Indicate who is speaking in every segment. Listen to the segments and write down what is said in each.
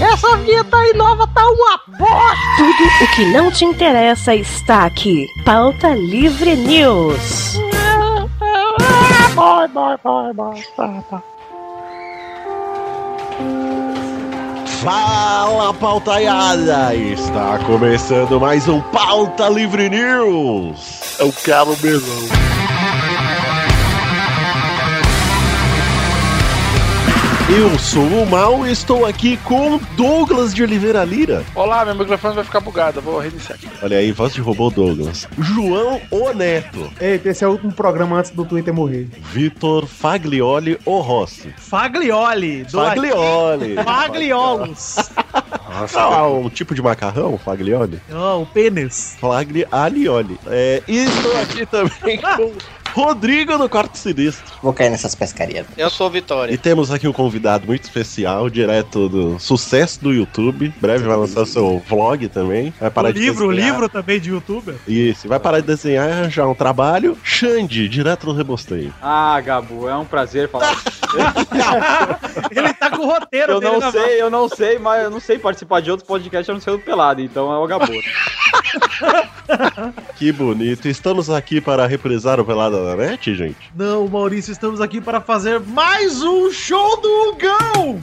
Speaker 1: Essa vinheta aí nova tá uma bosta!
Speaker 2: Tudo o que não te interessa está aqui. Pauta Livre News.
Speaker 1: Bye, bye, bye, bye. Tá, tá.
Speaker 3: Fala, pautaiada! Está começando mais um Pauta Livre News! É o Calo Belão. Eu sou o Mal e estou aqui com Douglas de Oliveira Lira.
Speaker 4: Olá, meu microfone vai ficar bugado, vou reiniciar aqui.
Speaker 3: Olha aí, voz de robô Douglas. João O Neto.
Speaker 5: Eita, esse é o último programa antes do Twitter morrer.
Speaker 3: Vitor Faglioli O Rossi.
Speaker 6: Faglioli. Do
Speaker 3: Faglioli.
Speaker 6: Fagliolos.
Speaker 3: Ah, um tipo de macarrão, Faglioli?
Speaker 6: Ó, Ah, o pênis.
Speaker 3: Flagre Alioli. É, e estou aqui também com Rodrigo do Quarto Sinistro.
Speaker 7: Vou cair nessas pescarias.
Speaker 4: Eu sou o
Speaker 3: E
Speaker 4: Vitória.
Speaker 3: temos aqui um convidado muito especial, direto do sucesso do YouTube. Em Breve vai lançar seu vlog também. Vai
Speaker 6: O
Speaker 3: parar de
Speaker 6: livro, o
Speaker 3: desenhar.
Speaker 6: livro também de youtuber.
Speaker 3: Isso, vai parar de desenhar e arranjar um trabalho. Xande, direto do rebosteio.
Speaker 8: Ah, Gabu, é um prazer falar.
Speaker 6: Ele tá com o roteiro
Speaker 8: Eu
Speaker 6: dele
Speaker 8: não
Speaker 6: na mão.
Speaker 8: sei, eu não sei, mas eu não sei participar de outros podcasts, eu não sei do pelado, então é o Gabu.
Speaker 3: Que bonito. Estamos aqui para reprisar o Pelada da Net, gente.
Speaker 6: Não, Maurício, estamos aqui para fazer mais um show do Hugão.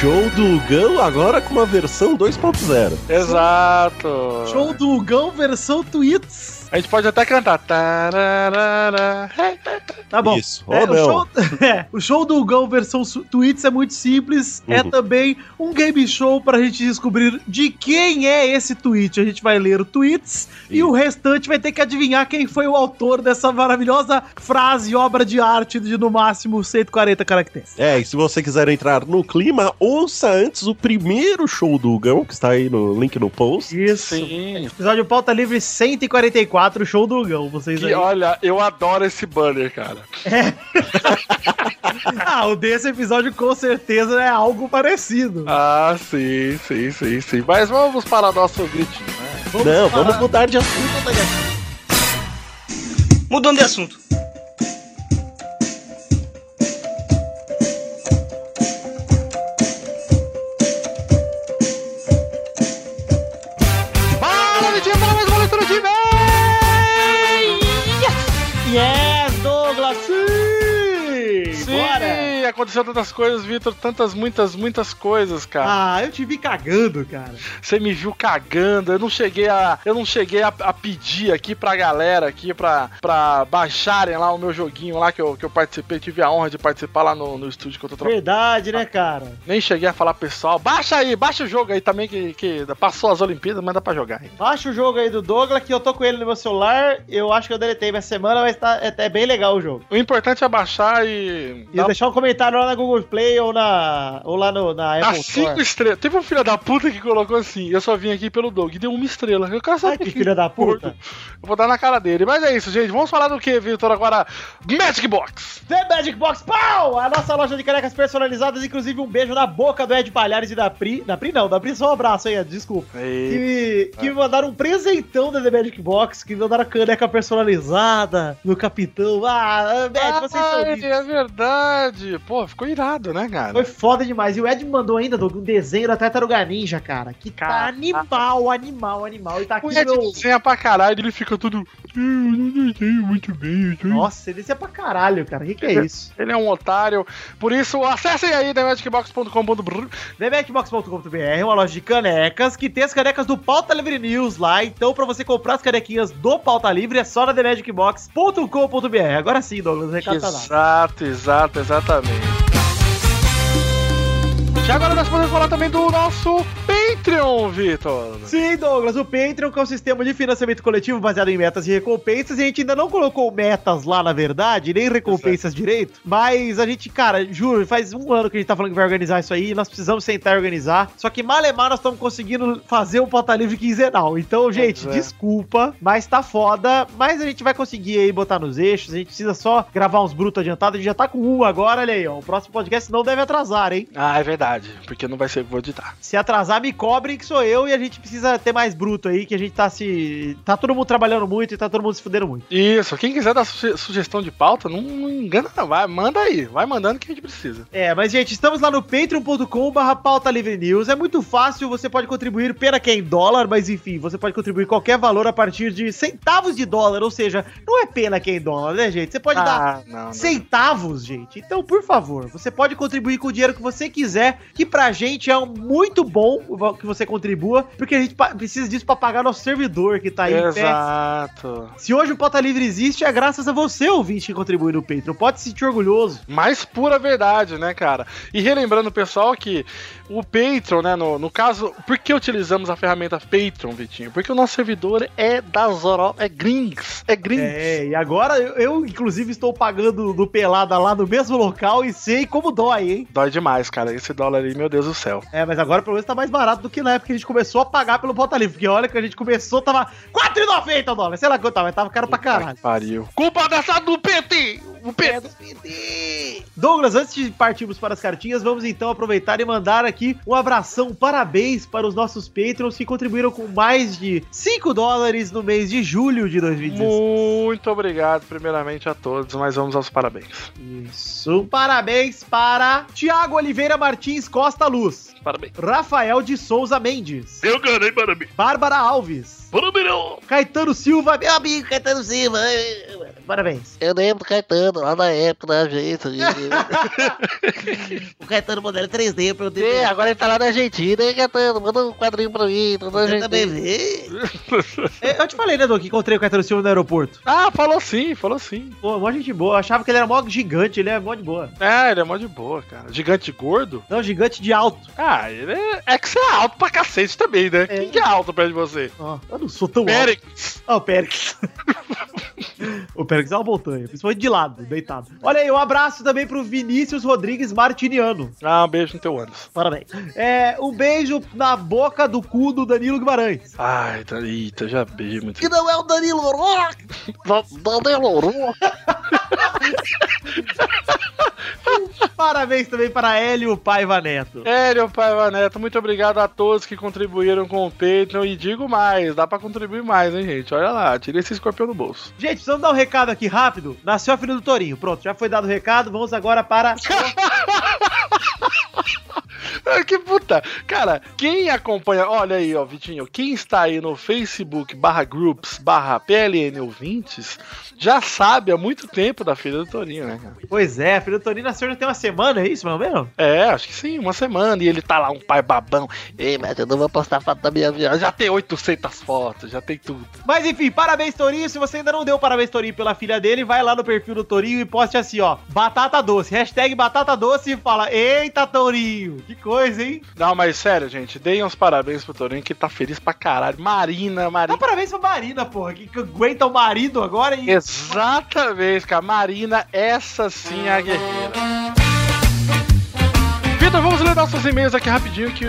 Speaker 3: Show do Hugão agora com uma versão 2.0.
Speaker 4: Exato.
Speaker 6: Show do Hugão versão tweets.
Speaker 4: A gente pode até cantar. Tararara. É,
Speaker 6: Tá bom.
Speaker 3: Isso,
Speaker 6: É,
Speaker 3: ou
Speaker 6: o,
Speaker 3: não.
Speaker 6: show, é, o show do Hugão versão su- tweets é muito simples. É
Speaker 3: Uhum.
Speaker 6: também um game show pra gente descobrir de quem é esse tweet. A gente vai ler o tweets e
Speaker 3: Isso.
Speaker 6: o restante vai ter que adivinhar quem foi o autor dessa maravilhosa frase, obra de arte de no máximo 140 caracteres.
Speaker 3: É, e se você quiser entrar no clima, ouça antes o primeiro show do Hugão, que está aí no link no post.
Speaker 6: Isso.
Speaker 4: Sim.
Speaker 6: Episódio Pauta Livre 144, show do Hugão. Vocês
Speaker 4: Que,
Speaker 6: aí.
Speaker 4: olha, eu adoro esse banner, cara.
Speaker 6: Ah, o desse episódio com certeza é algo parecido.
Speaker 4: Ah, sim, sim, sim, sim. Mas vamos para nosso gritinho, né?
Speaker 3: Não,
Speaker 6: falar-
Speaker 3: vamos mudar de assunto. né, galera?
Speaker 9: Mudando de assunto.
Speaker 4: Para, Vitinho, para mais uma leitura de
Speaker 6: Yes, Douglas! Sim!
Speaker 4: Sim, aconteceu tantas coisas, Vitor. Tantas, muitas, muitas coisas, cara.
Speaker 6: Ah, eu te vi cagando, cara.
Speaker 4: Você me viu cagando, eu não cheguei a. Eu não cheguei a, a pedir aqui pra galera aqui, pra, pra baixarem lá o meu joguinho lá que eu, que eu participei, tive a honra de participar lá no, no estúdio que eu tô trabalhando.
Speaker 6: Verdade, né, cara?
Speaker 4: Nem cheguei a falar pro pessoal, baixa aí, baixa o jogo aí também, que, que passou as Olimpíadas, mas dá pra jogar ainda.
Speaker 10: Baixa o jogo aí do Douglas, que eu tô com ele no meu celular. Eu acho que eu deletei minha semana, mas tá, é, é bem legal o jogo.
Speaker 4: O importante é baixar e.
Speaker 10: E
Speaker 4: dar-
Speaker 10: deixar um comentário lá na Google Play ou, na, ou lá no, na
Speaker 4: dar
Speaker 10: Apple
Speaker 4: Tá cinco
Speaker 10: Store.
Speaker 4: estrelas. Teve um filho da puta que colocou assim: eu só vim aqui pelo Doug e deu uma estrela. Eu quero saber
Speaker 10: Ai, que
Speaker 4: por quê.
Speaker 10: filha da puta.
Speaker 4: Eu vou dar na cara dele. Mas é isso, gente. Vamos falar do que, Vitor? Agora, Magic Box!
Speaker 10: The Magic Box Pau! A nossa loja de canecas personalizadas, inclusive um beijo na boca do Ed Palhares e da Pri. Da Pri não, da Pri só um abraço aí, Ed, desculpa. Que
Speaker 4: Eita.
Speaker 10: me, que me mandaram um presentão da The Magic Box, que me mandaram caneca personalizada no Capitão. Ah, Ed, vocês são
Speaker 4: Ai,
Speaker 10: lindos.
Speaker 4: é verdade. Pô, ficou irado, né, cara?
Speaker 10: Foi foda demais. E o Ed mandou ainda Doug, um desenho da Tartaruga Ninja, cara. Que tá
Speaker 4: Caraca.
Speaker 10: animal, animal, animal. E tá aqui
Speaker 4: O
Speaker 10: no
Speaker 4: Ed
Speaker 10: meu...
Speaker 4: desenha pra caralho, ele fica todo. Eu não desenho muito bem. eu sou-"
Speaker 10: Nossa, ele é pra caralho, cara. O que, que é isso?
Speaker 4: Ele é um otário. Por isso, acessem aí TheMagicBox.com.br.
Speaker 10: TheMacBox.com.br é uma loja de canecas que tem as canecas do Pauta Livre News lá. Então, pra você comprar as canequinhas do Pauta Livre, é só na TheMagicBox.com.br. Agora sim, Douglas, o recado tá lá.
Speaker 4: Exato, exato, exatamente. E agora nós podemos falar também do nosso Patreon, Vitor.
Speaker 10: Sim, Douglas, o Patreon que é um sistema de financiamento coletivo baseado em metas e recompensas, e a gente ainda não colocou metas lá, na verdade, nem recompensas direito, mas a gente, cara, juro, faz um ano que a gente tá falando que vai organizar isso aí, nós precisamos sentar e organizar, só que malemar nós estamos conseguindo fazer o pauta livre quinzenal, então, gente,
Speaker 4: é.
Speaker 10: desculpa, mas tá foda, mas a gente vai conseguir aí botar nos eixos, a gente precisa só gravar uns brutos adiantados, a gente já tá com um agora, olha aí, ó, o próximo podcast não deve atrasar, hein?
Speaker 4: Ah, é verdade, porque não vai ser que vou editar.
Speaker 10: Se atrasar, me cobrem que sou eu e a gente precisa ter mais bruto aí, que a gente tá se. Tá todo mundo trabalhando muito e tá todo mundo se fudendo muito.
Speaker 4: Isso, quem quiser dar suge- sugestão de pauta, não, não engana, não. Vai, manda aí, vai mandando que a gente precisa.
Speaker 10: É, mas gente, estamos lá no patreon.com/barra pauta livre news. É muito fácil, você pode contribuir, pena que é em dólar, mas enfim, você pode contribuir qualquer valor a partir de centavos de dólar, ou seja, não é pena que é em dólar, né, gente? Você pode dar
Speaker 4: Ah, não, não.
Speaker 10: centavos, gente. Então, por favor, você pode contribuir com o dinheiro que você quiser, que pra gente é um muito bom que você contribua, porque a gente pa- precisa disso pra pagar nosso servidor que tá aí em pé.
Speaker 4: Exato.
Speaker 10: Se hoje o Pauta Livre existe, é graças a você, ouvinte, que contribui no Patreon. Pode se sentir orgulhoso.
Speaker 4: Mais pura verdade, né, cara? E relembrando o pessoal que o Patreon, né, no, no caso, por que utilizamos a ferramenta Patreon, Vitinho? Porque o nosso servidor é da Zoró, é Grings, é Grings.
Speaker 10: É, e agora eu, eu, inclusive, estou pagando do Pelada lá no mesmo local e sei como dói, hein?
Speaker 4: Dói demais, cara, esse dólar aí, meu Deus do céu.
Speaker 10: É, mas agora pelo menos tá mais barato do que na época que a gente começou a pagar pelo Pauta Livre. Porque olha que a gente começou, tava 4,90 dólar. Sei lá quanto tava, mas tava caro pra caralho. É,
Speaker 4: Que Pariu. Culpa dessa do PT! O PT!
Speaker 10: Douglas, antes de partirmos para as cartinhas, vamos então aproveitar e mandar aqui um abração, um parabéns para os nossos patrons que contribuíram com mais de 5 dólares no mês de julho de 2016.
Speaker 4: Muito obrigado, primeiramente, a todos, mas vamos aos parabéns.
Speaker 10: Isso. Um Parabéns para Tiago Oliveira Martins Costa Luz,
Speaker 4: Parabéns.
Speaker 10: Rafael de Souza Mendes,
Speaker 3: Eu ganhei, parabéns.
Speaker 10: Bárbara Alves,
Speaker 3: Parabéns.
Speaker 10: Caetano Silva, meu amigo,
Speaker 7: amigo Caetano Silva. eu- eu-
Speaker 10: parabéns.
Speaker 7: Eu lembro do Caetano, lá na época da agência. o Caetano modelo 3D, eu perguntei. pra ele,
Speaker 4: agora ele tá lá na Argentina, hein, Catano? Manda um quadrinho pra mim,
Speaker 7: Eu também vi.
Speaker 10: É, Eu te falei, né, Doug, que encontrei o Caetano Silva no aeroporto.
Speaker 4: Ah, falou sim, falou sim.
Speaker 10: Pô, mó gente boa, eu achava que ele era mó gigante, ele é mó de boa.
Speaker 4: É, ele é mó de boa, cara. Gigante gordo?
Speaker 10: Não, gigante de alto.
Speaker 4: Ah, ele é. É que você é alto pra cacete também, né? Quem que é alto perto de você?
Speaker 10: Ó, eu não sou tão alto.
Speaker 4: Péricles.
Speaker 10: Ah, o Périx. o Périx é uma montanha, principalmente de lado, deitado. Olha aí, um abraço também pro Vinícius Rodrigues Martiniano.
Speaker 4: Ah, um beijo no teu ânus.
Speaker 10: Parabéns. É, um beijo na boca do cu do Danilo Guimarães.
Speaker 4: Ai, tá, eita, já beijei muito.
Speaker 7: Que não é o Danilo Rock. Danilo Rock.
Speaker 10: Parabéns também para Hélio Paiva Neto.
Speaker 4: Hélio Paiva Neto, muito obrigado a todos que contribuíram com o Patreon. E digo mais, dá pra contribuir mais, hein, gente? Olha lá, tirei esse escorpião do bolso.
Speaker 10: Gente, precisamos dar um recado aqui rápido. Nasceu a filha do Torinho. Pronto, já foi dado o recado. Vamos agora para.
Speaker 4: Ah, que puta! Cara, quem acompanha, olha aí, ó, Vitinho, quem está aí no Facebook barra groups barra PLN ouvintes, já sabe há muito tempo da filha do Torinho, né, cara?
Speaker 10: Pois é, a filha do Torinho nasceu já tem uma semana, é isso, meu mesmo?
Speaker 4: É, acho que sim, uma semana, e ele tá lá, um pai babão. Ei, mas eu não vou postar foto da minha viagem. Já tem 800 fotos, já tem tudo.
Speaker 10: Mas enfim, parabéns, Torinho. Se você ainda não deu parabéns, Torinho, pela filha dele, vai lá no perfil do Torinho e poste assim, ó. Batata doce. Hashtag batata doce e fala, eita, Torinho. Que coisa, hein?
Speaker 4: Não, mas sério, gente, deem uns parabéns pro Torinho, que tá feliz pra caralho. Marina,
Speaker 10: Dá
Speaker 4: Marina.
Speaker 10: parabéns pra Marina, porra, que que aguenta o marido agora e...
Speaker 4: Exatamente, cara. Marina, essa sim é a guerreira. Vitor, vamos ler nossos e-mails aqui rapidinho que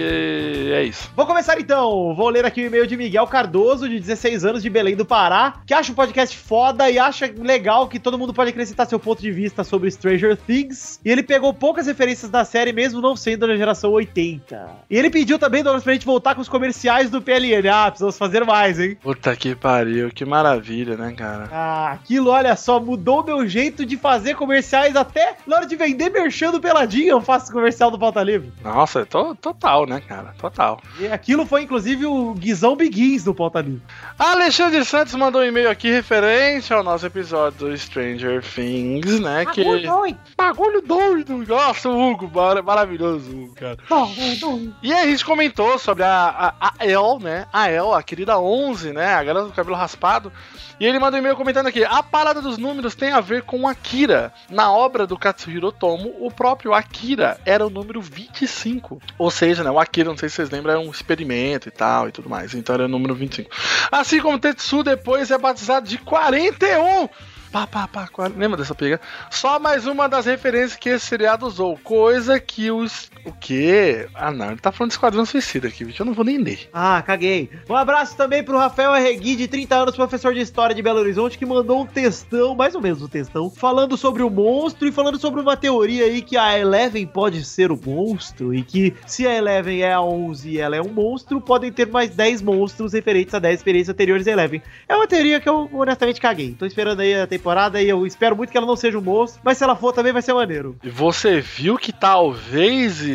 Speaker 4: é isso.
Speaker 10: Vou começar então. Vou ler aqui o e-mail de Miguel Cardoso, de 16 anos, de Belém do Pará, que acha o podcast foda e acha legal que todo mundo pode acrescentar seu ponto de vista sobre Stranger Things. E ele pegou poucas referências da série, mesmo não sendo da geração 80. E ele pediu também, Douglas, pra gente voltar com os comerciais do PLN. Ah, precisamos fazer mais, hein?
Speaker 4: Puta que pariu, que maravilha, né, cara?
Speaker 10: Ah, aquilo, olha só, mudou meu jeito de fazer comerciais até na hora de vender merchando peladinho, eu faço comercial do Pauta Livre.
Speaker 4: Nossa, to- total, né, cara? Total.
Speaker 10: E aquilo foi, inclusive, o Guizão Biguins do Pauta Livre.
Speaker 4: Alexandre Santos mandou um e-mail aqui referente ao nosso episódio do Stranger Things, né? Que...
Speaker 1: doido.
Speaker 4: Bagulho doido! Nossa, o Hugo, mara- maravilhoso, Hugo, cara.
Speaker 1: Bagulho doido.
Speaker 4: E aí a gente comentou sobre a, a, a El, né? A El, a querida 11, né? A garota do cabelo raspado. E ele manda um e-mail comentando aqui: a parada dos números tem a ver com Akira. Na obra do Katsuhiro Tomo, o próprio Akira era o número 25. Ou seja, né? O Akira, não sei se vocês lembram, era um experimento e tal e tudo mais. Então era o número 25. Assim como Tetsu depois é batizado de 41. pá, pá, pá. qual- Lembra dessa pegada? Só mais uma das referências que esse seriado usou. Coisa que os. O quê? Ah, não, ele tá falando de Esquadrão Suicida aqui, bicho. Eu não vou nem ler.
Speaker 10: Ah, caguei. Um abraço também pro Rafael Arregui, de 30 anos, professor de História de Belo Horizonte, que mandou um textão, mais ou menos um textão, falando sobre o monstro e falando sobre uma teoria aí que a Eleven pode ser o monstro e que se a Eleven é a 11 e ela é um monstro, podem ter mais 10 monstros referentes a 10 experiências anteriores da Eleven. É uma teoria que eu honestamente caguei. Tô esperando aí a temporada e eu espero muito que ela não seja um monstro, mas se ela for também vai ser maneiro.
Speaker 4: E você viu que talvez. es-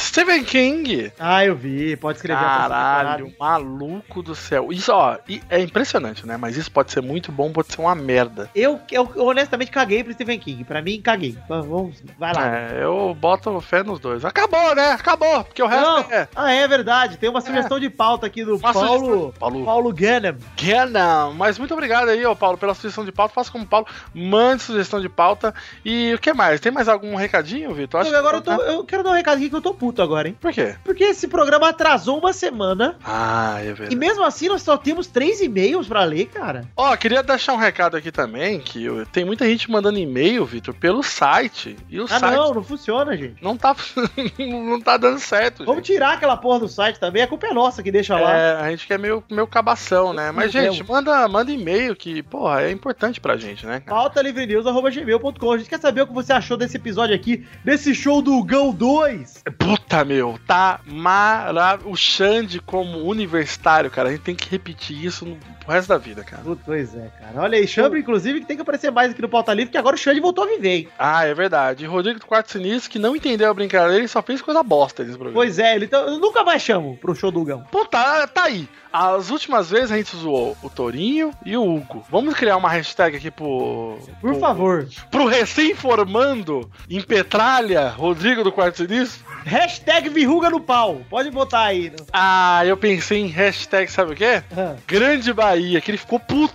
Speaker 4: Stephen King
Speaker 10: Ah, eu vi. Pode escrever a próxima
Speaker 4: Caralho, maluco do céu. Isso, ó, e é impressionante, né? Mas isso pode ser muito bom, pode ser uma merda.
Speaker 10: Eu, eu honestamente caguei pro Stephen King. Pra mim, caguei. Mas Vamos, vai lá.
Speaker 4: É, eu boto fé nos dois. Acabou, né? Acabou, porque o resto
Speaker 10: Não.
Speaker 4: é.
Speaker 10: Ah, é verdade. Tem uma sugestão de pauta aqui do
Speaker 4: Uma
Speaker 10: Paulo.
Speaker 4: Paulo.
Speaker 10: Paulo Gannem.
Speaker 4: Ganham. é, Mas muito obrigado aí, ó, Paulo, pela sugestão de pauta. Faça como o Paulo, mande sugestão de pauta. E o que mais? Tem mais algum recadinho, Vitor? Acho
Speaker 10: Eu, Então, agora eu,
Speaker 4: que-
Speaker 10: tô- eu quero dar um recado aqui que eu tô puto agora, hein?
Speaker 4: Por quê?
Speaker 10: Porque esse programa atrasou uma semana.
Speaker 4: Ah, é
Speaker 10: E
Speaker 4: verdade.
Speaker 10: mesmo assim, nós só temos três e-mails pra ler, cara.
Speaker 4: Ó, queria deixar um recado aqui também, que eu- tem muita gente mandando e-mail, Vitor, pelo site. E o
Speaker 10: Ah,
Speaker 4: site
Speaker 10: não,
Speaker 4: não,
Speaker 10: não funciona, gente.
Speaker 4: tá, não tá dando certo. gente.
Speaker 10: Vamos tirar aquela porra do site também. A culpa é nossa que deixa lá.
Speaker 4: É, a gente quer meio, meio cabação, né? Mas,
Speaker 10: Meu
Speaker 4: gente, manda, manda e-mail que, porra, é importante pra gente, né? cara?
Speaker 10: pautalivrenews.gmail.com. A gente quer saber o que você achou desse episódio aqui, desse show do Gão 2.
Speaker 4: Puta, meu, tá maravilhoso. O Xande como universitário, cara, a gente tem que repetir isso no pro resto da vida, cara.
Speaker 10: Puta, Pois é, cara. Olha aí, Chambre, inclusive, que tem que aparecer mais aqui no Pauta Livre, que agora o Xande voltou a viver, hein?
Speaker 4: Ah, é verdade. E Rodrigo do Quarto Sinistro, que não entendeu a brincadeira, ele só fez coisa bosta nesse programa.
Speaker 10: Pois é, ele tá- eu nunca mais chamo pro show do Gão.
Speaker 4: Pô, tá, tá aí. As últimas vezes a gente zoou o Torinho e o Hugo. Vamos criar uma hashtag aqui pro.
Speaker 10: Por
Speaker 4: pro-
Speaker 10: favor.
Speaker 4: Pro recém-formando em Petralha, Rodrigo do Quarto Sinistro.
Speaker 10: Hashtag verruga no pau. Pode botar aí. né?
Speaker 4: Ah, eu pensei em hashtag, sabe o quê?
Speaker 10: Ah.
Speaker 4: Grande Bahia, que ele ficou puto.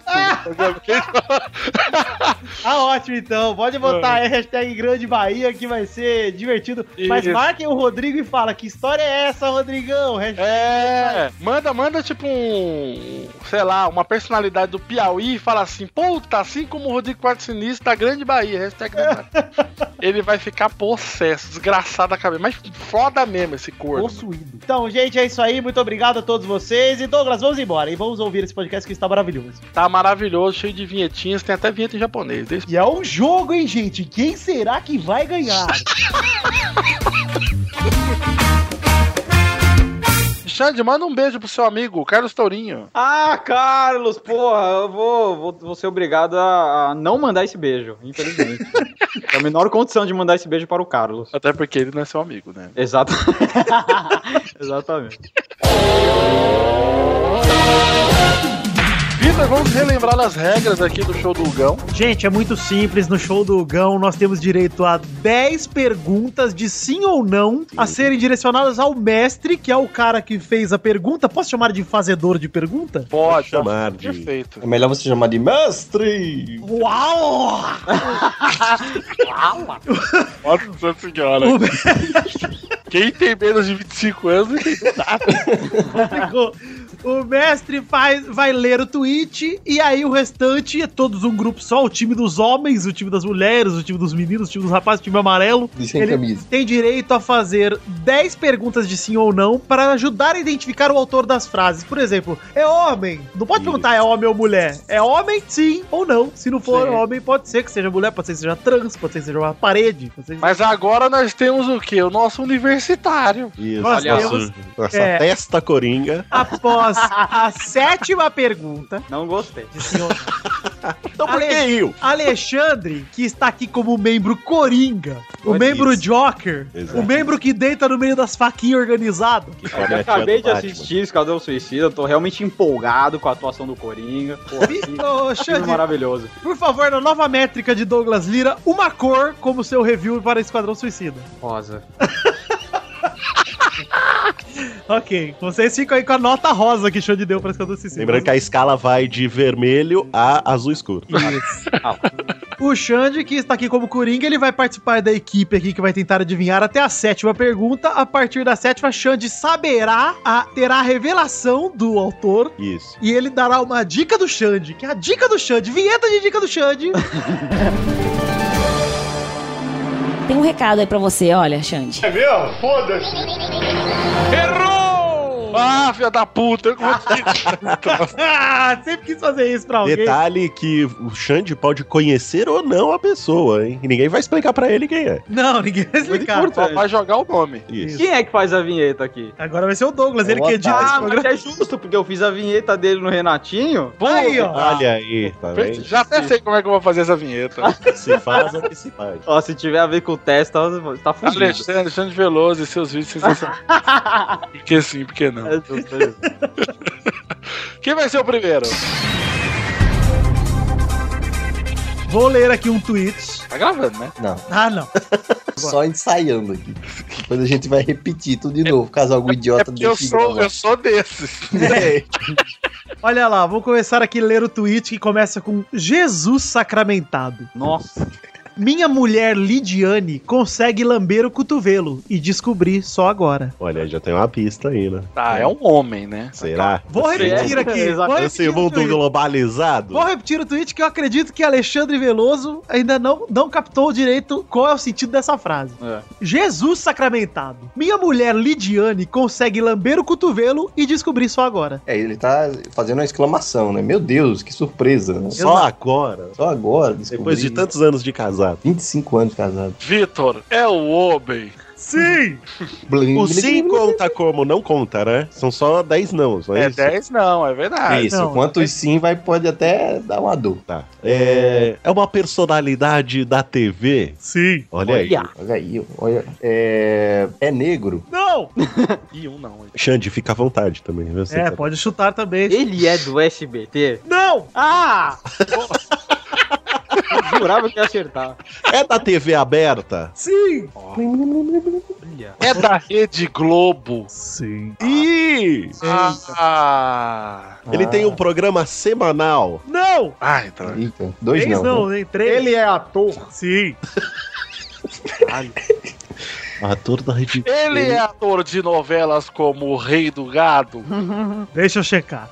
Speaker 10: Ah, ótimo, então. Pode botar aí hashtag Grande Bahia, que vai ser divertido. Mas
Speaker 4: Isso.
Speaker 10: marquem o Rodrigo e fala, que história é essa, Rodrigão? Hashtag-
Speaker 4: É, manda, manda tipo um, sei lá, uma personalidade do Piauí e fala assim, puta, assim como o Rodrigo Quarto Sinistro da Grande Bahia, hashtag Grande Bahia. Ele vai ficar possesso, desgraçado da cabeça, mas foda mesmo esse corpo.
Speaker 10: Possuído. Então, gente, é isso aí. Muito obrigado a todos vocês. E Douglas, vamos embora. E vamos ouvir esse podcast que está maravilhoso.
Speaker 4: Tá maravilhoso, cheio de vinhetinhas, tem até vinheta em japonês. Deixa-
Speaker 10: E é um jogo, hein, gente? Quem será que vai ganhar?
Speaker 4: Xande, manda um beijo pro seu amigo, Carlos Tourinho.
Speaker 8: Ah, Carlos, porra, eu vou, vou, vou ser obrigado a, a não mandar esse beijo, infelizmente. é a menor condição de mandar esse beijo para o Carlos.
Speaker 4: Até porque ele não é seu amigo, né?
Speaker 8: Exato. Exatamente.
Speaker 4: Vitor, vamos relembrar as regras aqui do show do Hugão.
Speaker 6: Gente, é muito simples. No show do Gão, nós temos direito a 10 perguntas de sim ou não a serem direcionadas ao mestre, que é o cara que fez a pergunta. Posso chamar de fazedor de pergunta?
Speaker 4: Pode, tá
Speaker 3: chamar de-
Speaker 4: Perfeito.
Speaker 9: É melhor você chamar de mestre.
Speaker 6: Uau!
Speaker 4: Nossa senhora. Quem tem menos de 25 anos.
Speaker 6: Ficou. O mestre faz, vai ler o tweet e aí o restante é todos um grupo só: o time dos homens, o time das mulheres, o time dos meninos, o time dos rapazes, o time amarelo.
Speaker 9: E sem
Speaker 6: Ele-
Speaker 9: camisa.
Speaker 6: Tem direito a fazer 10 perguntas de sim ou não para ajudar a identificar o autor das frases. Por exemplo, é homem? Não pode
Speaker 3: Isso.
Speaker 6: perguntar é homem ou mulher. É homem, sim ou não. Se não for homem, pode ser que seja mulher, pode ser que seja trans, pode ser que seja uma parede. Pode ser que...
Speaker 4: Mas agora nós temos o quê? O nosso universitário.
Speaker 3: Isso,
Speaker 6: Nós
Speaker 3: nosso- nossa
Speaker 6: é.
Speaker 3: testa coringa.
Speaker 6: Após a sétima pergunta
Speaker 8: Não gostei.
Speaker 6: de sim ou não.
Speaker 3: Então por
Speaker 6: Ale-
Speaker 3: que eu?
Speaker 6: Alexandre, que está aqui como membro Coringa, o
Speaker 9: Olha
Speaker 6: membro
Speaker 9: isso.
Speaker 6: Joker,
Speaker 3: Exato.
Speaker 6: o membro que deita no meio das faquinhas organizado.
Speaker 8: Eu acabei de assistir Esquadrão Suicida, tô realmente empolgado com a atuação do Coringa. Porra, que
Speaker 6: Ô,
Speaker 8: filme
Speaker 6: Xande,
Speaker 8: maravilhoso.
Speaker 6: por favor, na nova métrica de Douglas Lira, uma cor como seu review para Esquadrão Suicida.
Speaker 8: Rosa.
Speaker 6: Ok, vocês ficam aí com a nota rosa que Xande deu para Esquadrão Suicida.
Speaker 3: Lembrando que a escala vai de vermelho a azul escuro.
Speaker 8: Ah,
Speaker 10: O Xande, que está aqui como Coringa, ele vai participar da equipe aqui que vai tentar adivinhar até a sétima pergunta. A partir da sétima, Xande saberá, a, terá a revelação do autor.
Speaker 3: Isso.
Speaker 10: E ele dará uma dica do Xande, que é a dica do Xande, vinheta de dica do Xande.
Speaker 11: Tem um recado aí pra você, olha, Xande.
Speaker 3: É mesmo? Foda-se. Errou!
Speaker 4: Ah, filha da puta, eu consegui.
Speaker 10: Ah, sempre quis fazer isso pra alguém.
Speaker 3: Detalhe que o Xande pode conhecer ou não a pessoa, hein? E ninguém vai explicar pra ele quem é.
Speaker 10: Não, ninguém vai explicar.
Speaker 4: Só vai jogar o nome.
Speaker 3: Isso.
Speaker 8: Quem é que faz a vinheta aqui?
Speaker 10: Agora vai ser o Douglas, ele
Speaker 3: Boa
Speaker 10: que edita esse
Speaker 8: Ah, mas
Speaker 10: programa.
Speaker 8: é justo, porque eu fiz a vinheta dele no Renatinho.
Speaker 10: Aí, ó.
Speaker 3: Olha aí, tá vendo?
Speaker 4: Já até sei como é que eu vou fazer essa vinheta.
Speaker 3: Se faz ou que se faz.
Speaker 8: Ó, se tiver a ver com o teste, tá, tá fugindo.
Speaker 4: Alexandre, Alexandre Veloso e seus vídeos sensacionais. porque sim, porque não.
Speaker 8: É justo, é justo.
Speaker 4: Quem vai ser o primeiro?
Speaker 10: Vou ler aqui um tweet.
Speaker 4: Tá gravando, né?
Speaker 9: Não,
Speaker 10: Ah, não.
Speaker 9: só ensaiando aqui. Depois a gente vai repetir tudo de novo, caso algum
Speaker 4: É
Speaker 9: idiota
Speaker 4: porque eu
Speaker 9: deixe
Speaker 4: sou,
Speaker 9: gravar.
Speaker 4: eu sou desses.
Speaker 10: Olha lá, vou começar aqui a ler o tweet que começa com Jesus sacramentado.
Speaker 8: Nossa.
Speaker 10: Minha mulher Lidiane consegue lamber o cotovelo e descobri só agora.
Speaker 3: Olha, já tem uma pista aí, né?
Speaker 4: Tá, é um homem, né?
Speaker 3: Será?
Speaker 10: Vou
Speaker 8: Você
Speaker 10: repetir
Speaker 8: é-
Speaker 10: aqui.
Speaker 8: Exato.
Speaker 10: Vou
Speaker 3: Esse
Speaker 10: repetir, o
Speaker 3: mundo
Speaker 10: tweet.
Speaker 3: globalizado?
Speaker 10: Vou repetir o tweet que eu acredito que Alexandre Veloso ainda não, não captou direito qual é o sentido dessa frase.
Speaker 8: É.
Speaker 10: Jesus sacramentado. Minha mulher Lidiane consegue lamber o cotovelo e descobri só agora.
Speaker 9: É, ele tá fazendo uma exclamação, né? Meu Deus, que surpresa. né?
Speaker 3: Só agora,
Speaker 9: Só agora, descobri.
Speaker 3: depois de tantos anos de casado.
Speaker 9: 25 anos casado.
Speaker 4: Vitor é o homem.
Speaker 10: Sim!
Speaker 9: Blim,
Speaker 3: O
Speaker 9: blim,
Speaker 3: 5 conta como? Não conta, né? São só 10 não, não é,
Speaker 4: É
Speaker 3: isso?
Speaker 4: 10 não, é verdade.
Speaker 9: Isso,
Speaker 10: não,
Speaker 9: quanto sim vai, pode até dar uma dor.
Speaker 3: Tá. É, é uma personalidade da TV.
Speaker 10: Sim!
Speaker 3: Olha aí.
Speaker 9: Olha aí, olha. É, é negro.
Speaker 10: Não!
Speaker 4: E um não.
Speaker 3: Xande, fica à vontade também. viu? Você
Speaker 10: É,
Speaker 3: tá-
Speaker 10: pode chutar também.
Speaker 8: Ele é do SBT?
Speaker 10: Não!
Speaker 8: Ah! Eu Jurava que ia acertar.
Speaker 3: é da TV aberta?
Speaker 10: Sim!
Speaker 8: Olha.
Speaker 4: É da Rede Globo.
Speaker 10: Sim.
Speaker 3: Ih!
Speaker 4: Ah.
Speaker 3: Ele tem um programa semanal.
Speaker 10: Não!
Speaker 4: Ah, então.
Speaker 9: Eita, dois
Speaker 10: Três
Speaker 9: não.
Speaker 10: não,
Speaker 9: né?
Speaker 10: nem três.
Speaker 7: Ele é ator.
Speaker 10: Sim.
Speaker 3: Ator da Rede
Speaker 4: Ele é ator de novelas como O Rei do Gado.
Speaker 10: Deixa eu checar.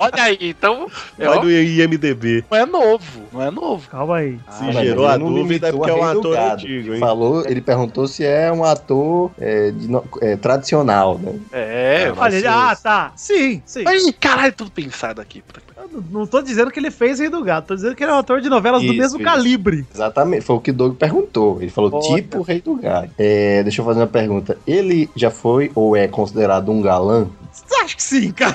Speaker 4: Olha aí, então. é,
Speaker 3: Vai
Speaker 4: ó,
Speaker 3: no IMDB.
Speaker 4: não é novo, não é novo.
Speaker 10: Calma aí.
Speaker 3: Se
Speaker 9: mas
Speaker 3: gerou
Speaker 9: ele
Speaker 3: a
Speaker 9: não
Speaker 3: dúvida é
Speaker 9: limitou
Speaker 3: porque
Speaker 9: a
Speaker 3: é um
Speaker 9: Rei do
Speaker 3: ator
Speaker 9: Gado.
Speaker 3: antigo, hein?
Speaker 9: Falou, ele perguntou se é um ator é, de no- é, tradicional, né?
Speaker 4: É.
Speaker 3: Ah,
Speaker 10: Olha,
Speaker 3: mas
Speaker 10: ele-
Speaker 3: eu-
Speaker 10: ah, tá. Sim, sim.
Speaker 4: Ai, caralho, tudo pensado aqui.
Speaker 10: Eu não- não tô dizendo que ele fez Rei do Gato, tô dizendo que ele é um ator de novelas do
Speaker 9: Isso,
Speaker 10: mesmo
Speaker 9: isso.
Speaker 10: calibre.
Speaker 9: Exatamente, foi o que o Doug perguntou. Ele falou,
Speaker 4: Olha.
Speaker 9: tipo o rei do gado. É, deixa eu fazer uma pergunta. Ele já foi ou é considerado um galã?
Speaker 10: Acho que sim, cara.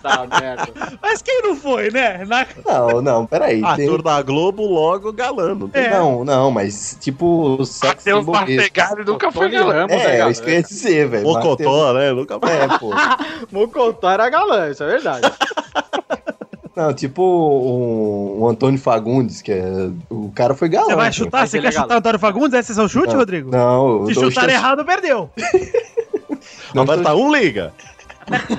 Speaker 8: Tá, merda.
Speaker 10: Mas quem não foi, né? Na-
Speaker 9: Não, não, peraí. tem-
Speaker 3: Ator da Globo, logo galano.
Speaker 10: É.
Speaker 9: Não, não, mas tipo o sexo
Speaker 4: Matheus
Speaker 9: simbolismo.
Speaker 4: Bartegari nunca foi
Speaker 8: Tony
Speaker 4: galã.
Speaker 8: Ramos é,
Speaker 9: É, eu
Speaker 8: galã.
Speaker 9: esqueci de dizer, velho. Mateus-
Speaker 3: Mocotó, né? Nunca mais.
Speaker 9: É, pô.
Speaker 8: Mocotó era galã, isso é verdade.
Speaker 9: Não, tipo o, o Antônio Fagundes, que é. O cara foi galã.
Speaker 10: Você vai
Speaker 9: pô.
Speaker 10: chutar?
Speaker 8: mas
Speaker 10: Você
Speaker 8: ele é
Speaker 10: quer chutar
Speaker 8: galã.
Speaker 10: o Antônio Fagundes? Esse é seu chute, Rodrigo?
Speaker 9: Não,
Speaker 10: Se
Speaker 9: o Doug
Speaker 10: chutar
Speaker 9: tá-
Speaker 10: errado, perdeu.
Speaker 9: não
Speaker 3: Agora
Speaker 9: tô-
Speaker 3: tá um liga.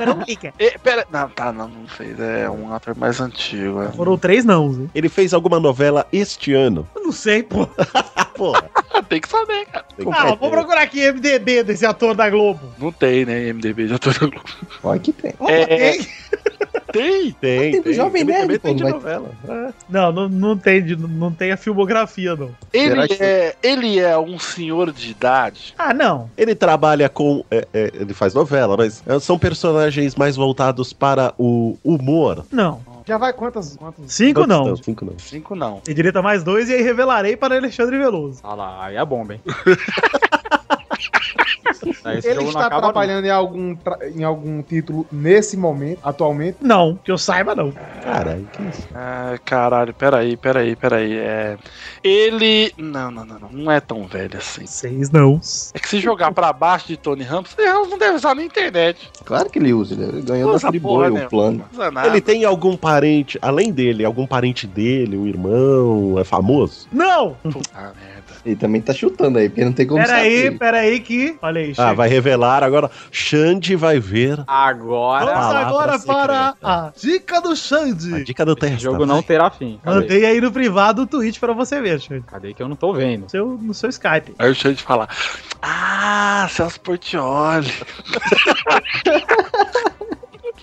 Speaker 10: Não fica.
Speaker 4: É, pera, não, tá, não, não fez. É um ator mais antigo. é.
Speaker 10: Foram três não. né?
Speaker 3: Ele fez alguma novela este ano.
Speaker 10: Eu não sei, pô.
Speaker 3: Ah, porra.
Speaker 4: Tem que saber, cara.
Speaker 3: Tem que-
Speaker 10: Ah, vou procurar aqui MDB desse ator da Globo.
Speaker 4: Não tem, né? MDB de ator da Globo.
Speaker 9: Olha que tem.
Speaker 10: Opa,
Speaker 4: É.
Speaker 10: tem?
Speaker 4: Tem!
Speaker 3: Tem,
Speaker 9: Tem do Jovem
Speaker 3: Ele
Speaker 9: Nerd,
Speaker 3: também
Speaker 9: pô,
Speaker 3: tem de
Speaker 9: mas-
Speaker 3: novela.
Speaker 10: Não, não, não tem, de- não tem a filmografia, não.
Speaker 4: Ele
Speaker 9: Será que-
Speaker 4: é, ele é um senhor de idade.
Speaker 10: Ah, não.
Speaker 3: Ele trabalha com. é, é, ele faz novela, mas é, são personagens mais voltados para o humor.
Speaker 10: Não.
Speaker 7: Já vai quantas? quantas?
Speaker 10: Cinco não.
Speaker 3: Quantos Cinco não.
Speaker 4: Cinco não.
Speaker 10: E direita mais dois e aí revelarei para Alexandre Veloso.
Speaker 8: Ah lá, aí é bomba, hein? Aí esse
Speaker 7: Ele
Speaker 8: jogo não
Speaker 7: está
Speaker 8: acaba nunca.
Speaker 7: trabalhando em algum, tra- em algum título nesse momento, atualmente.
Speaker 10: Não, que eu saiba, não.
Speaker 3: Caralho, que isso?
Speaker 4: Ah, caralho, peraí, peraí, peraí. É... Ele. Não, não, não, não. Não é tão velho assim.
Speaker 10: Seis não.
Speaker 4: É que se jogar pra baixo de Tony Ramos, Tony Ramos não deve usar na internet.
Speaker 9: Claro que ele usa, ele ganhou da
Speaker 4: Usa né?
Speaker 9: Friboi o
Speaker 4: nenhuma,
Speaker 9: um plano.
Speaker 4: Não usa nada.
Speaker 3: Ele tem algum parente, além dele, algum parente dele, um irmão, é famoso?
Speaker 10: Não!
Speaker 4: Puta merda.
Speaker 9: Ele também tá chutando aí, porque não tem como
Speaker 10: Peraí,
Speaker 9: saber.
Speaker 10: peraí que. Olha aí, aí,
Speaker 3: Ah, vai revelar agora. Xande vai ver.
Speaker 8: Agora.
Speaker 10: Vamos
Speaker 3: Palavra
Speaker 10: agora para a dica do Xande.
Speaker 3: A dica do teste.
Speaker 8: O jogo não terá fim. Cadê?
Speaker 10: Mandei aí no privado o tweet pra você ver, Xande.
Speaker 8: Cadê que eu não tô vendo?
Speaker 10: Seu, no seu Skype.
Speaker 4: Aí o Xande fala: Ah, Celso Portioli.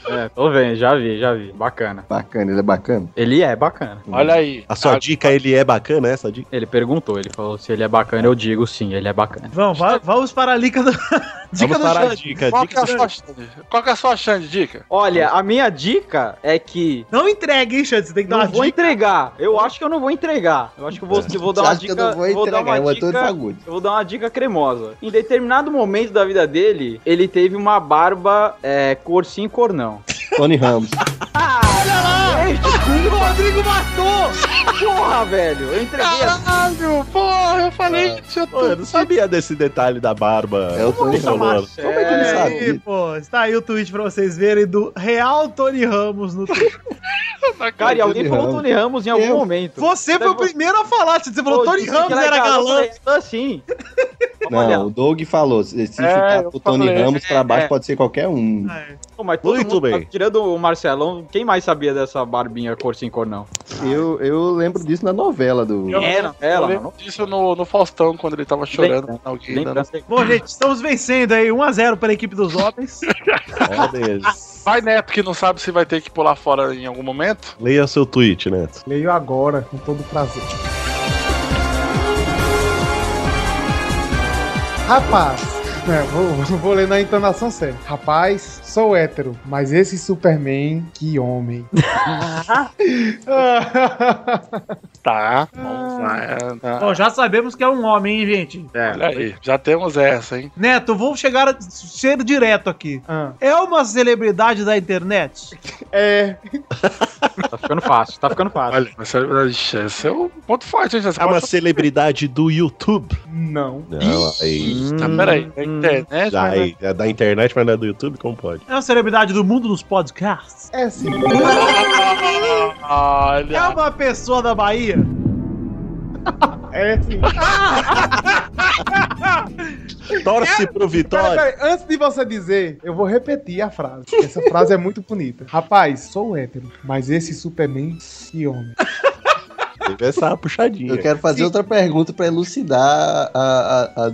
Speaker 8: É, tô vendo, já vi, já vi. Bacana.
Speaker 9: Bacana, ele é bacana.
Speaker 8: Ele é bacana.
Speaker 4: Olha aí.
Speaker 3: A sua dica, ele é bacana, essa dica?
Speaker 8: Ele perguntou, ele falou se ele é bacana, eu digo sim, ele é bacana.
Speaker 10: Vamos, va- vamos para a dica do, dica do
Speaker 3: para a
Speaker 10: Xande.
Speaker 3: dica.
Speaker 4: Qual, que é
Speaker 3: dica
Speaker 4: a sua,
Speaker 3: do
Speaker 4: Xande? Qual que é a sua Xande, dica?
Speaker 8: Olha, a minha dica é que
Speaker 10: Não entregue, hein, Xande? Você tem que dar
Speaker 8: não
Speaker 10: uma
Speaker 8: vou
Speaker 10: dica.
Speaker 8: entregar. Eu acho que eu não vou entregar. Eu acho que eu vou, vou dar
Speaker 9: Você
Speaker 8: uma
Speaker 9: acha que
Speaker 8: dica.
Speaker 9: eu não vou
Speaker 8: dar
Speaker 9: entregar?
Speaker 8: uma
Speaker 9: É o Antônio
Speaker 8: dica-
Speaker 9: Fagundes.
Speaker 8: Eu vou dar uma dica cremosa. Em determinado momento da vida dele, ele teve uma barba é, cor sim, cor não.
Speaker 9: Tony Ramos.
Speaker 8: Olha
Speaker 10: Ah!
Speaker 8: lá! o Rodrigo matou! Porra, velho! Eu entreguei a
Speaker 4: Caralho, porra, eu falei que tinha
Speaker 3: Pô, eu não sabia desse detalhe da barba.
Speaker 9: É o Tony
Speaker 3: tricolor.
Speaker 9: Ramos.
Speaker 8: Como
Speaker 9: é que ele
Speaker 10: Olha aí,
Speaker 9: sabe?
Speaker 10: pô, está aí o tweet pra vocês verem do Real Tony Ramos no Twitter.
Speaker 8: Cara, e alguém
Speaker 9: Tony
Speaker 8: falou
Speaker 9: Ramos.
Speaker 8: Tony Ramos em algum
Speaker 9: Eu.
Speaker 8: momento.
Speaker 10: Você foi o primeiro a falar, Xande. Você falou
Speaker 8: Pô,
Speaker 10: Tony
Speaker 8: disse
Speaker 10: Ramos
Speaker 8: que é
Speaker 10: era galã.
Speaker 8: eu falei, "Ah, Sim.
Speaker 9: Não, o Doug falou. Se se
Speaker 4: É,
Speaker 9: ficar pro
Speaker 4: eu
Speaker 9: Tony
Speaker 4: falei,
Speaker 9: Ramos pra baixo,
Speaker 8: é.
Speaker 9: pode ser qualquer um.
Speaker 10: É.
Speaker 8: Pô, mas todo
Speaker 3: Muito
Speaker 8: mundo, tá
Speaker 3: bem.
Speaker 8: Tirando o Marcelão, quem mais sabia dessa barbinha cor sim, cor não?
Speaker 9: Eu, eu lembro disso na novela do.
Speaker 6: Então,
Speaker 4: Eu-
Speaker 8: Era,
Speaker 4: Eu
Speaker 8: ela,
Speaker 4: lembro disso no, no Faustão, quando ele tava chorando.
Speaker 8: Lembra-
Speaker 4: Alguém dando...
Speaker 8: Lembrança.
Speaker 10: Bom, gente, estamos vencendo aí 1x0 para a equipe dos homens.
Speaker 3: Ó, Deus.
Speaker 4: Vai, Neto, que não sabe se vai ter que pular fora em algum momento.
Speaker 3: Leia seu tweet, né? Neto.
Speaker 12: Leio agora, com todo prazer. Rapaz, é, vou, vou ler na entonação séria. Rapaz, sou hétero, mas esse Superman, que homem.
Speaker 4: Tá. Vamos lá.
Speaker 10: Bom, já sabemos que é um homem, hein, gente?
Speaker 4: Olha aí, já temos essa, hein?
Speaker 10: Neto, vou chegar a ser direto aqui.
Speaker 12: Ah,
Speaker 10: É uma celebridade da internet?
Speaker 12: é,
Speaker 8: Tá ficando fácil, tá ficando fácil.
Speaker 4: Olha, mas esse é um ponto forte, hein? Você
Speaker 3: É uma
Speaker 4: pode...
Speaker 3: celebridade do YouTube.
Speaker 12: não.
Speaker 3: Não, aí.
Speaker 4: Tá,
Speaker 6: Ah,
Speaker 4: peraí. É internet,
Speaker 3: Já,
Speaker 4: mas-
Speaker 3: aí, é da internet, mas não é do YouTube? Como pode?
Speaker 10: É uma celebridade do mundo dos podcasts?
Speaker 12: É sim.
Speaker 4: Ah, Olha.
Speaker 10: É uma pessoa da Bahia?
Speaker 12: É sim.
Speaker 3: Torce pro
Speaker 12: Peraí,
Speaker 3: Vitória.
Speaker 12: peraí, antes de você dizer, eu vou repetir a frase. Essa frase é muito bonita. Rapaz, sou hétero, mas esse Superman, que homem.
Speaker 3: Teve essa puxadinha.
Speaker 9: Eu quero fazer outra pergunta pra elucidar a. a- a-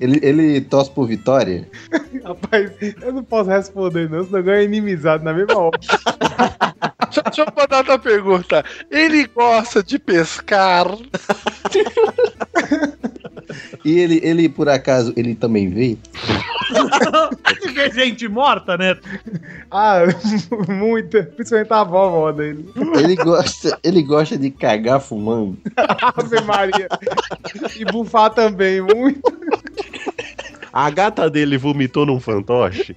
Speaker 9: Ele, ele torce por vitória?
Speaker 12: Rapaz, eu não posso responder, não, senão eu ganho inimizado na mesma hora.
Speaker 4: Deixa, deixa eu mandar outra pergunta. Ele gosta de pescar?
Speaker 9: E ele, ele, por acaso, ele também vê?
Speaker 10: Você vê gente morta, né? Neto?
Speaker 12: Ah, muita. Principalmente a vovó dele.
Speaker 9: Ele gosta, ele gosta de cagar fumando?
Speaker 12: Ave Maria. E bufar também, muito.
Speaker 3: A gata dele vomitou num fantoche?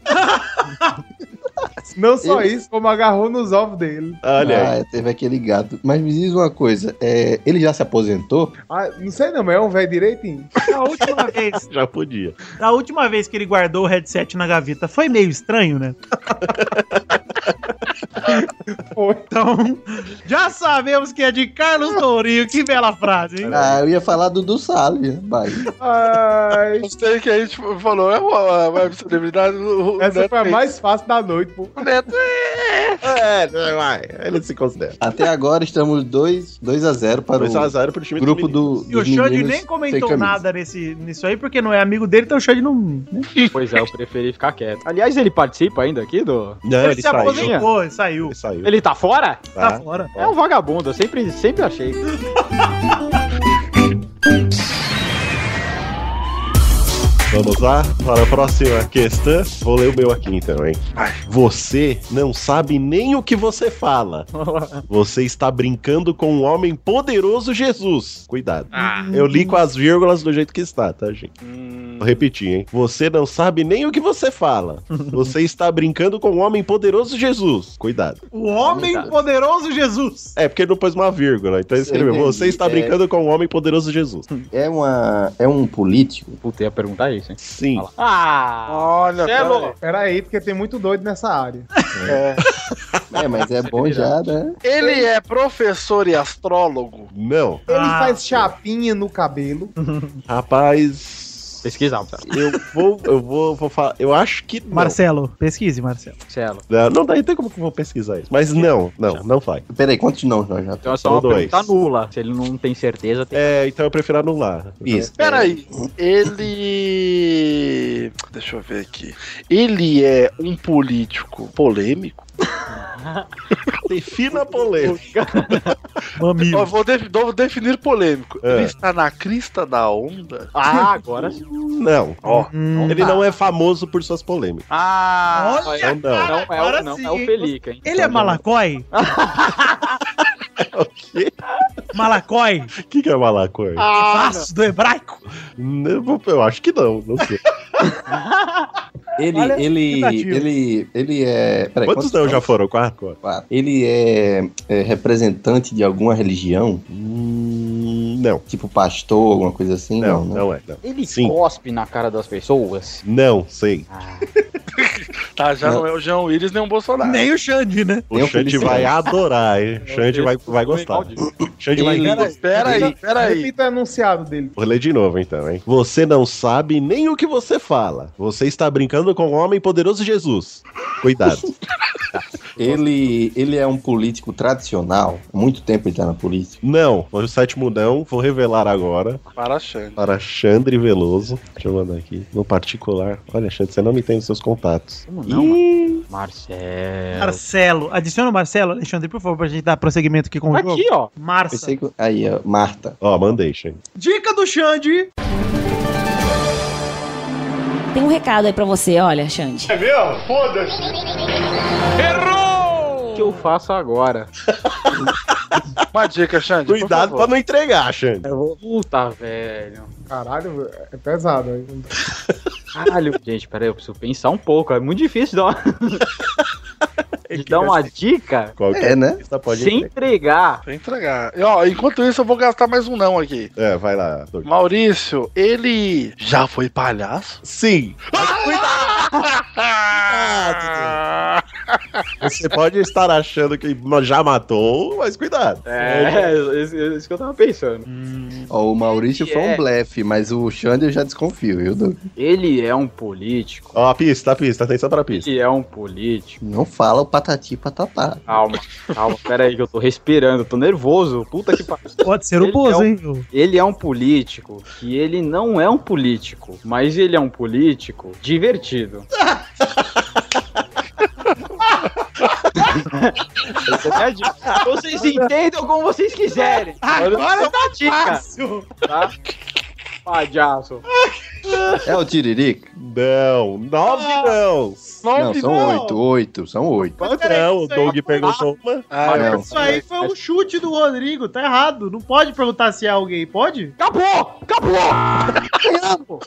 Speaker 12: Não
Speaker 10: É
Speaker 12: só isso, como agarrou nos ovos dele.
Speaker 10: né?
Speaker 3: Olha aí.
Speaker 9: Ah, teve aquele gato. Mas me diz uma coisa, é, ele já se aposentou?
Speaker 12: Ah, não sei não, mas é um velho direitinho.
Speaker 10: Da última vez,
Speaker 3: Já podia.
Speaker 10: da última vez que ele guardou o headset na gaveta, foi meio estranho, né?
Speaker 12: Foi.
Speaker 10: Então, já sabemos que é de Carlos Tourinho. Que bela frase, hein?
Speaker 9: Ah, eu ia falar do Dudu Salles, rapaz.
Speaker 12: Ai,
Speaker 4: Gostei que a gente falou, é uma, uma celebridade. o- o
Speaker 12: essa
Speaker 4: Neto
Speaker 12: foi a
Speaker 4: fez.
Speaker 12: mais fácil da noite, pô.
Speaker 4: O Neto
Speaker 3: É, vai. Ele se considera.
Speaker 9: Até agora estamos 2 a 0 para
Speaker 3: 2x0 pro time
Speaker 9: o um grupo
Speaker 3: menino.
Speaker 9: do.
Speaker 10: E o
Speaker 9: dos
Speaker 10: Xande
Speaker 9: meninos
Speaker 10: nem
Speaker 9: sem
Speaker 10: comentou
Speaker 9: camisa.
Speaker 10: nada nesse, nisso aí, porque não é amigo dele, então o Xande não.
Speaker 8: Pois é, eu preferi ficar quieto. Aliás, ele participa ainda aqui do.
Speaker 3: Não, ele,
Speaker 10: ele se
Speaker 3: saiu.
Speaker 10: aposentou, ele saiu.
Speaker 3: Ele saiu.
Speaker 8: Ele tá fora?
Speaker 10: Tá
Speaker 3: tá?
Speaker 10: fora.
Speaker 8: É um vagabundo, eu sempre, sempre achei.
Speaker 3: Vamos lá para a próxima questão. Vou ler o meu aqui então, hein? Você não sabe nem o que você fala. Você está brincando com o homem poderoso Jesus. Cuidado. Eu li com as vírgulas do jeito que está, tá, gente? Vou repetir, hein? Você não sabe nem o que você fala. Você está brincando com o homem poderoso Jesus. Cuidado.
Speaker 10: O homem
Speaker 8: Verdade.
Speaker 10: poderoso Jesus.
Speaker 3: É, porque ele não pôs uma vírgula. Então ele escreveu:
Speaker 9: Entendi.
Speaker 3: Você está
Speaker 9: É.
Speaker 3: brincando com o homem poderoso Jesus.
Speaker 9: É, uma, é um político?
Speaker 8: Puta, ia perguntar isso, hein?
Speaker 3: Sim.
Speaker 8: Ah!
Speaker 4: Olha,
Speaker 8: Marcelo!
Speaker 12: Pera aí, porque tem muito doido nessa área.
Speaker 9: É, mas é bom já, né?
Speaker 4: Ele é professor e astrólogo.
Speaker 3: Não.
Speaker 12: Ele
Speaker 10: Ah,
Speaker 12: faz chapinha no cabelo.
Speaker 3: Rapaz.
Speaker 8: Pesquisar,
Speaker 3: Eu vou, eu vou, vou falar. Eu acho que. não.
Speaker 6: Marcelo, pesquise, Marcelo.
Speaker 8: Marcelo.
Speaker 3: Não, não daí tem como que eu vou pesquisar isso. Mas não, não, não vai.
Speaker 9: Peraí, quantos não já? já?
Speaker 8: Então é só uma
Speaker 3: Dois.
Speaker 8: pergunta nula. Se ele não tem certeza, tem.
Speaker 3: É, então eu prefiro anular.
Speaker 9: Isso.
Speaker 4: Peraí,
Speaker 3: É.
Speaker 4: ele. Deixa eu ver aqui. Ele é um político polêmico?
Speaker 3: Defina polêmica.
Speaker 4: Eu
Speaker 6: Mamilo.
Speaker 4: vou, def- vou definir polêmico.
Speaker 3: É.
Speaker 4: Ele está na crista da onda?
Speaker 8: Ah, agora sim.
Speaker 3: Não.
Speaker 4: Ó.
Speaker 12: Hum.
Speaker 3: Ele não é famoso por suas polêmicas.
Speaker 4: Ah,
Speaker 8: Olha,
Speaker 3: Então não.
Speaker 8: Não é,
Speaker 6: Agora
Speaker 8: o, não
Speaker 6: sim,
Speaker 8: é o
Speaker 6: hein?
Speaker 8: Pelica, hein?
Speaker 6: Ele é Malacói?
Speaker 3: O quê?
Speaker 6: Malacói?
Speaker 3: O que, que é malacor?
Speaker 10: Ah.
Speaker 6: Vaso do hebraico?
Speaker 3: Não, Eu acho que não, não sei.
Speaker 9: Ele,
Speaker 6: Olha,
Speaker 9: ele,
Speaker 6: tentativo.
Speaker 9: ele, ele é. Peraí,
Speaker 3: Quantos não já foram? Quatro?
Speaker 9: Quatro. Ele é, é representante de alguma religião,
Speaker 3: Hum, não.
Speaker 9: tipo pastor, alguma coisa assim?
Speaker 3: Não,
Speaker 9: Não, né?
Speaker 3: não é. Não,
Speaker 8: Ele
Speaker 3: Sim.
Speaker 8: cospe na cara das pessoas.
Speaker 3: não sei.
Speaker 4: tá, já não é o Jean Willis nem o Bolsonaro.
Speaker 6: Nem o Xande, né?
Speaker 3: O
Speaker 9: Eu
Speaker 3: Xande
Speaker 9: felicito.
Speaker 3: vai adorar, hein? O Xande
Speaker 8: é
Speaker 3: vai, vai gostar. Xande vai
Speaker 9: Ele-
Speaker 3: gostar.
Speaker 4: Peraí, peraí.
Speaker 5: Repita o enunciado dele.
Speaker 3: Vou ler de novo então, hein? Você não sabe nem o que você fala. Você está brincando com o homem poderoso Jesus. Cuidado.
Speaker 9: Ele, ele é um político tradicional. Há muito tempo ele tá na política.
Speaker 3: não, o sétimo não, vou revelar agora
Speaker 4: Para Xande.
Speaker 3: para Xandre Veloso. Deixa eu mandar aqui. No particular. Olha, Xandre, você não me tem nos seus contatos.
Speaker 8: Como não, mano? Marcelo.
Speaker 6: Marcelo. Adiciona o Marcelo, Alexandre, por favor, pra gente dar prosseguimento aqui com o jogo.
Speaker 8: Aqui, ó.
Speaker 6: Marça.
Speaker 9: Pensei que. Aí, ó, Marta.
Speaker 3: Ó, mandei, Xande.
Speaker 6: Dica do Xande.
Speaker 11: Tem um recado aí pra você, olha, Xande.
Speaker 8: O que eu faço agora?
Speaker 4: Uma dica, Xande. por
Speaker 3: Cuidado
Speaker 4: favor.
Speaker 3: pra não entregar, Xande.
Speaker 8: Puta, velho.
Speaker 5: Caralho, é pesado. hein?
Speaker 8: Caralho. Gente, peraí, eu preciso pensar um pouco. É muito difícil dar uma, de dar uma dica
Speaker 3: Qualquer
Speaker 9: É, né?
Speaker 3: lista pode
Speaker 8: sem
Speaker 3: entregar.
Speaker 8: entregar.
Speaker 4: Pra entregar. E, ó, enquanto isso, eu vou gastar mais um não aqui.
Speaker 3: É, vai lá, Doug.
Speaker 4: Maurício, ele já foi palhaço?
Speaker 3: Sim.
Speaker 4: Ah,
Speaker 3: Você pode estar achando que já matou, mas cuidado.
Speaker 8: É, isso, isso que eu tava pensando.
Speaker 5: Hum.
Speaker 9: Ó, o Maurício
Speaker 8: Ele
Speaker 9: foi
Speaker 8: é.
Speaker 9: um blefe, mas o Xander eu já desconfio, viu, Doug?
Speaker 8: Ele é um político.
Speaker 3: Ó, a pista, a pista, atenção pra pista.
Speaker 8: Ele é um político.
Speaker 9: Não fala o patati e patatá.
Speaker 8: Calma, calma, peraí que eu tô respirando, tô nervoso. Puta que pariu.
Speaker 6: Pode ser o
Speaker 8: Ele
Speaker 6: Bozo,
Speaker 8: é um-
Speaker 6: hein?
Speaker 8: Ele é um político que ele não é um político, mas ele é um político divertido. Essa é a dica. vocês entendam como vocês quiserem. Agora tá dica, tá? Palhaço.
Speaker 9: É o Tiririca?
Speaker 3: Não, nove
Speaker 6: Ah,
Speaker 3: não.
Speaker 9: Não, são oito, oito, são oito.
Speaker 6: Mas peraí,
Speaker 3: Não, o
Speaker 6: isso aí- é
Speaker 3: Doug perguntou uma.
Speaker 9: Não.
Speaker 6: Isso aí foi um chute do Rodrigo, tá errado. Não pode perguntar se é alguém, pode?
Speaker 8: Acabou! Acabou! Ganhamos!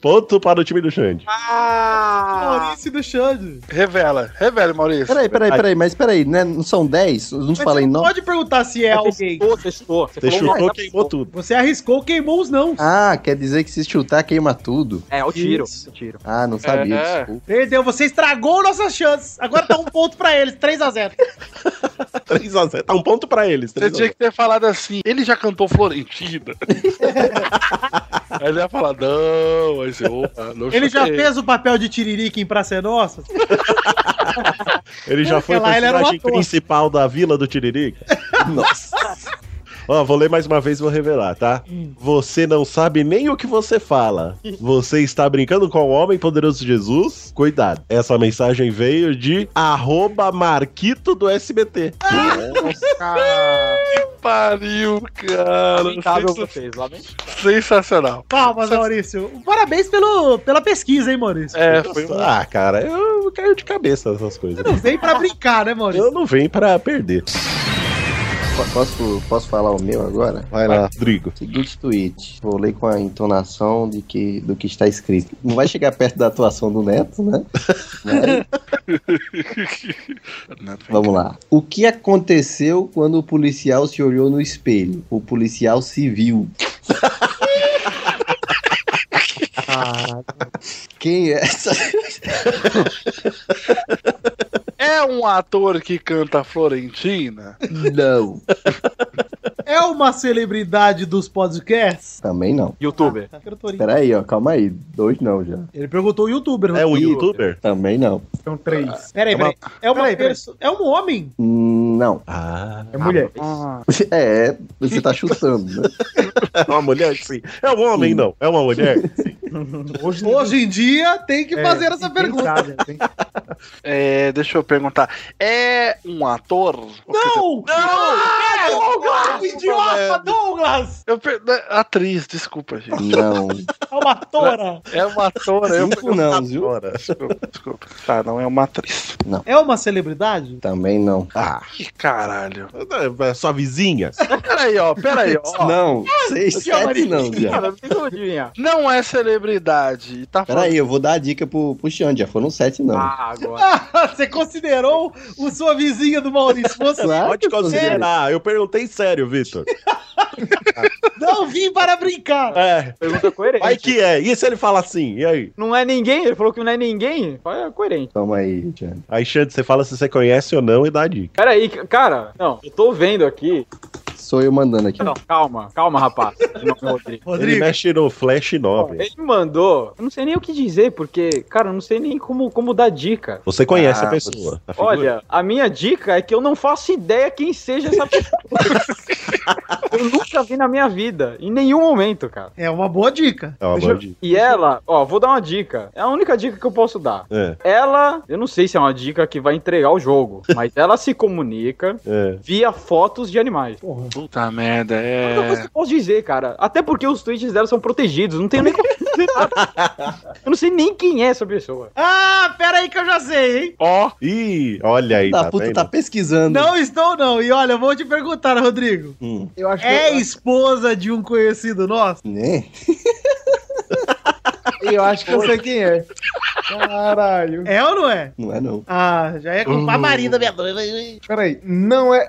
Speaker 3: Ponto para o time do Xande.
Speaker 8: Ah!
Speaker 6: Maurício do Xande.
Speaker 4: Revela, revela, Maurício.
Speaker 9: Peraí, peraí, peraí, mas peraí, né? Não são dez? Eu Não
Speaker 6: Mas
Speaker 9: falei
Speaker 6: você não
Speaker 9: não?
Speaker 6: pode perguntar se é alguém.
Speaker 8: Testou, testou.
Speaker 3: Você
Speaker 8: falou né? Tá
Speaker 3: chutou,
Speaker 8: mais,
Speaker 6: tá
Speaker 3: queimou tudo.
Speaker 6: Você arriscou, queimou os não.
Speaker 9: Ah, quer dizer que se chutar queima tudo.
Speaker 8: É, o tiro.
Speaker 6: Isso.
Speaker 8: o tiro.
Speaker 9: Ah, não sabia,
Speaker 4: É.
Speaker 9: desculpa.
Speaker 6: Perdeu, você estragou nossas chances. Agora tá um ponto pra eles, 3x0.
Speaker 3: 3x0. Tá um ponto pra eles.
Speaker 4: Você
Speaker 3: 3
Speaker 4: tinha que ter falado assim. Ele já cantou Florentina. Aí ele ia falar, não. Aí você, opa, não
Speaker 6: Ele já
Speaker 4: chutei.
Speaker 6: fez o papel de Tiririca em Praça é Nossa?
Speaker 3: Ele já foi o
Speaker 6: lá ele era um
Speaker 3: personagem
Speaker 6: ator.
Speaker 3: principal da vila do Tiririca. Nossa. Ó, vou ler mais uma vez e vou revelar, tá?
Speaker 6: Hum.
Speaker 3: Você não sabe nem o que você fala. Você está brincando com o homem poderoso Jesus? Cuidado. Essa mensagem veio de arroba Marquito do SBT.
Speaker 4: Pariu, cara.
Speaker 8: Lamentável
Speaker 4: Sensa-
Speaker 8: vocês, lamentável.
Speaker 4: Sensacional.
Speaker 6: Palmas, Maurício. Parabéns pelo, pela pesquisa, hein, Maurício?
Speaker 4: É, foi um...
Speaker 3: Ah, cara, eu caio de cabeça nessas coisas.
Speaker 6: Não vem pra brincar, né, Maurício?
Speaker 3: Eu não venho pra perder.
Speaker 9: Po- Posso, posso falar o meu agora?
Speaker 3: Vai lá, Rodrigo.
Speaker 9: Seguinte tweet. Vou ler com a entonação de que, do que está escrito. Não vai chegar perto da atuação do Neto, né? Mas, vamos lá. O que aconteceu quando o policial se olhou no espelho? O policial se viu. Quem é essa?
Speaker 4: É um ator que canta Florentina?
Speaker 9: Não.
Speaker 6: é uma celebridade dos podcasts? Tá,
Speaker 9: Também não.
Speaker 8: Youtuber.
Speaker 9: Peraí, ó, calma aí. Dois não já.
Speaker 6: Ele perguntou o youtuber. né?
Speaker 3: É um youtuber?
Speaker 9: Também não.
Speaker 5: São três.
Speaker 6: Peraí, peraí. É, uma
Speaker 5: Peraí, peraí.
Speaker 6: perso- é um homem?
Speaker 9: Hum, Não.
Speaker 3: Ah.
Speaker 5: É mulher.
Speaker 9: É, você tá chutando, né?
Speaker 3: É uma mulher, sim. É um homem, não. É uma mulher? Sim.
Speaker 5: Hoje
Speaker 6: Hoje em dia tem que
Speaker 5: É,
Speaker 6: fazer essa
Speaker 5: ninguém
Speaker 6: pergunta.
Speaker 5: sabe, assim.
Speaker 4: É, deixa eu perguntar. É um ator? Ou quer
Speaker 6: Não!
Speaker 4: dizer,
Speaker 6: Não! É Douglas! Idiota, Douglas!
Speaker 4: Eu per... né, Atriz, desculpa, gente.
Speaker 9: Não.
Speaker 6: É uma atora!
Speaker 4: É uma atora. Eu...
Speaker 9: Cinco não, viu?
Speaker 3: Ora.
Speaker 4: Desculpa, desculpa. Tá, não é uma atriz.
Speaker 6: É uma celebridade?
Speaker 9: Também não.
Speaker 3: Ah,
Speaker 4: Que caralho.
Speaker 3: é sua vizinha?
Speaker 4: Peraí, ó, peraí, ó.
Speaker 9: Não, seis, sete não já.
Speaker 8: Cara, não tem como adivinhar.
Speaker 4: Não é celebridade. e Tá falando.
Speaker 9: Peraí, eu vou dar a dica pro, pro Xande, já foram sete não.
Speaker 8: Ah, agora.
Speaker 6: Você considerou o sua vizinha do Maurício? Você
Speaker 9: Claro
Speaker 3: Pode
Speaker 9: que eu
Speaker 3: considerar. Eu perguntei sério, Vitor.
Speaker 6: É, não vim para brincar!
Speaker 3: É.
Speaker 8: Pergunta coerente.
Speaker 3: Vai que é. E se ele fala assim? E aí?
Speaker 8: Não é ninguém? Ele falou que não é ninguém? É coerente.
Speaker 9: Toma aí, Xande.
Speaker 3: Aí, Xande, você fala se você conhece ou não e dá a dica.
Speaker 8: Pera aí, c- cara. Não, eu tô vendo aqui.
Speaker 9: Sou eu mandando aqui.
Speaker 8: Não, calma, calma, rapaz. Meu nome é Rodrigo.
Speaker 3: Ele mexe no Flash 9.
Speaker 8: Ele me mandou. Eu não sei nem o que dizer, porque, cara, eu não sei nem como, como dar dica.
Speaker 3: Você conhece
Speaker 9: Ah,
Speaker 3: a pessoa. a figura.
Speaker 8: Olha, a minha dica é que eu não faço ideia quem seja essa pessoa. eu nunca vi na minha vida, em nenhum momento, cara.
Speaker 6: É uma boa dica.
Speaker 3: É uma
Speaker 8: deixa eu-
Speaker 3: boa dica.
Speaker 8: E ela, ó, vou dar uma dica. É a única dica que eu posso dar.
Speaker 3: É,
Speaker 8: Ela, eu não sei se é uma dica que vai entregar o jogo, mas ela se comunica
Speaker 3: é.
Speaker 8: via fotos de animais.
Speaker 4: Puta merda,
Speaker 8: É uma coisa
Speaker 4: é.
Speaker 8: que eu posso dizer, cara. Até porque os tweets dela são protegidos, não tenho nem como dizer nada. Eu não sei nem quem é essa pessoa.
Speaker 6: Ah, pera aí que eu já sei, hein?
Speaker 4: Ó,
Speaker 3: Ih, olha aí,
Speaker 9: Da
Speaker 3: tá
Speaker 9: puta
Speaker 3: vendo?
Speaker 9: tá pesquisando.
Speaker 6: Não estou, não. E olha, eu vou te perguntar, Rodrigo.
Speaker 9: Hum,
Speaker 5: Eu acho que
Speaker 6: É esposa de um conhecido nosso?
Speaker 9: né?
Speaker 5: eu, eu acho que eu sei quem é. Caralho.
Speaker 6: É ou não é?
Speaker 9: Não é não.
Speaker 6: Ah, já é com
Speaker 7: Hum.
Speaker 6: a marida minha doida.
Speaker 5: Peraí, não é.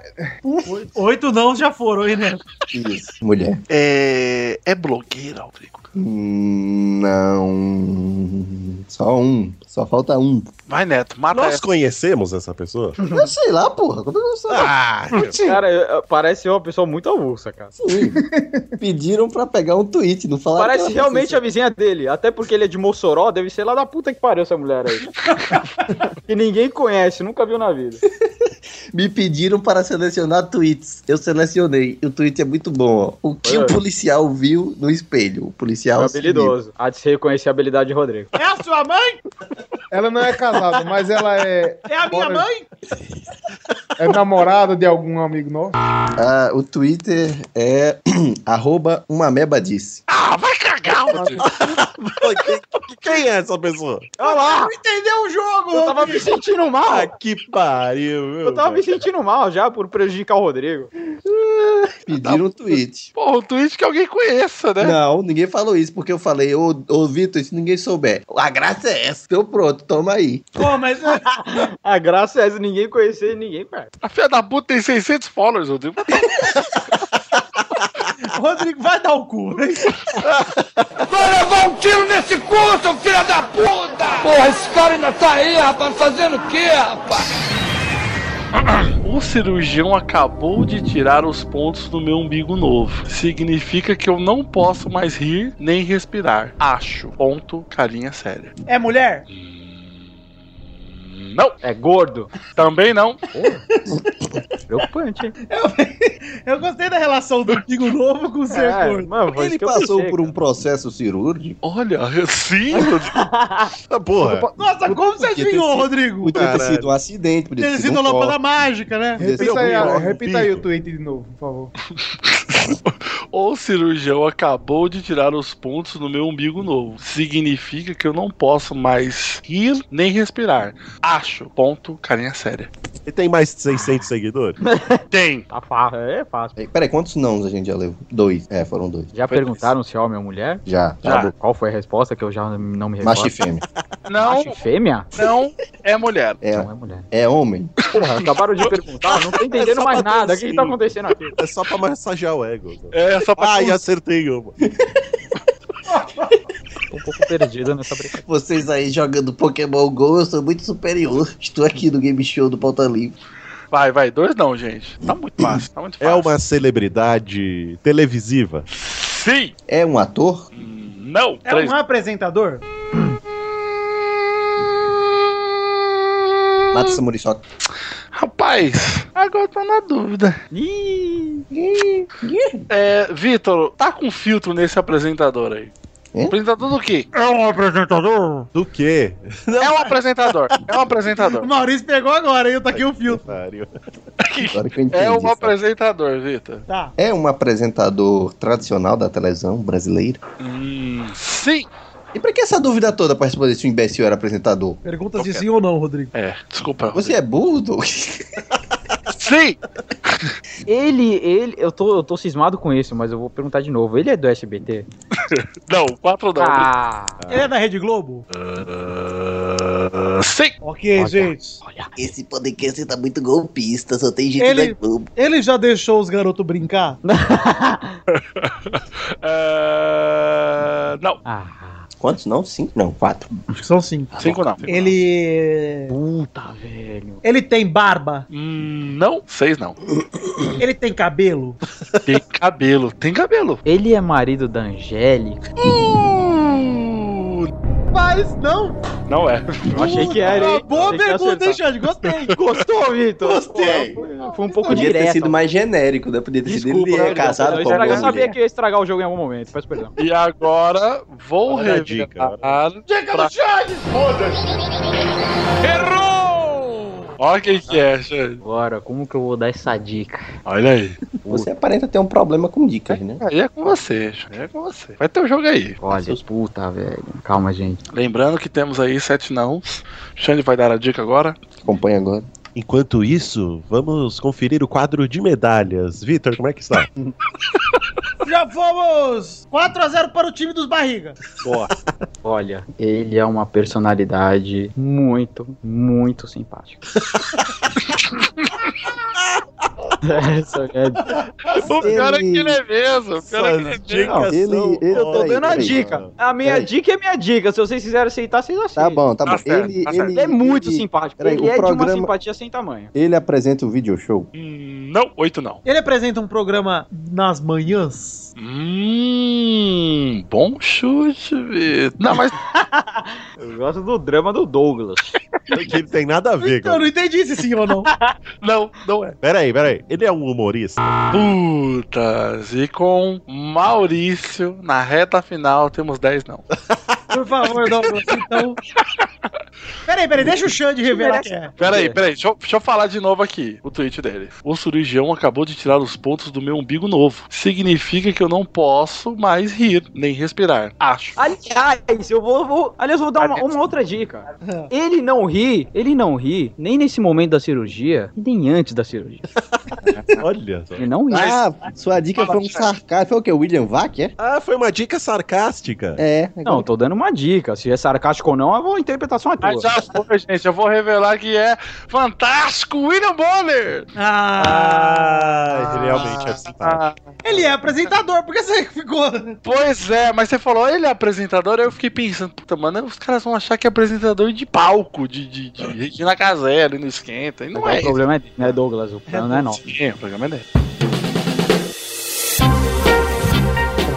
Speaker 6: Oito não já foram, hein, né?
Speaker 9: Isso. Mulher.
Speaker 4: é. É blogueira, Rodrigo.
Speaker 9: Hum, Não. Só um. Só falta um.
Speaker 4: Vai, Neto, mata
Speaker 3: Nós
Speaker 4: essa.
Speaker 3: conhecemos essa pessoa?
Speaker 9: Eu sei lá, porra. Como é que eu sei?
Speaker 3: Ah, meu.
Speaker 9: Sim,
Speaker 8: Cara, eu- parece uma pessoa muito avulsa, cara.
Speaker 9: sim. Pediram pra pegar um tweet, não falaram.
Speaker 8: Parece
Speaker 9: que ela
Speaker 8: realmente a
Speaker 9: fez
Speaker 8: vizinha dele. Até porque ele é de Mossoró, deve ser lá da puta que pariu essa mulher aí. que ninguém conhece, nunca viu na vida.
Speaker 9: isso. Me pediram para selecionar tweets. Eu selecionei. O tweet é muito bom, ó. O que o policial viu no espelho? O policial.
Speaker 8: É
Speaker 9: assumiu.
Speaker 8: habilidoso. Há de se reconhecer a habilidade de Rodrigo.
Speaker 6: É a sua mãe?
Speaker 5: Ela não é casada, mas ela é,
Speaker 6: É a minha
Speaker 5: Bora.
Speaker 6: mãe?
Speaker 5: é namorada de algum amigo nosso.
Speaker 9: Ah, o Twitter é arroba uma meba disse.
Speaker 4: Ah, vai cagar, Rodrigo.
Speaker 3: Quem- Quem é essa pessoa?
Speaker 8: Olha lá!
Speaker 6: Entendeu o jogo?
Speaker 8: Eu tava me sentindo mal!
Speaker 3: Ah, que pariu, meu.
Speaker 8: Eu tava me
Speaker 3: velho.
Speaker 8: sentindo mal já por prejudicar o Rodrigo.
Speaker 9: Pediram um tweet.
Speaker 4: Porra, um tweet que alguém conheça,
Speaker 8: um
Speaker 4: né?
Speaker 9: Não, ninguém falou isso, porque eu falei, ô, ô Vitor, se ninguém souber, a graça é essa. Então pronto, toma aí.
Speaker 6: Pô, mas
Speaker 8: A graça é essa, ninguém conhecer ninguém, cara.
Speaker 4: A filha da puta tem 600 followers, Rodrigo.
Speaker 6: Rodrigo, vai dar o cu. né?
Speaker 7: Vai levar um tiro nesse cu, seu filho da puta! Porra, esse cara ainda tá aí, rapaz, fazendo o quê, rapaz?
Speaker 4: O cirurgião acabou de tirar os pontos do meu umbigo novo. Significa que eu não posso mais rir nem respirar. Acho. Ponto, carinha séria.
Speaker 6: É mulher?
Speaker 4: Não,
Speaker 8: É gordo.
Speaker 4: também não.
Speaker 8: Preocupante, hein?
Speaker 6: Eu gostei da relação do amigo novo com o ser
Speaker 8: É,
Speaker 6: gordo.
Speaker 8: mano, foi isso
Speaker 9: Ele
Speaker 8: que eu
Speaker 9: passou
Speaker 8: pensei,
Speaker 9: por um
Speaker 8: cara.
Speaker 9: processo cirúrgico.
Speaker 4: Olha, sim, Rodrigo.
Speaker 3: Ah, porra.
Speaker 6: Nossa, como você
Speaker 9: Podia ter
Speaker 6: adivinhou,
Speaker 9: sido-
Speaker 6: Rodrigo?
Speaker 9: Podia ter
Speaker 3: Caralho.
Speaker 9: sido um acidente, podia
Speaker 6: Ter
Speaker 9: ter sido
Speaker 6: sido a
Speaker 9: um
Speaker 6: lâmpada
Speaker 9: corte.
Speaker 6: máestica, né?
Speaker 9: Podia ter sido
Speaker 5: Repita aí,
Speaker 9: um
Speaker 5: a-
Speaker 9: golpe.
Speaker 5: repita aí o tweet de novo, por favor.
Speaker 4: O cirurgião acabou de tirar os pontos do meu umbigo novo. Significa que eu não posso mais rir nem respirar. Acho. Ponto, carinha séria.
Speaker 3: Ele tem mais de 600 seguidores?
Speaker 4: Tem.
Speaker 8: Tá fácil, é fácil.
Speaker 9: Peraí, Peraí, quantos não a gente já levou? Dois. É, foram dois.
Speaker 8: Já
Speaker 4: Foi
Speaker 8: perguntaram se é homem ou mulher?
Speaker 9: Já.
Speaker 4: Já.
Speaker 9: Tá bom.
Speaker 8: Qual foi a resposta que eu já não me recordo?
Speaker 9: Macho e fêmea.
Speaker 4: Não,
Speaker 8: Macho e fêmea?
Speaker 4: não é mulher.
Speaker 9: É,
Speaker 8: Não é mulher.
Speaker 9: é homem.
Speaker 8: Porra, acabaram de perguntar, não tô entendendo
Speaker 3: É só
Speaker 8: mais
Speaker 3: pra
Speaker 8: nada.
Speaker 3: ter
Speaker 8: O que, que
Speaker 3: um
Speaker 8: tá
Speaker 3: símbolo.
Speaker 8: acontecendo aqui?
Speaker 3: É só pra massagear o ego. velho.
Speaker 4: É só pra
Speaker 3: Ai, acertei uma.
Speaker 8: Tô um pouco perdido nessa brincadeira.
Speaker 9: Vocês aí jogando Pokémon GO, eu sou muito superior. Estou aqui no game show do Pauta Livre.
Speaker 4: Vai, vai, dois não, gente. Tá muito fácil, tá muito
Speaker 3: É uma celebridade televisiva.
Speaker 4: Sim!
Speaker 9: É um ator?
Speaker 4: Não!
Speaker 6: É um apresentador?
Speaker 9: Mato Samuriçoca.
Speaker 4: Rapaz, agora eu tô na dúvida. É, Vitor, tá com filtro nesse apresentador aí. Apresentador do quê?
Speaker 6: É um apresentador?
Speaker 3: Do quê?
Speaker 4: É um apresentador. É um apresentador.
Speaker 6: O Maurício pegou agora, hein? Tá aqui o filtro.
Speaker 9: Agora que eu entendi.
Speaker 4: É um
Speaker 9: sabe?
Speaker 4: apresentador, Vitor.
Speaker 6: Tá.
Speaker 9: É um apresentador tradicional da televisão brasileira?
Speaker 4: Hum, Sim.
Speaker 9: E pra que essa dúvida toda pra responder se o imbecil era apresentador?
Speaker 6: Perguntas de sim ou não, Rodrigo.
Speaker 4: É, desculpa.
Speaker 9: Você é burro? Douglas?
Speaker 4: Sim!
Speaker 8: Ele, ele, eu tô, eu tô cismado com isso, mas eu vou perguntar de novo. Ele é do SBT?
Speaker 4: Não, quatro não.
Speaker 8: Ah,
Speaker 6: Ele é da Rede Globo?
Speaker 4: Sim!
Speaker 6: Ok, gente.
Speaker 9: Esse podcast tá muito golpista, só tem gente
Speaker 6: Ele-
Speaker 9: da Globo.
Speaker 6: Ele já deixou os garotos brincar?
Speaker 4: É, Não,
Speaker 8: ah,
Speaker 9: Quantos não? Cinco? Não, quatro.
Speaker 6: Acho que são cinco.
Speaker 4: cinco não.
Speaker 6: Ele.
Speaker 8: puta, velho.
Speaker 6: Ele tem barba?
Speaker 4: Hum, Não, seis não.
Speaker 6: Ele tem cabelo?
Speaker 4: Tem cabelo, tem cabelo.
Speaker 8: Ele é marido da Angélica?
Speaker 6: Mas não!
Speaker 4: Uh, Não é.
Speaker 8: Eu achei que era,
Speaker 6: Uma
Speaker 8: hein?
Speaker 6: boa
Speaker 8: Achei
Speaker 6: pergunta,
Speaker 8: que ia
Speaker 6: hein,
Speaker 8: acertar.
Speaker 6: Xande? Gostei!
Speaker 8: Gostou, Vitor?
Speaker 9: Gostei.
Speaker 8: Pô, foi- Foi um pouco
Speaker 9: Podia ter
Speaker 8: direto.
Speaker 9: sido mais genérico, né? Podia ter sido
Speaker 4: Desculpa,
Speaker 9: ele é
Speaker 4: né?
Speaker 9: casado
Speaker 8: Eu
Speaker 9: com alguma
Speaker 8: estraga- eu sabia
Speaker 9: mulher.
Speaker 8: que ia estragar o jogo em algum momento, peço perdão.
Speaker 4: E agora vou
Speaker 3: Olha a
Speaker 4: revelar.
Speaker 3: dica.
Speaker 4: Dica do Xande! Errou! Olha quem que é, Xande.
Speaker 8: Agora, como que eu vou dar essa dica?
Speaker 4: Olha aí.
Speaker 9: Você aparenta ter um problema com dicas, né?
Speaker 4: Aí é com você, Xande. É com você. Vai ter o jogo aí.
Speaker 8: Olha, puta, velho. Calma, gente.
Speaker 4: Lembrando que temos aí sete não. Xande vai dar a dica agora.
Speaker 9: Acompanha agora.
Speaker 3: Enquanto isso, vamos conferir o quadro de medalhas. Vitor, como é que está?
Speaker 6: Já fomos 4x0 para o time dos barriga.
Speaker 8: Olha, ele é uma personalidade muito, muito simpática. Essa é-
Speaker 4: O pior é que ele é mesmo. O pior é que ele é mesmo.
Speaker 9: ele- ele-
Speaker 8: eu
Speaker 3: tá
Speaker 8: tô
Speaker 9: peraí,
Speaker 8: dando a
Speaker 9: peraí.
Speaker 8: dica. A minha
Speaker 9: Peraí.
Speaker 8: dica é minha dica. Se vocês quiserem aceitar, vocês aceitam.
Speaker 9: Tá bom, tá
Speaker 4: Tá
Speaker 9: bom.
Speaker 4: certo,
Speaker 9: ele,
Speaker 4: tá certo.
Speaker 9: ele,
Speaker 8: Ele é muito
Speaker 9: ele,
Speaker 8: simpático.
Speaker 9: peraí,
Speaker 8: ele
Speaker 9: o
Speaker 8: é de
Speaker 9: programa-
Speaker 8: uma simpatia sem tamanho.
Speaker 9: ele apresenta o video show.
Speaker 4: Hum, Não, oito não.
Speaker 6: Ele apresenta um programa nas manhãs?
Speaker 4: Hum, bom chute, Vitor. Não, mas
Speaker 8: Eu gosto do drama do Douglas.
Speaker 3: que ele tem nada a ver.
Speaker 6: Então, eu
Speaker 3: Cara.
Speaker 6: não entendi se sim ou não.
Speaker 4: não, não é.
Speaker 3: Peraí, peraí. Ele é um humorista?
Speaker 4: Putas, e com Maurício na reta final temos 10 não.
Speaker 6: Por favor, Douglas, então. Peraí, peraí, deixa o Xande revelar quem é.
Speaker 4: Peraí, peraí, deixa eu, deixa eu falar de novo aqui o tweet dele. O cirurgião acabou de tirar os pontos do meu umbigo novo. Significa que eu não posso mais rir, nem respirar. Acho.
Speaker 8: Aliás, eu vou, vou- aliás, eu vou dar uma, uma outra dica. Ele não ri, ele não ri, nem nesse momento da cirurgia, e nem antes da cirurgia.
Speaker 3: Olha só.
Speaker 8: Ele não ri.
Speaker 9: Ah, sua dica
Speaker 4: Fala,
Speaker 9: foi um
Speaker 4: Thiago.
Speaker 9: sarcasmo. Foi o quê? William Vac, é?
Speaker 3: Ah, foi uma dica sarcástica.
Speaker 9: É. agora-
Speaker 8: Não, eu tô dando uma dica. Se é sarcástico ou não, eu vou interpretação à tua.
Speaker 4: Mas já foi, gente. Eu vou revelar que é fantástico William Bonner!
Speaker 3: Ah, ele realmente é
Speaker 4: Ah,
Speaker 3: simpático.
Speaker 6: Ele é apresentador, por que você ficou.
Speaker 4: Pois é, mas você falou, ele é apresentador, aí eu fiquei pensando, puta, mano, os caras vão achar que é apresentador de palco, de, de, de Regina Casé ali no esquenta, e não
Speaker 8: Agora
Speaker 4: é
Speaker 8: o
Speaker 4: isso.
Speaker 8: problema é, né, Douglas? O problema não é nosso.
Speaker 4: Sim, o programa é dele.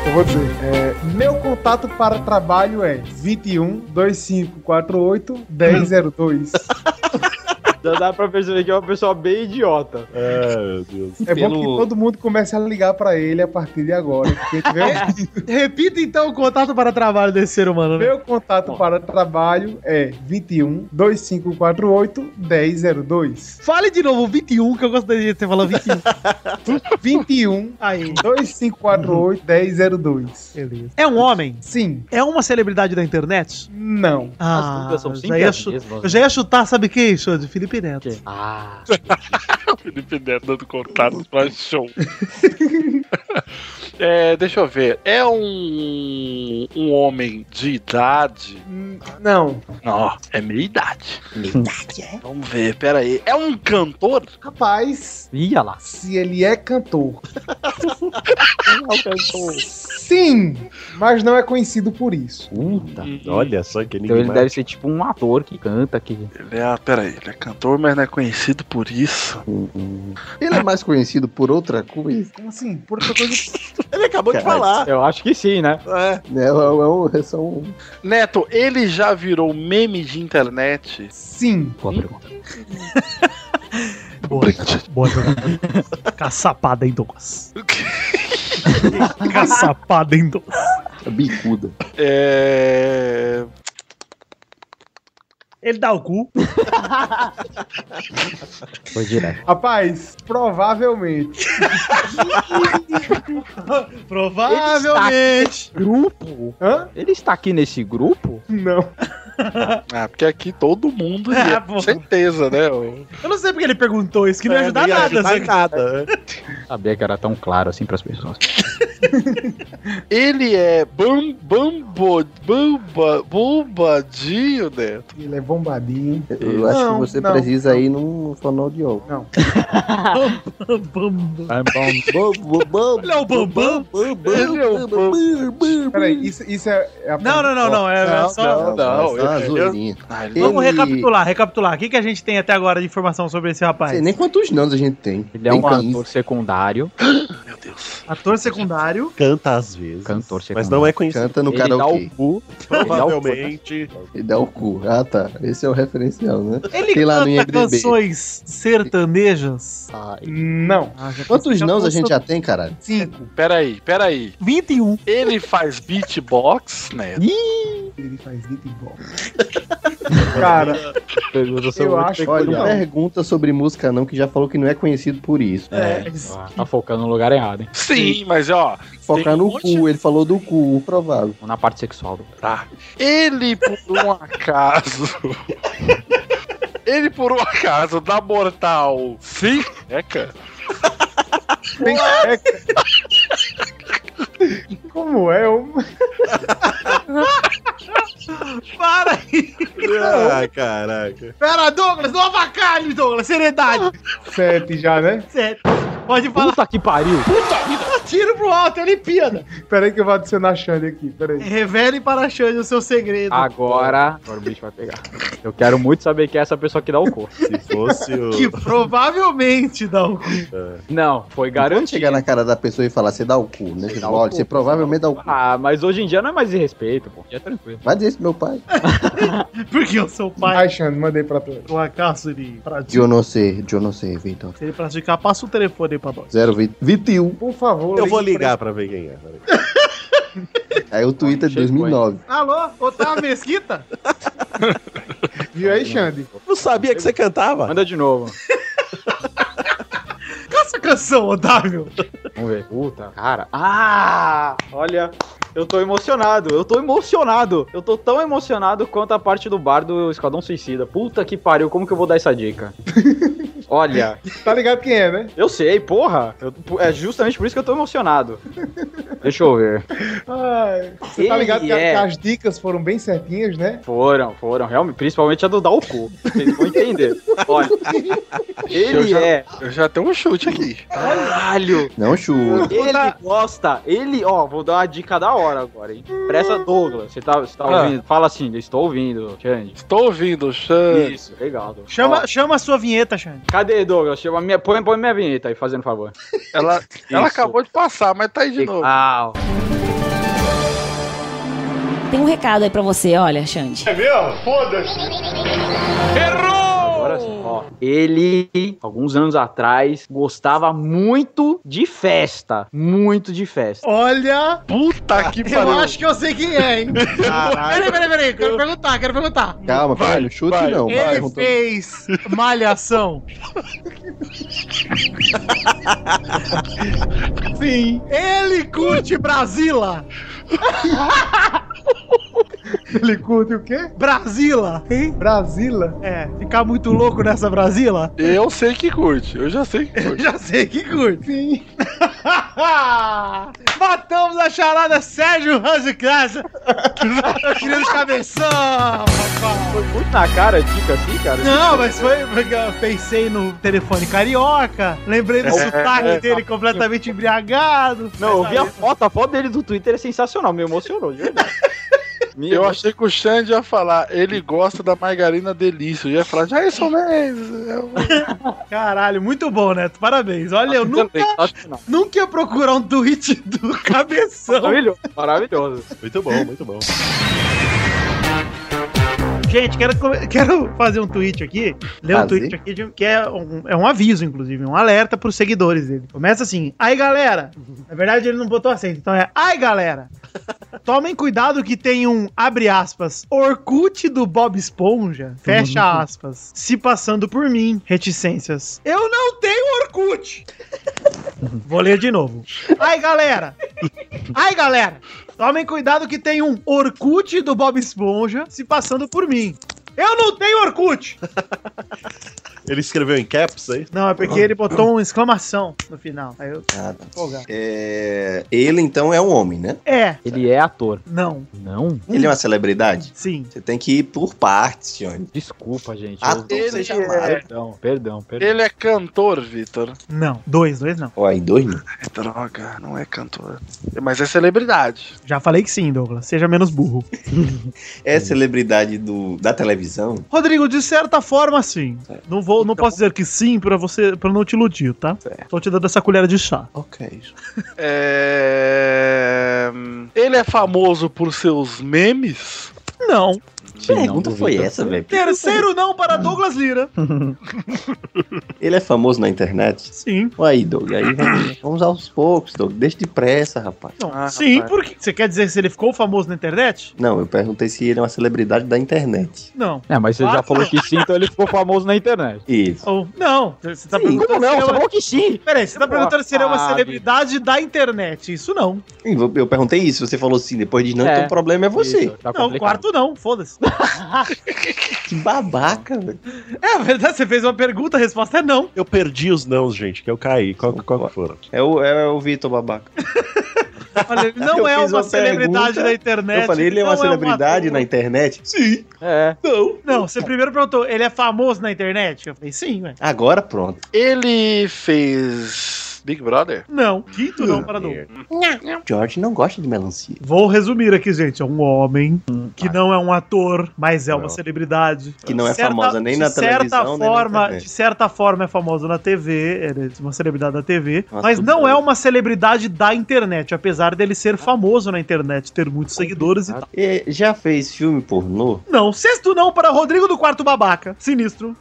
Speaker 5: Eu vou dizer. é, meu contato para trabalho é 21 2548 1002.
Speaker 8: Já dá pra perceber que é uma pessoa bem idiota.
Speaker 3: Ah, meu Deus.
Speaker 5: É bom
Speaker 8: Pelo-
Speaker 5: que todo mundo comece a ligar pra ele a partir de agora. Porque um meu,
Speaker 6: Repita então o contato para trabalho desse ser
Speaker 10: É.
Speaker 6: humano, né?
Speaker 5: meu contato para trabalho é 21 2548 1002.
Speaker 6: Fale de novo, 21, que eu gosto da gente você falar 21.
Speaker 5: 21
Speaker 6: Aí.
Speaker 5: 2548 1002.
Speaker 6: Beleza. É um homem?
Speaker 5: Sim.
Speaker 6: É uma celebridade da internet?
Speaker 5: Não.
Speaker 8: As dúvidas são
Speaker 6: eu
Speaker 8: sempre
Speaker 6: Ah, já ia
Speaker 8: as
Speaker 6: chu-
Speaker 8: mesmas,
Speaker 10: né?
Speaker 6: Eu já ia chutar, sabe quem, Xande? Felipe Neto.
Speaker 8: Ah,
Speaker 4: Felipe Neto dando contatos pra show. É, deixa eu ver. É um, um homem de idade?
Speaker 5: Não.
Speaker 4: Não, é meia idade. Meia idade, é? Vamos ver, pera aí. É um cantor?
Speaker 5: Rapaz,
Speaker 8: ia lá.
Speaker 5: se ele é cantor. alcançou. Sim, mas não é conhecido por isso.
Speaker 3: Puta, olha só que
Speaker 8: Então ele deve ser tipo um ator que canta, que.
Speaker 4: Ele é, peraí, ele é cantor, mas não é conhecido por isso.
Speaker 9: Ele é mais conhecido por outra coisa.
Speaker 5: Como assim? Por outra coisa.
Speaker 4: Ele acabou de
Speaker 9: Caralho.
Speaker 4: falar.
Speaker 8: Eu acho que sim, né?
Speaker 4: É.
Speaker 9: É, é um- é um- é só um-
Speaker 4: Neto, ele já virou meme de internet?
Speaker 5: Sim.
Speaker 8: Boa pergunta.
Speaker 10: Boa, boa jogada. Caçapada em Douglas. Caçapada em Douglas.
Speaker 9: bicuda.
Speaker 4: É.
Speaker 10: Ele dá o cu.
Speaker 8: Foi direto.
Speaker 5: Rapaz, provavelmente.
Speaker 10: Provavelmente.
Speaker 8: Grupo?
Speaker 5: Hã?
Speaker 8: Ele está aqui nesse grupo?
Speaker 5: Não.
Speaker 4: Ah, porque aqui todo mundo.
Speaker 10: Ah,
Speaker 4: ia,
Speaker 10: pô.
Speaker 4: certeza, né? ô?
Speaker 10: Eu não sei porque ele perguntou isso, que não ia ajudar nada. assim.
Speaker 3: nada. né?
Speaker 8: Sabia que era tão claro assim pras pessoas.
Speaker 4: Ele é bam, bambo, bamba, bombadinho, Neto.
Speaker 5: Ele é bombadinho. hein?
Speaker 9: Eu acho
Speaker 5: Não,
Speaker 9: que você
Speaker 5: não,
Speaker 9: precisa ir num fonoaudiólogo.
Speaker 10: assim.
Speaker 8: É bom.
Speaker 10: Ele é o Bambam?
Speaker 4: Ele é
Speaker 7: um
Speaker 4: o
Speaker 5: Peraí, isso, isso é. é a
Speaker 10: Não, não, não, não. É, é só.
Speaker 4: Não, não,
Speaker 9: é só uma
Speaker 4: eu-
Speaker 9: zoeirinha.
Speaker 4: Ah, ele-
Speaker 10: Vamos
Speaker 9: Ele-
Speaker 10: recapitular, recapitular. O que, que a gente tem até agora de informação sobre esse
Speaker 9: Não sei
Speaker 10: rapaz?
Speaker 9: nem quantos nomes a gente tem.
Speaker 8: Ele é um
Speaker 9: Tem
Speaker 8: cantor secundário.
Speaker 4: Meu Deus.
Speaker 10: Ator secundário.
Speaker 3: Canta às vezes.
Speaker 8: Cantor
Speaker 3: mas
Speaker 8: secundário.
Speaker 3: não é
Speaker 9: quem
Speaker 3: conhecido.
Speaker 9: Canta no
Speaker 8: ele dá
Speaker 9: karaokê.
Speaker 8: o cu. ele é dá o cu.
Speaker 3: Provavelmente.
Speaker 9: E dá o cu. Ah, tá. Esse é o referencial, né?
Speaker 10: Ele
Speaker 9: Tem lá no
Speaker 10: canta
Speaker 9: IMDb.
Speaker 10: canções sertanejas.
Speaker 5: Não.
Speaker 9: Quantos nãos a gente já tem, caralho?
Speaker 5: Cinco.
Speaker 4: Peraí, peraí.
Speaker 10: 21.
Speaker 4: Ele faz beatbox, né?
Speaker 5: Ele faz dito e bom. Cara,
Speaker 8: Eu,
Speaker 5: eu acho que
Speaker 9: Olha,
Speaker 5: não.
Speaker 9: não pergunta sobre música não, que já falou que não é conhecido por isso.
Speaker 5: É.
Speaker 8: Tá focando no lugar errado, hein?
Speaker 4: Sim, mas ó. Tem
Speaker 9: Focar
Speaker 4: um
Speaker 9: no
Speaker 4: monte-
Speaker 9: cu, ele falou do cu, provável.
Speaker 8: Na parte sexual. do-
Speaker 4: Tá. Ele, por um acaso. Ele, por um acaso, dá mortal. Sim, é, cara.
Speaker 5: Tem cueca. Como é? Eu-
Speaker 10: Para aí.
Speaker 3: Ah, caraca.
Speaker 10: Pera, Douglas, não avacalhe, Douglas. Seriedade.
Speaker 5: Sete já, né?
Speaker 10: Certo. Pode falar.
Speaker 8: Puta que pariu!
Speaker 10: Tiro pro alto, é Olimpíada.
Speaker 5: Peraí que eu vou adicionar a Xande aqui. Peraí.
Speaker 10: Revele para a Xande o seu segredo.
Speaker 8: Ah, Agora. Agora o bicho vai pegar. Eu quero muito saber quem é essa pessoa que dá o cu.
Speaker 3: Se fosse o.
Speaker 10: Que provavelmente dá um.
Speaker 8: Não, foi
Speaker 9: Pode
Speaker 8: garantido.
Speaker 9: chegar na cara da pessoa e falar, você dá o cu, né? Você
Speaker 8: dá
Speaker 9: fala,
Speaker 8: o
Speaker 9: Olha,
Speaker 8: cu,
Speaker 9: você
Speaker 8: você
Speaker 9: provavelmente dá o cu.
Speaker 8: Ah, mas hoje em dia não é mais de respeito, pô. Já é tranquilo.
Speaker 9: Vai dizer isso pro meu pai.
Speaker 10: Porque eu sou pai.
Speaker 5: Ai, Xande, mandei pra tu.
Speaker 10: O acaso ele pratica.
Speaker 9: Eu não sei, eu não sei, Vitor.
Speaker 10: Se ele praticar, passa o telefone aí pra nós.
Speaker 9: 021.
Speaker 5: Por favor.
Speaker 3: Eu
Speaker 5: ligue
Speaker 8: né?
Speaker 3: vou
Speaker 5: pra-
Speaker 3: ligar pra ver quem é. peraí.
Speaker 9: Aí o Twitter de
Speaker 8: Chegou, hein?
Speaker 9: 2009.
Speaker 10: Alô, Otávio Mesquita?
Speaker 5: Viu aí, Xande?
Speaker 3: Não sabia que você cantava.
Speaker 8: Manda de novo.
Speaker 10: Qual essa canção, Otávio?
Speaker 8: Vamos ver. Puta, cara. Ah! Olha, eu tô emocionado. Eu tô emocionado. Eu tô tão emocionado quanto a parte do bar do Esquadrão Suicida. Puta que pariu, como que eu vou dar essa dica? Olha,
Speaker 5: Tá ligado quem é, né?
Speaker 8: eu sei, porra. Eu- é justamente por isso que eu tô emocionado. Deixa eu ver.
Speaker 5: Ai, você tá
Speaker 8: Ele
Speaker 5: ligado que, a-
Speaker 8: é.
Speaker 5: que as dicas foram bem certinhas, né?
Speaker 8: Foram, foram, realmente. Principalmente a do dar o cu. Vocês vão entender. Olha.
Speaker 4: Eu
Speaker 8: Ele
Speaker 4: já-
Speaker 8: é.
Speaker 4: Eu já tenho um chute aqui.
Speaker 8: Caralho!
Speaker 9: Não chuta.
Speaker 8: Ele gosta, ele, ó, vou dar uma dica da hora agora, hein? Presta Douglas, você tá, você tá
Speaker 4: Ah.
Speaker 8: ouvindo? Fala assim, eu estou ouvindo, Xande.
Speaker 4: Estou ouvindo, Xan.
Speaker 8: Isso, legal. Douglas.
Speaker 10: Chama,
Speaker 8: Ó,
Speaker 10: chama a sua vinheta, Xande.
Speaker 8: cadê, Douglas? Chama a minha, põe, põe minha vinheta aí, fazendo favor.
Speaker 4: Ela, ela
Speaker 8: Isso. Ah,
Speaker 4: acabou de passar, mas tá aí de novo.
Speaker 8: Legal.
Speaker 11: Tem um recado aí pra você, olha, Xande.
Speaker 8: Agora sim, ó. Ele, alguns anos atrás, gostava muito de festa. Muito de festa.
Speaker 10: Olha,
Speaker 4: Puta que
Speaker 10: eu
Speaker 4: pariu.
Speaker 10: acho que eu sei quem é, hein? Peraí, peraí, peraí. Quero perguntar, quero perguntar.
Speaker 9: Calma, pai, não chute
Speaker 4: vai,
Speaker 9: não. vai,
Speaker 10: Ele
Speaker 9: Antônio.
Speaker 10: fez malhação. Sim. Ele curte Brasila.
Speaker 5: Ele curte o quê?
Speaker 10: Brasila. Hein?
Speaker 5: Brasila.
Speaker 10: É, ficar muito louco nessa Brasila?
Speaker 4: Eu sei que curte. Eu já sei que curte.
Speaker 10: Já sei que curte. Sim. Matamos a charada Sérgio Ranzo Casa. Querendo cabeção, rapaz.
Speaker 8: Foi muito na cara a dica assim, cara.
Speaker 10: Não, mas foi porque eu pensei no telefone carioca, lembrei do
Speaker 8: É.
Speaker 10: sotaque dele completamente embriagado.
Speaker 8: Não, eu vi a foto, a foto dele do Twitter é sensacional, me emocionou, de verdade.
Speaker 4: Eu achei que o Xande ia falar, ele gosta da margarina delícia. Eu ia falar, já é isso mesmo.
Speaker 10: Caralho, muito bom, Neto. Parabéns. Olha, eu nunca, nunca ia procurar um tweet do cabeção.
Speaker 8: Maravilhoso, maravilhoso.
Speaker 3: Muito bom, muito bom.
Speaker 10: Gente, quero, come- quero fazer um tweet aqui. Ler um
Speaker 6: Fazer?
Speaker 10: tweet aqui de- que é um, é um aviso, inclusive, um alerta pros seguidores dele. Começa assim: aí galera. Na verdade, ele não botou acento, então é ai galera. Tomem cuidado que tem um, abre aspas, Orkut do Bob Esponja, fecha aspas, se passando por mim, reticências. Eu não tenho Orkut! Vou ler de novo. Ai, galera! Ai, galera! Tomem cuidado que tem um Orkut do Bob Esponja se passando por mim. Eu não tenho Orkut!
Speaker 3: Ele escreveu em caps aí?
Speaker 10: Não, é porque ele botou uma exclamação no final. Aí eu...
Speaker 9: Nada.
Speaker 10: Folgado.
Speaker 9: É, Ele então é um homem, né?
Speaker 10: É.
Speaker 9: Ele é ator.
Speaker 10: Não.
Speaker 9: Não? Ele é uma celebridade?
Speaker 10: Sim.
Speaker 9: Você tem que ir por partes, Johnny.
Speaker 8: Desculpa, gente.
Speaker 9: Ator
Speaker 4: Ele
Speaker 9: seja
Speaker 4: é-
Speaker 9: amado.
Speaker 8: Perdão, perdão, perdão.
Speaker 4: Ele é cantor, Vitor.
Speaker 10: Não, dois, dois não.
Speaker 9: Ó, em dois não.
Speaker 4: Droga, não é cantor. Mas é celebridade.
Speaker 10: Já falei que sim, Douglas. Seja menos burro.
Speaker 9: É celebridade do, da televisão?
Speaker 10: Rodrigo, de certa forma, sim. Não vou, não posso dizer que sim pra você, para não te iludir, tá? Tô te dando essa colher de chá.
Speaker 9: Ok.
Speaker 4: É... Ele é famoso por seus memes?
Speaker 10: Não.
Speaker 9: Que pergunta foi essa, velho?
Speaker 10: Terceiro não para Douglas Lira.
Speaker 9: Ele é famoso na internet?
Speaker 10: Sim.
Speaker 9: Aí, Doug, aí vamos, vamos aos poucos, Doug. Deixa depressa, rapaz.
Speaker 10: Não, sim,
Speaker 9: rapaz.
Speaker 10: porque você quer dizer se ele ficou famoso na internet?
Speaker 9: Não, eu perguntei se ele é uma celebridade da internet.
Speaker 10: Não.
Speaker 8: É, mas você já falou que sim, então ele ficou famoso na internet.
Speaker 9: Isso.
Speaker 10: Ou não? Você tá
Speaker 8: Sim. Como não?
Speaker 10: se ele é
Speaker 8: Você
Speaker 10: uma-
Speaker 8: falou que sim.
Speaker 10: Peraí, você tá perguntando se ele é uma
Speaker 9: Ah,
Speaker 10: celebridade da internet? Isso não.
Speaker 9: Sim, Eu eu perguntei isso, você falou sim, depois diz não,
Speaker 10: É.
Speaker 9: então o problema é
Speaker 8: assim?
Speaker 9: você.
Speaker 8: tá
Speaker 10: não, quarto não, foda-se.
Speaker 9: que babaca, velho.
Speaker 10: É verdade, você fez uma pergunta, a resposta é não.
Speaker 3: Eu perdi os nãos, gente, que eu caí. Qual, qual que foram?
Speaker 9: É o, é o Vitor babaca.
Speaker 10: Olha, ele não
Speaker 9: Eu
Speaker 10: é
Speaker 9: fiz
Speaker 10: uma celebridade
Speaker 9: pergunta,
Speaker 10: da internet.
Speaker 9: Eu falei, ele é uma
Speaker 10: Né, tipo, não
Speaker 9: celebridade na internet? Sim.
Speaker 8: É.
Speaker 9: Não.
Speaker 10: Não, você primeiro perguntou, ele é famoso na internet? Eu falei, sim, ué.
Speaker 9: Agora pronto.
Speaker 4: Ele fez Big Brother?
Speaker 10: Não, quinto não para Douglas.
Speaker 9: George não gosta de melancia.
Speaker 10: Vou resumir aqui, gente. É um homem que não é um ator, mas é uma
Speaker 9: Hum, tá. Não.
Speaker 10: celebridade.
Speaker 9: Que não é famosa nem
Speaker 10: de
Speaker 9: na
Speaker 10: certa
Speaker 9: televisão, nem na
Speaker 10: forma,
Speaker 9: internet.
Speaker 10: De certa forma é famosa na TV, ele é uma celebridade da TV,
Speaker 9: Nossa,
Speaker 10: mas
Speaker 9: tudo
Speaker 10: não é uma celebridade da internet, apesar dele
Speaker 9: Ah.
Speaker 10: ser famoso na internet, ter muitos seguidores e tal.
Speaker 9: E já fez filme pornô?
Speaker 10: Não, sexto não para Rodrigo do Quarto Babaca. Sinistro.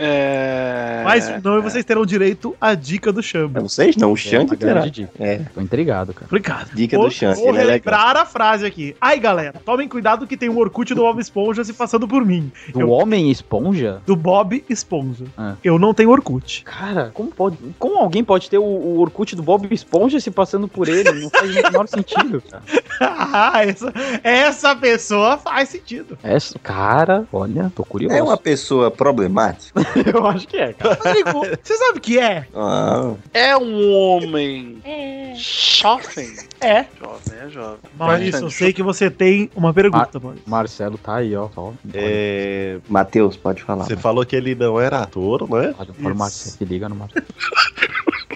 Speaker 4: É...
Speaker 10: Mas não, e vocês terão direito à dica do Chamba.
Speaker 9: É Vocês não, o Xande
Speaker 10: uma
Speaker 9: terá.
Speaker 10: grande
Speaker 9: É.
Speaker 8: Tô intrigado, cara.
Speaker 10: Obrigado.
Speaker 9: Dica
Speaker 10: Vou-
Speaker 9: do Xande,
Speaker 10: Vou
Speaker 9: ele é legal.
Speaker 10: relembrar a frase aqui. Ai, galera, tomem cuidado que tem um Orkut do Bob Esponja se passando por mim.
Speaker 8: Do Homem Esponja?
Speaker 10: Do Bob Esponja.
Speaker 8: Ah.
Speaker 10: Eu não tenho Orkut.
Speaker 8: Cara, como pode? Como alguém pode ter o, o Orkut do Bob Esponja se passando por ele? Não faz o menor sentido. cara.
Speaker 10: Ah, essa, essa pessoa faz sentido.
Speaker 8: Essa- É cara, olha, tô curioso.
Speaker 9: É uma pessoa problemática?
Speaker 8: Eu acho que é, cara.
Speaker 10: Rodrigo, você sabe o que é?
Speaker 9: Ah,
Speaker 4: É um homem
Speaker 11: É.
Speaker 4: jovem?
Speaker 10: É.
Speaker 4: Jovem, é jovem.
Speaker 10: Maurício, eu sei que você tem uma pergunta, mano.
Speaker 8: Marcelo tá aí, ó. ó
Speaker 3: É...
Speaker 9: Matheus, pode falar.
Speaker 3: Você falou que ele não era ator, né?
Speaker 8: Fora o Marcelo, se liga no Marcelo.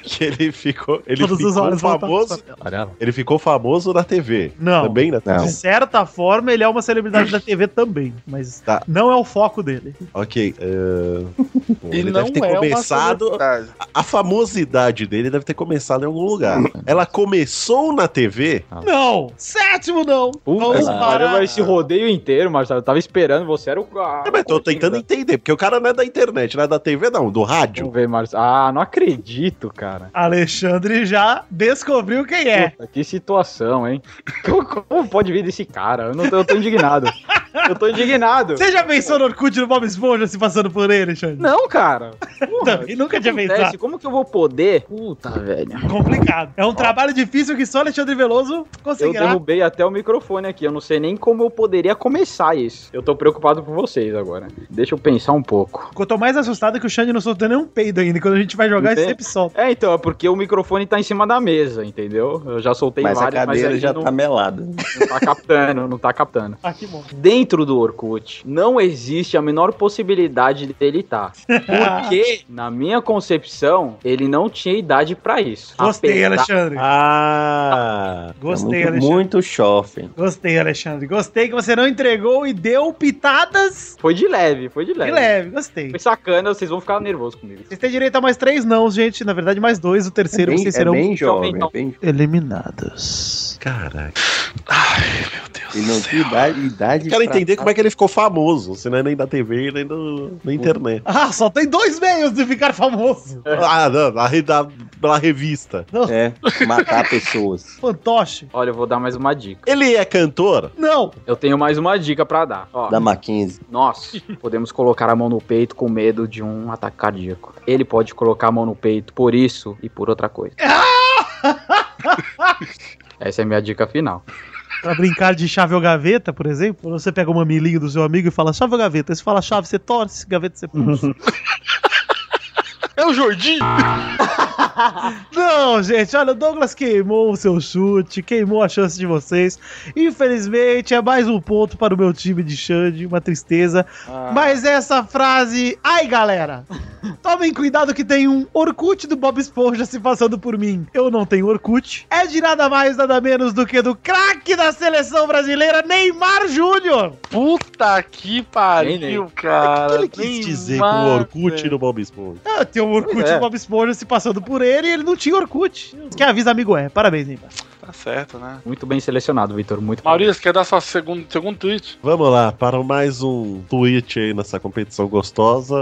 Speaker 3: Que ele ficou, ele
Speaker 10: Todas as
Speaker 3: ficou
Speaker 10: horas voltava
Speaker 3: famoso.
Speaker 10: pro
Speaker 8: Olha ela.
Speaker 3: Ele ficou famoso na TV.
Speaker 10: Não.
Speaker 3: Também na
Speaker 10: De
Speaker 3: TV.
Speaker 10: certa forma, ele é uma celebridade da TV também, mas
Speaker 3: Tá.
Speaker 10: não é o foco dele.
Speaker 3: Ok. eh, bom,
Speaker 4: E
Speaker 3: ele
Speaker 4: não
Speaker 3: deve ter
Speaker 4: é uma
Speaker 3: começado.
Speaker 4: celebridade.
Speaker 3: A famosidade dele deve ter começado em algum lugar. Ela começou na TV.
Speaker 10: Não! Sétimo não!
Speaker 8: Puta
Speaker 10: Vamos
Speaker 8: que pariu,
Speaker 10: parar.
Speaker 8: mas esse rodeio inteiro, Marcelo. Eu tava esperando, você era o. Ah,
Speaker 3: É, mas tô tentando entender, porque o cara não é da internet, não é da TV, não, do rádio.
Speaker 8: Vamos ver, Marcelo. Ah, não acredito, cara.
Speaker 10: Alexandre já descobriu quem é.
Speaker 8: Puta, que situação, hein? Como, como pode vir desse cara? Eu, não, tô- eu tô indignado. Eu tô indignado.
Speaker 10: Você já pensou no Orkut no Bob Esponja se passando por ele, Xande?
Speaker 8: Não, cara.
Speaker 10: Também nunca tinha
Speaker 8: acontece?
Speaker 10: pensado.
Speaker 8: Como que eu vou poder?
Speaker 4: Tá,
Speaker 8: Puta, velho.
Speaker 10: Complicado. É um trabalho difícil que só Alexandre Veloso
Speaker 8: Eu
Speaker 10: conseguirá.
Speaker 8: derrubei até o microfone aqui. Eu não sei nem como eu poderia começar isso. Eu tô preocupado com vocês agora. Deixa eu pensar um pouco.
Speaker 10: Eu tô mais assustado que o Xande não soltou nenhum peido ainda. Quando a gente vai jogar, ele
Speaker 8: Entende?
Speaker 10: sempre solta.
Speaker 8: É, então, é porque o microfone tá em cima da mesa, entendeu? Eu já soltei
Speaker 9: mas a
Speaker 8: vários,
Speaker 9: cadeira
Speaker 8: ainda
Speaker 9: já
Speaker 8: não,
Speaker 9: tá melada.
Speaker 8: não tá captando, não tá captando.
Speaker 10: Ah, que bom.
Speaker 8: Dentro do Orkut, não existe a menor possibilidade dele estar. Porque, na minha concepção, ele não tinha idade pra isso.
Speaker 10: Gostei,
Speaker 8: Apesar-
Speaker 10: Alexandre.
Speaker 3: Ah!
Speaker 10: Gostei,
Speaker 9: tá muito,
Speaker 10: Alexandre. É
Speaker 9: muito shopping.
Speaker 10: Gostei, Alexandre. Gostei que você não entregou e deu pitadas
Speaker 8: Foi de leve, foi de
Speaker 10: de
Speaker 8: leve.
Speaker 10: leve. Gostei.
Speaker 8: Foi sacana, vocês vão ficar nervosos comigo.
Speaker 10: Vocês têm direito a mais três não, gente. Na verdade, mais dois. O
Speaker 9: É
Speaker 10: terceiro
Speaker 9: bem,
Speaker 10: vocês
Speaker 9: é
Speaker 10: serão
Speaker 9: bem jovem,
Speaker 8: Então,
Speaker 9: é bem
Speaker 10: eliminados.
Speaker 3: Caraca.
Speaker 9: E não tem idade, idade
Speaker 3: Eu quero
Speaker 9: pra-
Speaker 3: entender como é que ele ficou famoso, se não é nem da TV, nem do, na internet.
Speaker 10: Ah, só tem dois meios de ficar famoso.
Speaker 3: Ah, não, da, da, pela revista.
Speaker 9: É, matar pessoas.
Speaker 10: Fantoche.
Speaker 8: Olha, eu vou dar mais uma dica.
Speaker 3: Ele é cantor?
Speaker 10: Não.
Speaker 8: Eu tenho mais uma dica pra dar. Ó,
Speaker 9: Da Mackenzie.
Speaker 8: nós podemos colocar a mão no peito com medo de um ataque cardíaco. Ele pode colocar a mão no peito por isso e por outra coisa. Essa é a minha dica final.
Speaker 10: Pra brincar de chave ou gaveta, por exemplo, você pega o mamilinho do seu amigo e fala chave ou gaveta. Aí Você fala chave, você torce, gaveta você puxa.
Speaker 4: É o Jordi?
Speaker 10: Não, gente, olha, o Douglas queimou o seu chute, queimou a chance de vocês. Infelizmente, é mais um ponto para o meu time de Xande, uma tristeza. Mas essa frase. Ai, galera! Tomem cuidado que tem um Orkut do Bob Esponja se passando por mim. Eu não tenho Orkut. É de nada mais, nada menos do que do craque da seleção brasileira, Neymar Júnior.
Speaker 4: Puta que pariu, cara.
Speaker 3: o que ele quis dizer com o
Speaker 4: Neymar,
Speaker 3: Orkut
Speaker 4: velho.
Speaker 3: no Bob Esponja?
Speaker 10: Ah, Tem um Orkut
Speaker 8: É.
Speaker 10: do Bob Esponja se passando por ele e ele não tinha Orkut. Quem avisa, amigo é. Parabéns, Neymar.
Speaker 4: Tá certo, né?
Speaker 8: Muito bem selecionado, Vitor. Muito bem.
Speaker 4: Maurício, quer dar sua segundo, segundo tweet?
Speaker 3: Vamos lá, para mais um tweet aí nessa competição gostosa.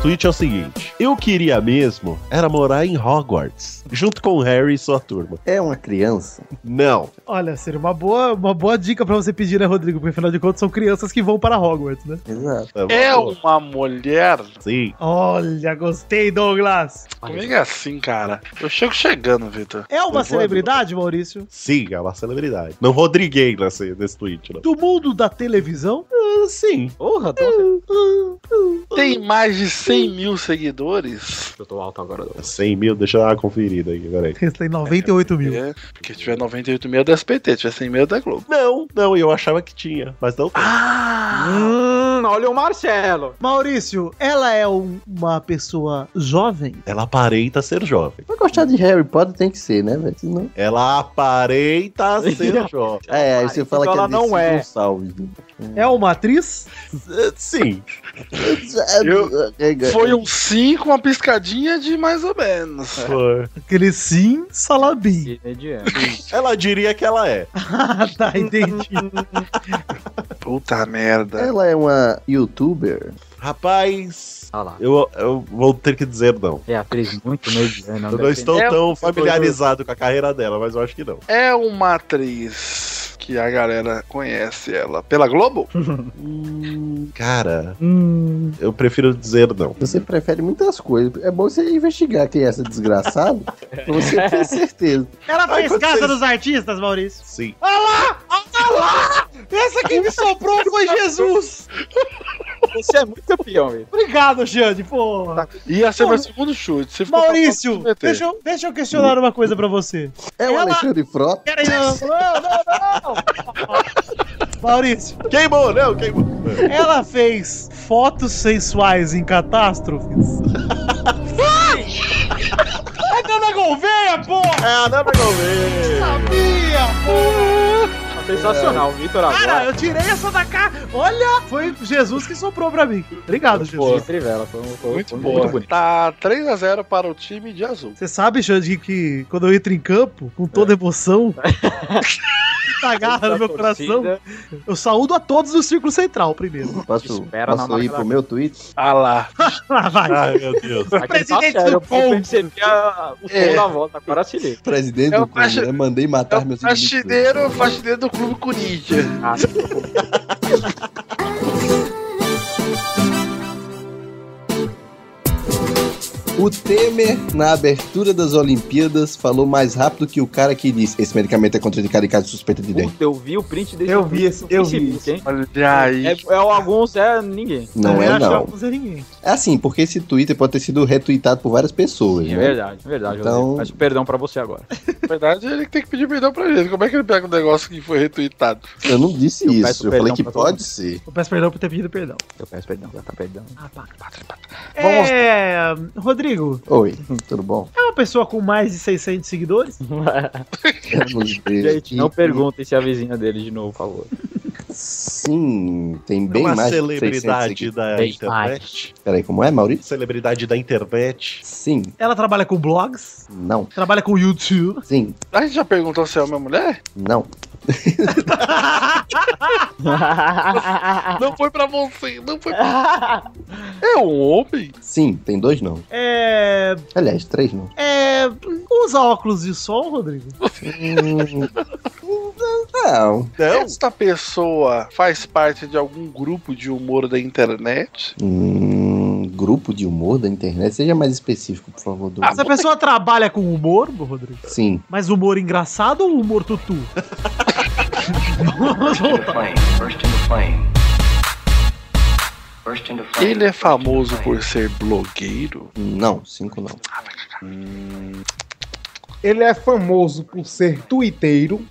Speaker 3: Tweet é o seguinte: Eu queria mesmo era morar em Hogwarts, junto com o Harry e sua turma.
Speaker 9: É uma criança.
Speaker 3: Não,
Speaker 10: Olha, seria uma boa, uma boa dica pra você pedir, né, Rodrigo? Porque afinal de contas são crianças que vão para Hogwarts, né?
Speaker 9: Exato.
Speaker 4: É uma mulher?
Speaker 3: sim.
Speaker 10: Olha, gostei, Douglas.
Speaker 4: Comigo é assim, cara. Eu chego chegando, Vitor.
Speaker 10: É uma
Speaker 9: Eu vou-
Speaker 10: celebridade, Maurício?
Speaker 3: Sim, é uma celebridade. Não rodriguei nesse, nesse tweet, não. Ah,
Speaker 10: Do mundo da televisão?
Speaker 3: Sim.
Speaker 8: Porra, tô...
Speaker 4: Tem mais de 100 mil seguidores?
Speaker 8: eu tô alto agora.
Speaker 3: 100 mil, deixa eu dar uma conferida aqui, peraí.
Speaker 10: Esse Tem 98 mil.
Speaker 4: É, porque se tiver 98 mil é da SPT, se tiver 100 mil é da Globo.
Speaker 3: Não, não, eu achava que tinha, mas não.
Speaker 4: Ah!
Speaker 8: Hum, olha o Marcelo.
Speaker 10: Maurício, ela é um- uma pessoa jovem?
Speaker 3: Ela aparenta ser jovem.
Speaker 9: Pra gostar de Harry Potter tem que ser, né, velho? Senão...
Speaker 3: Ela
Speaker 8: Tá
Speaker 3: aparenta ser jovem.
Speaker 9: É, aí você fala
Speaker 8: então
Speaker 9: que
Speaker 8: ela não
Speaker 9: Dercy
Speaker 8: é.
Speaker 9: Gonçalves.
Speaker 10: É uma atriz?
Speaker 3: Eh, Sim.
Speaker 9: Eu...
Speaker 4: Foi um sim com uma piscadinha de mais ou menos.
Speaker 10: É. Aquele sim, Salabim.
Speaker 3: Ela diria que ela é.
Speaker 10: Ah, tá, entendi.
Speaker 4: Puta merda.
Speaker 9: Ela é uma youtuber.
Speaker 3: Rapaz,
Speaker 8: Olha lá.
Speaker 3: eu, eu vou ter que dizer não.
Speaker 8: É atriz muito mediana.
Speaker 3: Eu não estou
Speaker 4: É
Speaker 3: tão
Speaker 8: coisa-
Speaker 3: familiarizado com a carreira dela, mas eu acho que não.
Speaker 4: É uma atriz que a galera conhece ela pela Globo?
Speaker 3: Cara, eu prefiro dizer não.
Speaker 9: Você prefere muitas coisas. É bom você investigar quem é essa desgraçada. pra você ter certeza.
Speaker 10: Ela fez
Speaker 3: quando
Speaker 10: casa
Speaker 3: vocês-
Speaker 10: dos artistas, Maurício.
Speaker 3: Sim.
Speaker 10: Essa que me soprou foi Jesus.
Speaker 8: Você é muito campeão, Tá velho.
Speaker 10: Obrigado, Xande, pô.
Speaker 4: Ia ser
Speaker 10: Pô,
Speaker 4: é meu segundo chute. Você ficou
Speaker 10: Maurício,
Speaker 4: com a foto de
Speaker 10: deixa eu, deixa eu questionar uma coisa pra você.
Speaker 9: É o
Speaker 10: Ela-
Speaker 9: Alexandre Frota.
Speaker 10: Peraí, não, não, não. Maurício,
Speaker 3: Queimou,
Speaker 10: né?
Speaker 3: não, queimou.
Speaker 10: ela fez fotos sensuais em catástrofes? Vai! É Dana Gouveia, porra!
Speaker 3: Ah, dá pra comer.
Speaker 10: Sabia, porra!
Speaker 8: Sensacional, Vitor
Speaker 10: Cara,
Speaker 8: agora.
Speaker 10: eu tirei essa da cá. Olha, foi Jesus que soprou pra mim. Obrigado, Jesus.
Speaker 8: de Trivela, foi, um- foi-
Speaker 4: Muito
Speaker 8: foi
Speaker 4: boa.
Speaker 8: bonito.
Speaker 4: tá 3x0 para o time de azul.
Speaker 10: Você sabe, Xande, que quando eu entro em campo, com toda emoção, muita garra
Speaker 8: Tá
Speaker 10: no meu coração. Eu saúdo a todos do Círculo Central primeiro.
Speaker 9: Posso, posso ir pro meu tweet?
Speaker 4: Ah lá.
Speaker 10: ah, vai.
Speaker 3: Ai, meu Deus.
Speaker 10: Presidente
Speaker 8: tá sério,
Speaker 10: do
Speaker 8: Eu
Speaker 10: Congo.
Speaker 8: percebi a- o tom
Speaker 4: É.
Speaker 8: da volta, agora se liga.
Speaker 9: Presidente
Speaker 4: É o
Speaker 9: do Congo,
Speaker 4: faxi-
Speaker 9: né? Mandei
Speaker 4: tá,
Speaker 9: matar meus inimigos.
Speaker 4: É Faxineiro, faxineiro do Clube Corinthians.
Speaker 8: Ah,
Speaker 9: O Temer, na abertura das Olimpíadas, falou mais rápido que o cara que disse esse medicamento é contraindicado em caso de suspeita de dengue.
Speaker 8: puta, eu vi o print desse
Speaker 5: Eu vi esse, eu vi
Speaker 8: Facebook,
Speaker 5: esse.
Speaker 8: hein?
Speaker 4: Olha aí.
Speaker 8: É, é o alguns, é ninguém.
Speaker 9: Não
Speaker 10: era
Speaker 9: é, não.
Speaker 10: Não é ninguém.
Speaker 9: É assim, porque esse Twitter pode ter sido retweetado por várias pessoas,
Speaker 8: É
Speaker 9: né?
Speaker 8: verdade, é verdade.
Speaker 9: Então-
Speaker 8: Então... Peço perdão pra você agora.
Speaker 4: Na é verdade, ele tem que pedir perdão pra gente. Como é que ele pega um negócio que foi retweetado?
Speaker 9: Eu não disse
Speaker 8: Eu peço
Speaker 9: isso, eu falei
Speaker 8: perdão
Speaker 9: que
Speaker 8: pra todo
Speaker 9: pode
Speaker 8: mundo.
Speaker 9: ser.
Speaker 10: Eu peço perdão por ter pedido perdão.
Speaker 8: Eu peço perdão, já tá perdão.
Speaker 10: É, Rodrigo,
Speaker 9: Oi, tudo bom?
Speaker 10: é uma pessoa com mais de 600 seguidores?
Speaker 9: Vamos ver
Speaker 8: Gente, não
Speaker 9: aqui.
Speaker 8: perguntem se é a vizinha dele de novo, por favor.
Speaker 9: Sim,
Speaker 8: É
Speaker 9: tem bem
Speaker 3: Uma
Speaker 9: mais de 600
Speaker 3: celebridade
Speaker 9: seguidores.
Speaker 3: da
Speaker 8: Bem
Speaker 3: internet.
Speaker 9: Peraí, como é, Maurício?
Speaker 3: Celebridade da internet.
Speaker 9: Sim,
Speaker 10: Ela trabalha com blogs,
Speaker 9: não,
Speaker 10: trabalha com YouTube.
Speaker 9: sim,
Speaker 4: A gente já perguntou se é uma mulher?
Speaker 9: não.
Speaker 4: Não foi pra você, não foi pra É um homem?
Speaker 9: Sim, tem dois não.
Speaker 10: É,
Speaker 9: Aliás, três não.
Speaker 10: é, usa óculos de sol, Rodrigo?
Speaker 9: Hum, não.
Speaker 4: Esta pessoa faz parte de algum grupo de humor da internet?
Speaker 9: Hum, grupo de humor da internet. Seja mais específico, por favor. Do...
Speaker 10: Essa pessoa trabalha com humor, Rodrigo?
Speaker 9: Sim.
Speaker 10: Mas humor engraçado ou humor tutu? Vamos voltar.
Speaker 4: Ele é famoso por ser blogueiro?
Speaker 9: Não, cinco não.
Speaker 5: Ele é famoso por ser tuiteiro.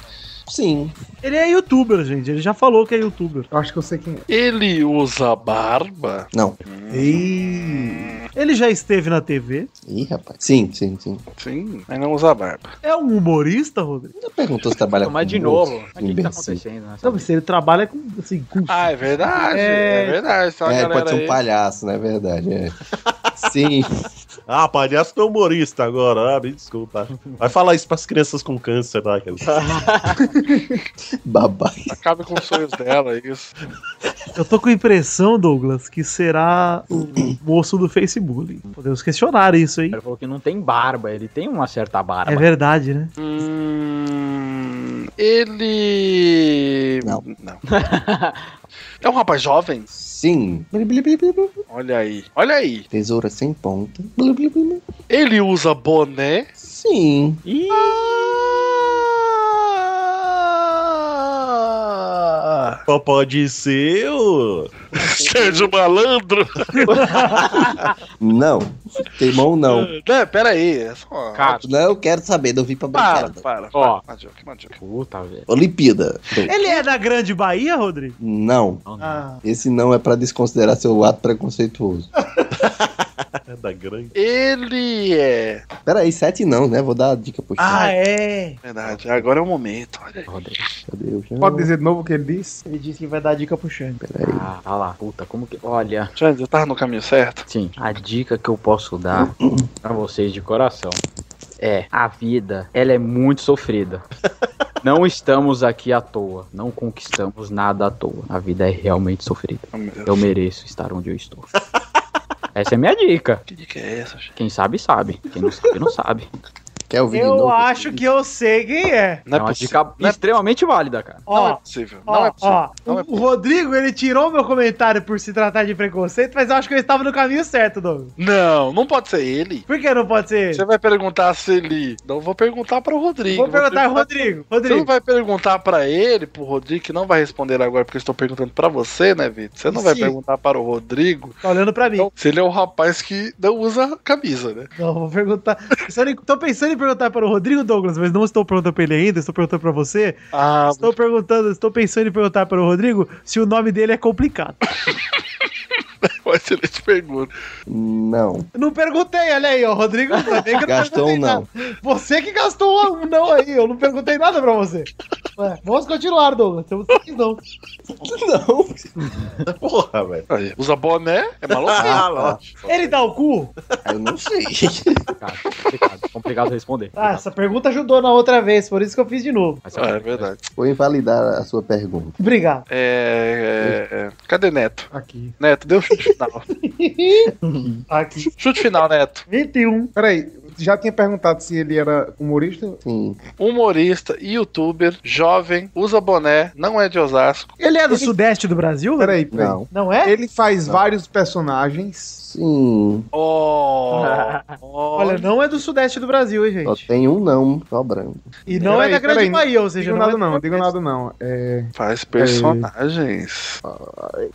Speaker 9: Sim.
Speaker 10: Ele é youtuber, gente. Ele já falou que é youtuber.
Speaker 5: Eu acho que eu sei quem é.
Speaker 4: Ele usa barba?
Speaker 9: Não.
Speaker 10: Ele já esteve na TV.
Speaker 9: Ih, rapaz. Sim, sim, sim.
Speaker 4: Sim, mas não usa barba.
Speaker 10: É um humorista, Rodrigo?
Speaker 9: Não perguntou se trabalha
Speaker 8: Mas
Speaker 9: com
Speaker 8: de
Speaker 9: humor,
Speaker 8: novo, mas o que, que tá
Speaker 9: é imbecil.
Speaker 8: acontecendo? Nessa
Speaker 10: Não, mas ele trabalha com, assim, com...
Speaker 4: Ah, é verdade, é, verdade. Tá
Speaker 9: É,
Speaker 4: é,
Speaker 9: ele pode ser um
Speaker 4: aí.
Speaker 9: palhaço, não é verdade? É. Sim.
Speaker 3: Ah, palhaço não é humorista agora. Ah, me desculpa. Vai falar isso pras crianças com câncer, tá?
Speaker 9: Babá.
Speaker 4: Acaba com os sonhos dela, é isso.
Speaker 10: Eu tô com a impressão, Douglas, que será o moço do Facebook. Podemos questionar isso, hein?
Speaker 8: Ele falou que não tem barba, ele tem uma certa barba.
Speaker 10: É verdade, né?
Speaker 4: Hum, ele.
Speaker 9: Não.
Speaker 4: É um rapaz jovem?
Speaker 9: Sim. Blu, blu, blu, blu, blu.
Speaker 4: Olha aí. Olha aí.
Speaker 9: Tesoura sem ponta. Blu, blu, blu, blu.
Speaker 4: Ele usa boné.
Speaker 9: Sim.
Speaker 8: Ih,
Speaker 4: Ah!
Speaker 3: Só pode ser o...
Speaker 4: Sérgio Malandro.
Speaker 9: Não. Teimão, não.
Speaker 4: Né, pera aí. É só...
Speaker 8: cara.
Speaker 9: Não, eu quero saber, não vim pra
Speaker 4: Para,
Speaker 9: brincadeira.
Speaker 4: para.
Speaker 8: Ó.
Speaker 4: para. Uma joke, uma joke.
Speaker 8: Puta, velho.
Speaker 9: Olimpíada.
Speaker 10: Ele é da Grande Bahia, Rodrigo?
Speaker 9: Não.
Speaker 8: Não, não.
Speaker 10: Ah.
Speaker 9: Esse não é pra desconsiderar seu ato preconceituoso.
Speaker 3: É da grande.
Speaker 4: Ele é.
Speaker 9: Pera aí, sete não, né? Vou dar a dica pro
Speaker 10: Ah, é.
Speaker 4: Verdade, agora é o momento. Olha aí.
Speaker 9: Meu Deus.
Speaker 5: Pode dizer de novo o que ele disse?
Speaker 10: Uhum. Ele disse que vai dar dica pro Xande.
Speaker 8: Ah, tá lá. Puta, como que. Olha,
Speaker 4: Xande, eu tava no caminho certo?
Speaker 8: sim, a dica que eu posso dar pra vocês de coração é: a vida, ela é muito sofrida. Não estamos aqui à toa. Não conquistamos nada à toa. A vida é realmente sofrida.
Speaker 4: Oh, meu Deus.
Speaker 8: Eu mereço estar onde eu estou. Essa é minha dica.
Speaker 4: Que dica é essa, gente?
Speaker 8: Quem sabe, sabe. Quem não sabe, não sabe.
Speaker 9: Quer ouvir de
Speaker 10: Eu
Speaker 9: novo?
Speaker 10: acho que eu sei quem é.
Speaker 4: Não
Speaker 8: é
Speaker 4: é
Speaker 8: uma
Speaker 4: possível.
Speaker 8: dica extremamente válida, cara.
Speaker 4: Não é
Speaker 10: Ó,
Speaker 4: possível. Não é
Speaker 10: ó,
Speaker 4: possível.
Speaker 10: ó.
Speaker 4: Não é
Speaker 10: O Rodrigo, ele tirou meu comentário por se tratar de preconceito, mas eu acho que eu estava no caminho certo, Douglas.
Speaker 4: Não, não pode ser ele.
Speaker 10: Por que não pode ser
Speaker 4: Você
Speaker 10: ele?
Speaker 4: vai perguntar se ele. Não vou perguntar para o Rodrigo.
Speaker 10: Vou perguntar ao Rodrigo.
Speaker 4: Você não
Speaker 10: Rodrigo,
Speaker 4: vai perguntar para ele, pro Rodrigo, que não vai responder agora, porque eu estou perguntando para você, né, Vitor? Você não vai
Speaker 10: Sim.
Speaker 4: perguntar para o Rodrigo
Speaker 10: tá olhando pra mim.
Speaker 4: então, se ele é o rapaz que não usa camisa, né?
Speaker 10: Não, vou perguntar. Pensando em- Tô pensando em perguntar para o Rodrigo Douglas, mas não estou perguntando pra ele ainda, estou perguntando pra você.
Speaker 4: Ah,
Speaker 10: Estou perguntando, estou pensando em perguntar para o Rodrigo se o nome dele é complicado.
Speaker 4: mas ele te pergunta.
Speaker 9: Não.
Speaker 10: Não perguntei, olha aí, ó. Rodrigo também que eu não
Speaker 9: Gastou um
Speaker 10: perguntei
Speaker 9: não.
Speaker 10: nada. Você que gastou um não aí, eu não perguntei nada pra você.
Speaker 5: Ué, vamos continuar, Douglas. Temos que não.
Speaker 3: Não. Porra, velho.
Speaker 4: Usa boné, é maluco.
Speaker 3: Ah, lógico.
Speaker 10: Ele dá o cu?
Speaker 9: Eu não sei.
Speaker 8: Complicado, complicado responder.
Speaker 10: Ah, essa pergunta ajudou na outra vez, por isso que eu fiz de novo.
Speaker 4: Ah,
Speaker 8: assim,
Speaker 4: é verdade.
Speaker 9: Vou invalidar a sua pergunta.
Speaker 10: Obrigado.
Speaker 4: É, é, é. Cadê Neto?
Speaker 5: Aqui.
Speaker 4: Neto, deu um chute final.
Speaker 5: Aqui.
Speaker 4: chute final, Neto.
Speaker 10: 21.
Speaker 5: Peraí, já tinha perguntado se ele era humorista?
Speaker 9: Sim.
Speaker 4: Humorista, youtuber, jovem, usa boné, não é de Osasco.
Speaker 10: Ele é do sudeste do Brasil?
Speaker 5: Peraí, peraí.
Speaker 9: Não.
Speaker 10: Não é?
Speaker 5: Ele faz vários personagens.
Speaker 9: Sim.
Speaker 4: Oh,
Speaker 10: Olha, não é do sudeste do Brasil, hein,
Speaker 9: Só
Speaker 10: gente?
Speaker 9: tem um não, sobrando.
Speaker 10: E não
Speaker 5: Peraí,
Speaker 10: é da Grande
Speaker 5: peraí,
Speaker 10: Bahia, ou seja,
Speaker 5: Digo nada
Speaker 10: é
Speaker 5: não, digo nada não. É,
Speaker 4: faz personagens.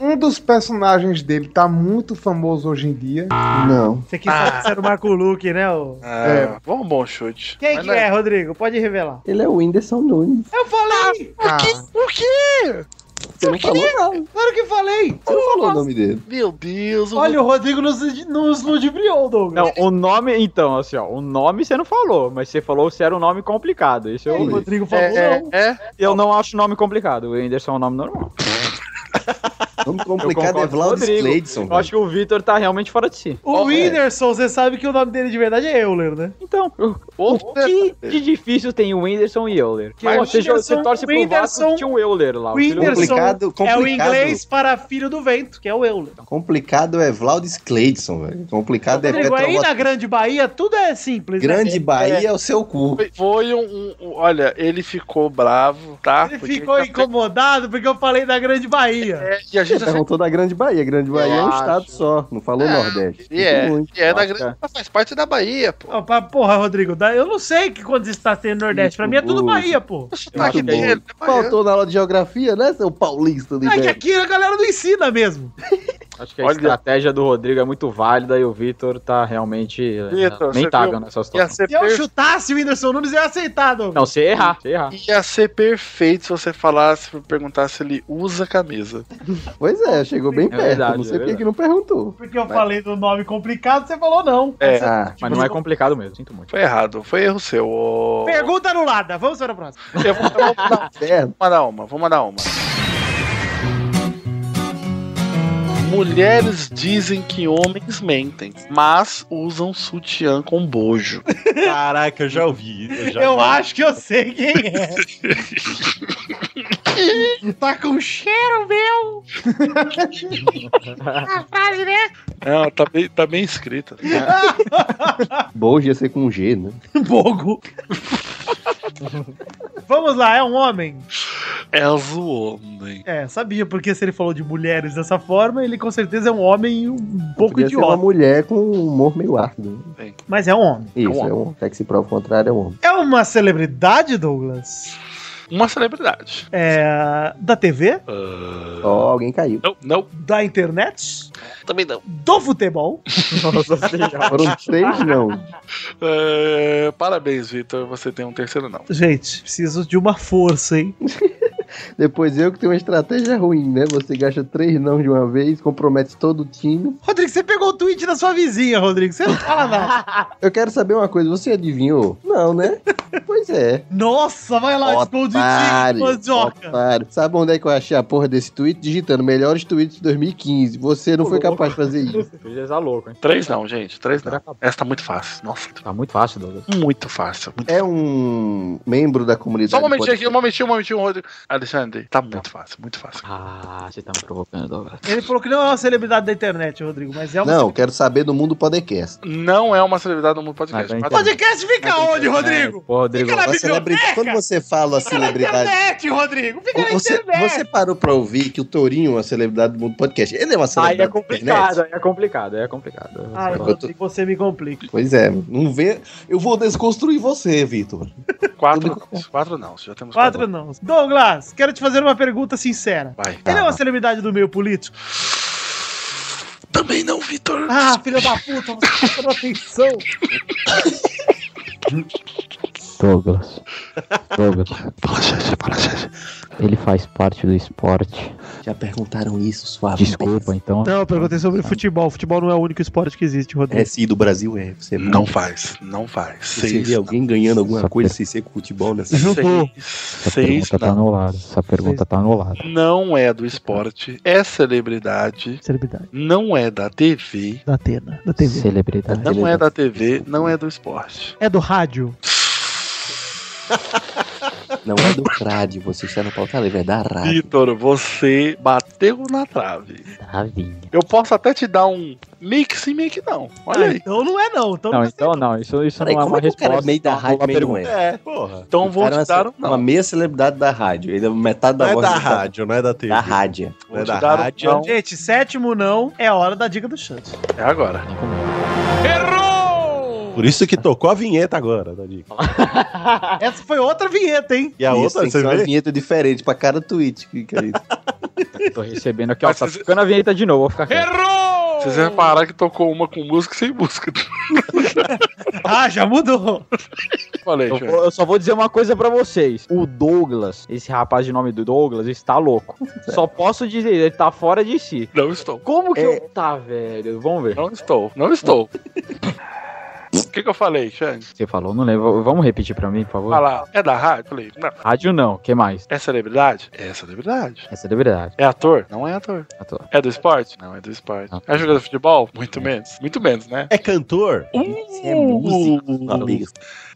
Speaker 5: um dos personagens dele tá muito famoso hoje em dia.
Speaker 8: Ah,
Speaker 9: Não.
Speaker 10: Você quis saber se era o Marco Luque, né? ô?
Speaker 4: Ah,
Speaker 5: É.
Speaker 4: Bom, bom chute.
Speaker 10: Quem
Speaker 4: Mas
Speaker 10: que
Speaker 4: não
Speaker 10: é, Rodrigo? Pode revelar.
Speaker 9: Ele é o Whindersson Nunes.
Speaker 10: Eu falei!
Speaker 5: Ah,
Speaker 4: O quê?
Speaker 9: Você não falou, você
Speaker 10: Claro que falei!
Speaker 9: não falou o nome dele.
Speaker 4: Meu Deus, o
Speaker 10: Olha, o Rodrigo nos, nos ludibriou, Douglas.
Speaker 8: Não, o nome, então, assim, ó, o nome você não falou, mas você falou se era um nome complicado. Isso eu
Speaker 10: o
Speaker 8: ouvi.
Speaker 10: Rodrigo falou
Speaker 4: é,
Speaker 10: não.
Speaker 4: é, é.
Speaker 8: Eu não acho nome complicado, o Whindersson é um nome normal.
Speaker 9: Nome
Speaker 8: Eu
Speaker 9: complicado é
Speaker 8: concordo com o
Speaker 9: Vlaudis
Speaker 8: Rodrigo.
Speaker 9: Cleidson.
Speaker 8: Eu acho que o Vitor tá realmente fora de si.
Speaker 10: O Whindersson, você sabe que o nome dele de verdade é Euler, né?
Speaker 8: Então, o que de difícil tem o Whindersson e Euler? Que
Speaker 10: Mas
Speaker 8: você,
Speaker 10: o Whindersson-
Speaker 8: você torce pro Vasco
Speaker 10: Whindersson-
Speaker 8: que tinha o Euler lá.
Speaker 10: O
Speaker 8: filho do-
Speaker 10: Whindersson
Speaker 9: complicado,
Speaker 10: é o
Speaker 9: complicado.
Speaker 10: inglês para filho do vento, que é o Euler.
Speaker 9: Complicado é Vlaudis Cleidson, velho. Complicado é
Speaker 10: Rodrigo, aí
Speaker 9: Petrobras.
Speaker 10: na Grande Bahia tudo é simples. né?
Speaker 9: Grande Bahia é o seu cu.
Speaker 4: Foi- Foi um, um- um- Olha, ele ficou bravo, tá?
Speaker 10: Ele
Speaker 4: Porque
Speaker 10: ficou
Speaker 4: ele tá-
Speaker 10: incomodado porque eu falei da Grande Bahia.
Speaker 4: É, e a gente
Speaker 9: Você
Speaker 4: acertou.
Speaker 9: perguntou da Grande Bahia. Grande Bahia é um
Speaker 8: acho.
Speaker 9: estado só. Não falou Nordeste.
Speaker 4: E é,
Speaker 9: Muito ruim.
Speaker 4: e é da
Speaker 8: Bacana.
Speaker 4: grande. Faz parte da Bahia, pô.
Speaker 10: Ó, pra- Porra, Rodrigo, dá- eu não sei que quando está tendo Nordeste. Pra mim é tudo
Speaker 9: Muito
Speaker 10: Bahia, pô.
Speaker 4: O sotaque
Speaker 9: acho bom.
Speaker 4: dele é baiano.
Speaker 9: Faltou na aula de geografia, né, seu paulista de
Speaker 10: É que
Speaker 9: merda?
Speaker 10: aqui a galera não ensina mesmo.
Speaker 8: Acho que a
Speaker 4: Olha.
Speaker 8: estratégia do Rodrigo é muito válida e o Vitor tá realmente
Speaker 4: Vitor,
Speaker 8: nem
Speaker 4: você
Speaker 8: mentável
Speaker 4: viu?
Speaker 8: nessa
Speaker 4: Ia
Speaker 8: situação.
Speaker 4: ser,
Speaker 10: Se eu
Speaker 4: per-
Speaker 10: chutasse o Whindersson Nunes, eu ia aceitar, Douglas.
Speaker 8: Não, se errar, se
Speaker 10: Tipo
Speaker 8: errar.
Speaker 4: ia ser perfeito se você falasse, perguntasse se ele usa camisa.
Speaker 9: Pois é, chegou bem perto.
Speaker 8: verdade, é
Speaker 9: não sei por que
Speaker 8: verdade.
Speaker 9: que não perguntou.
Speaker 10: Porque eu falei do nome complicado, você falou não.
Speaker 4: É.
Speaker 10: Você- tipo assim,
Speaker 9: Ah,
Speaker 8: Mas não é complicado mesmo, sinto muito.
Speaker 4: Foi errado, foi erro seu. ô.
Speaker 10: Pergunta anulada. Vamos para a próxima.
Speaker 4: Eu vou, eu vou mandar-
Speaker 9: certo.
Speaker 4: vou mandar uma, vou mandar uma. Mulheres dizem que homens mentem, mas usam sutiã com bojo.
Speaker 3: Caraca, eu já ouvi. já
Speaker 10: eu
Speaker 3: ouvi.
Speaker 10: acho que eu sei quem é. tá com cheiro meu. a frase, né?
Speaker 4: Não, tá bem, tá bem escrita.
Speaker 9: Bojo ia ser com G, né?
Speaker 10: Bogo. Vamos lá, é um homem.
Speaker 4: É azul homem.
Speaker 10: É, sabia, porque se ele falou de mulheres dessa forma, ele com certeza é um homem um pouco
Speaker 9: Podia ser uma
Speaker 10: idiota.
Speaker 9: mulher com um humor meio ácido.
Speaker 10: Mas é um homem.
Speaker 9: Isso,
Speaker 4: homem.
Speaker 9: é um. Até que se prova o contrário, é um homem.
Speaker 10: É uma celebridade, Douglas?
Speaker 4: Uma celebridade.
Speaker 10: É. Da TV?
Speaker 9: Ó, alguém caiu.
Speaker 4: Não, não,
Speaker 10: Da internet?
Speaker 4: é- também não.
Speaker 10: Do futebol?
Speaker 8: Nossa senhora.
Speaker 9: Foram três, não.
Speaker 4: É, parabéns, Vitor. Você tem um terceiro não.
Speaker 10: Gente, preciso de uma força, hein?
Speaker 9: Depois eu que tenho uma estratégia ruim, né? Você gasta três não de uma vez, compromete todo o time.
Speaker 10: Rodrigo, você pegou o tweet da sua vizinha, Rodrigo. Você não fala nada.
Speaker 9: Eu quero saber uma coisa, você adivinhou? Não, né? pois é.
Speaker 10: Nossa, vai lá, esconde
Speaker 9: Otário,
Speaker 10: mandioca.
Speaker 9: otário. Sabe onde é que eu achei a porra desse tweet? Digitando melhores tweets de 2015. Você não foi capaz de fazer isso.
Speaker 8: Vitor tá louco, hein?
Speaker 4: Três não, gente. Três não. Essa tá muito fácil. Nossa,
Speaker 8: Tá muito fácil, Douglas.
Speaker 4: muito fácil. muito-
Speaker 9: É um membro da comunidade.
Speaker 4: Só um momentinho
Speaker 9: podcast.
Speaker 4: aqui, um momentinho, um momentinho, Rodrigo. Alexandre, tá muito fácil, muito fácil.
Speaker 8: Ah, você tá me provocando, Douglas.
Speaker 10: Ele falou que não é uma celebridade da internet, Rodrigo, mas é uma.
Speaker 9: Não, quero saber do mundo podcast.
Speaker 4: Não é uma celebridade do mundo
Speaker 8: Ah,
Speaker 4: podcast.
Speaker 8: tá
Speaker 4: mas- é
Speaker 8: entendendo.
Speaker 10: Podcast fica
Speaker 9: é
Speaker 10: onde, Rodrigo?
Speaker 8: Pô, Rodrigo,
Speaker 10: Fica na
Speaker 9: Uma celebri-
Speaker 10: biblioteca?
Speaker 9: Quando você fala a celebridade.
Speaker 10: Internet, Rodrigo. Fica na
Speaker 9: Você,
Speaker 10: internet.
Speaker 9: você parou pra ouvir que o Tourinho é uma celebridade do mundo podcast. Ele é
Speaker 8: aí
Speaker 9: uma
Speaker 8: é
Speaker 9: celebridade da
Speaker 8: complicado,
Speaker 9: internet?
Speaker 8: aí é complicado, aí é complicado.
Speaker 10: Ai,
Speaker 9: tô-
Speaker 10: Rodrigo, você me complica.
Speaker 9: Pois é, não vê. Eu vou desconstruir você, Vitor.
Speaker 4: Quatro, não, quatro não. Já temos
Speaker 10: Quatro não. Douglas, quero te fazer uma pergunta sincera.
Speaker 4: Vai.
Speaker 9: Tá.
Speaker 10: Ele é uma celebridade do meio político?
Speaker 4: Também não, Vitor.
Speaker 10: Ah, filho da puta, você tá prestando atenção.
Speaker 13: Douglas. Douglas,
Speaker 4: Fala, Xande, fala, Xande.
Speaker 13: ele faz parte do esporte.
Speaker 9: Já perguntaram isso, suave. Desculpa,
Speaker 10: então. Não, eu perguntei sobre futebol. Futebol não é o único esporte que existe, Rodrigo.
Speaker 9: É, se do Brasil é. Você
Speaker 4: Não faz, não faz.
Speaker 9: Seria alguém ganhando alguma coisa sem ser com futebol
Speaker 3: né?
Speaker 9: nessa
Speaker 4: Juntou.
Speaker 8: Essa pergunta tá anulada. Essa pergunta tá anulada.
Speaker 4: Não é do esporte, é
Speaker 9: É.
Speaker 4: celebridade.
Speaker 10: Celebridade.
Speaker 4: Não é da TV.
Speaker 10: Da Atena. Da TV.
Speaker 8: Celebridade.
Speaker 4: Não é da TV, não é do esporte.
Speaker 10: É do rádio.
Speaker 9: Não é do Crad, você está na pauta livre, é da
Speaker 7: Tá.
Speaker 9: Rádio.
Speaker 4: Vitor, você bateu na trave.
Speaker 8: Travinha.
Speaker 4: Eu posso até te dar um meio que sim, meio que não. Olha aí.
Speaker 10: Então não é, não. Então
Speaker 8: Não, então não. Isso, isso
Speaker 9: Peraí,
Speaker 8: não é
Speaker 9: como
Speaker 8: uma
Speaker 9: é que o cara é
Speaker 8: resposta.
Speaker 9: meio da rádio, meio não é?
Speaker 4: É,
Speaker 3: Porra.
Speaker 4: então
Speaker 9: O
Speaker 4: vou
Speaker 9: cara é
Speaker 4: te
Speaker 9: uma,
Speaker 4: dar um
Speaker 9: ce- uma
Speaker 4: não.
Speaker 9: meia celebridade da rádio. Ele é metade da
Speaker 3: Não é
Speaker 9: voz
Speaker 3: da
Speaker 9: dele tá-
Speaker 3: rádio, não é da TV.
Speaker 9: Da rádio.
Speaker 3: Não é
Speaker 4: Vou
Speaker 3: da
Speaker 4: te dar um
Speaker 3: rádio.
Speaker 4: não.
Speaker 10: Gente, sétimo não é hora da dica do Xande.
Speaker 4: É agora.
Speaker 3: Por isso que tocou a vinheta agora, da dica.
Speaker 10: Essa foi outra vinheta, hein?
Speaker 3: E a
Speaker 9: Isso,
Speaker 3: outra,
Speaker 9: tem que
Speaker 3: você
Speaker 9: ser uma
Speaker 3: vê?
Speaker 9: vinheta diferente pra cada tweet. Que que é isso?
Speaker 8: Tô recebendo aqui, ó.
Speaker 4: Mas
Speaker 8: Tá
Speaker 4: vocês-
Speaker 8: ficando a vinheta de novo. Vou ficar quieto.
Speaker 4: Vocês repararam que tocou uma com música e sem música.
Speaker 10: Ah, já mudou.
Speaker 4: Falei,
Speaker 8: Eu,
Speaker 4: Xande.
Speaker 8: vou- eu só vou dizer uma coisa pra vocês. O Douglas, esse rapaz de nome do Douglas, está louco. Só posso dizer, ele tá fora de si.
Speaker 4: Não estou.
Speaker 8: Como que
Speaker 9: É.
Speaker 8: eu. Tá, velho. Vamos ver.
Speaker 4: Não estou. Não estou. O que, que eu falei, Xande?
Speaker 8: Você falou, não lembro. Vamos repetir pra mim, por favor?
Speaker 4: Falar, é da rádio? Falei, não.
Speaker 8: Rádio não, que mais?
Speaker 4: É celebridade? É celebridade.
Speaker 8: É celebridade.
Speaker 4: É ator? Não é ator.
Speaker 8: Ator.
Speaker 4: É do esporte? Não é do esporte.
Speaker 8: Não.
Speaker 4: É jogador de futebol? Muito menos. Muito menos, né?
Speaker 3: É cantor?
Speaker 9: Isso é música, meu amigo.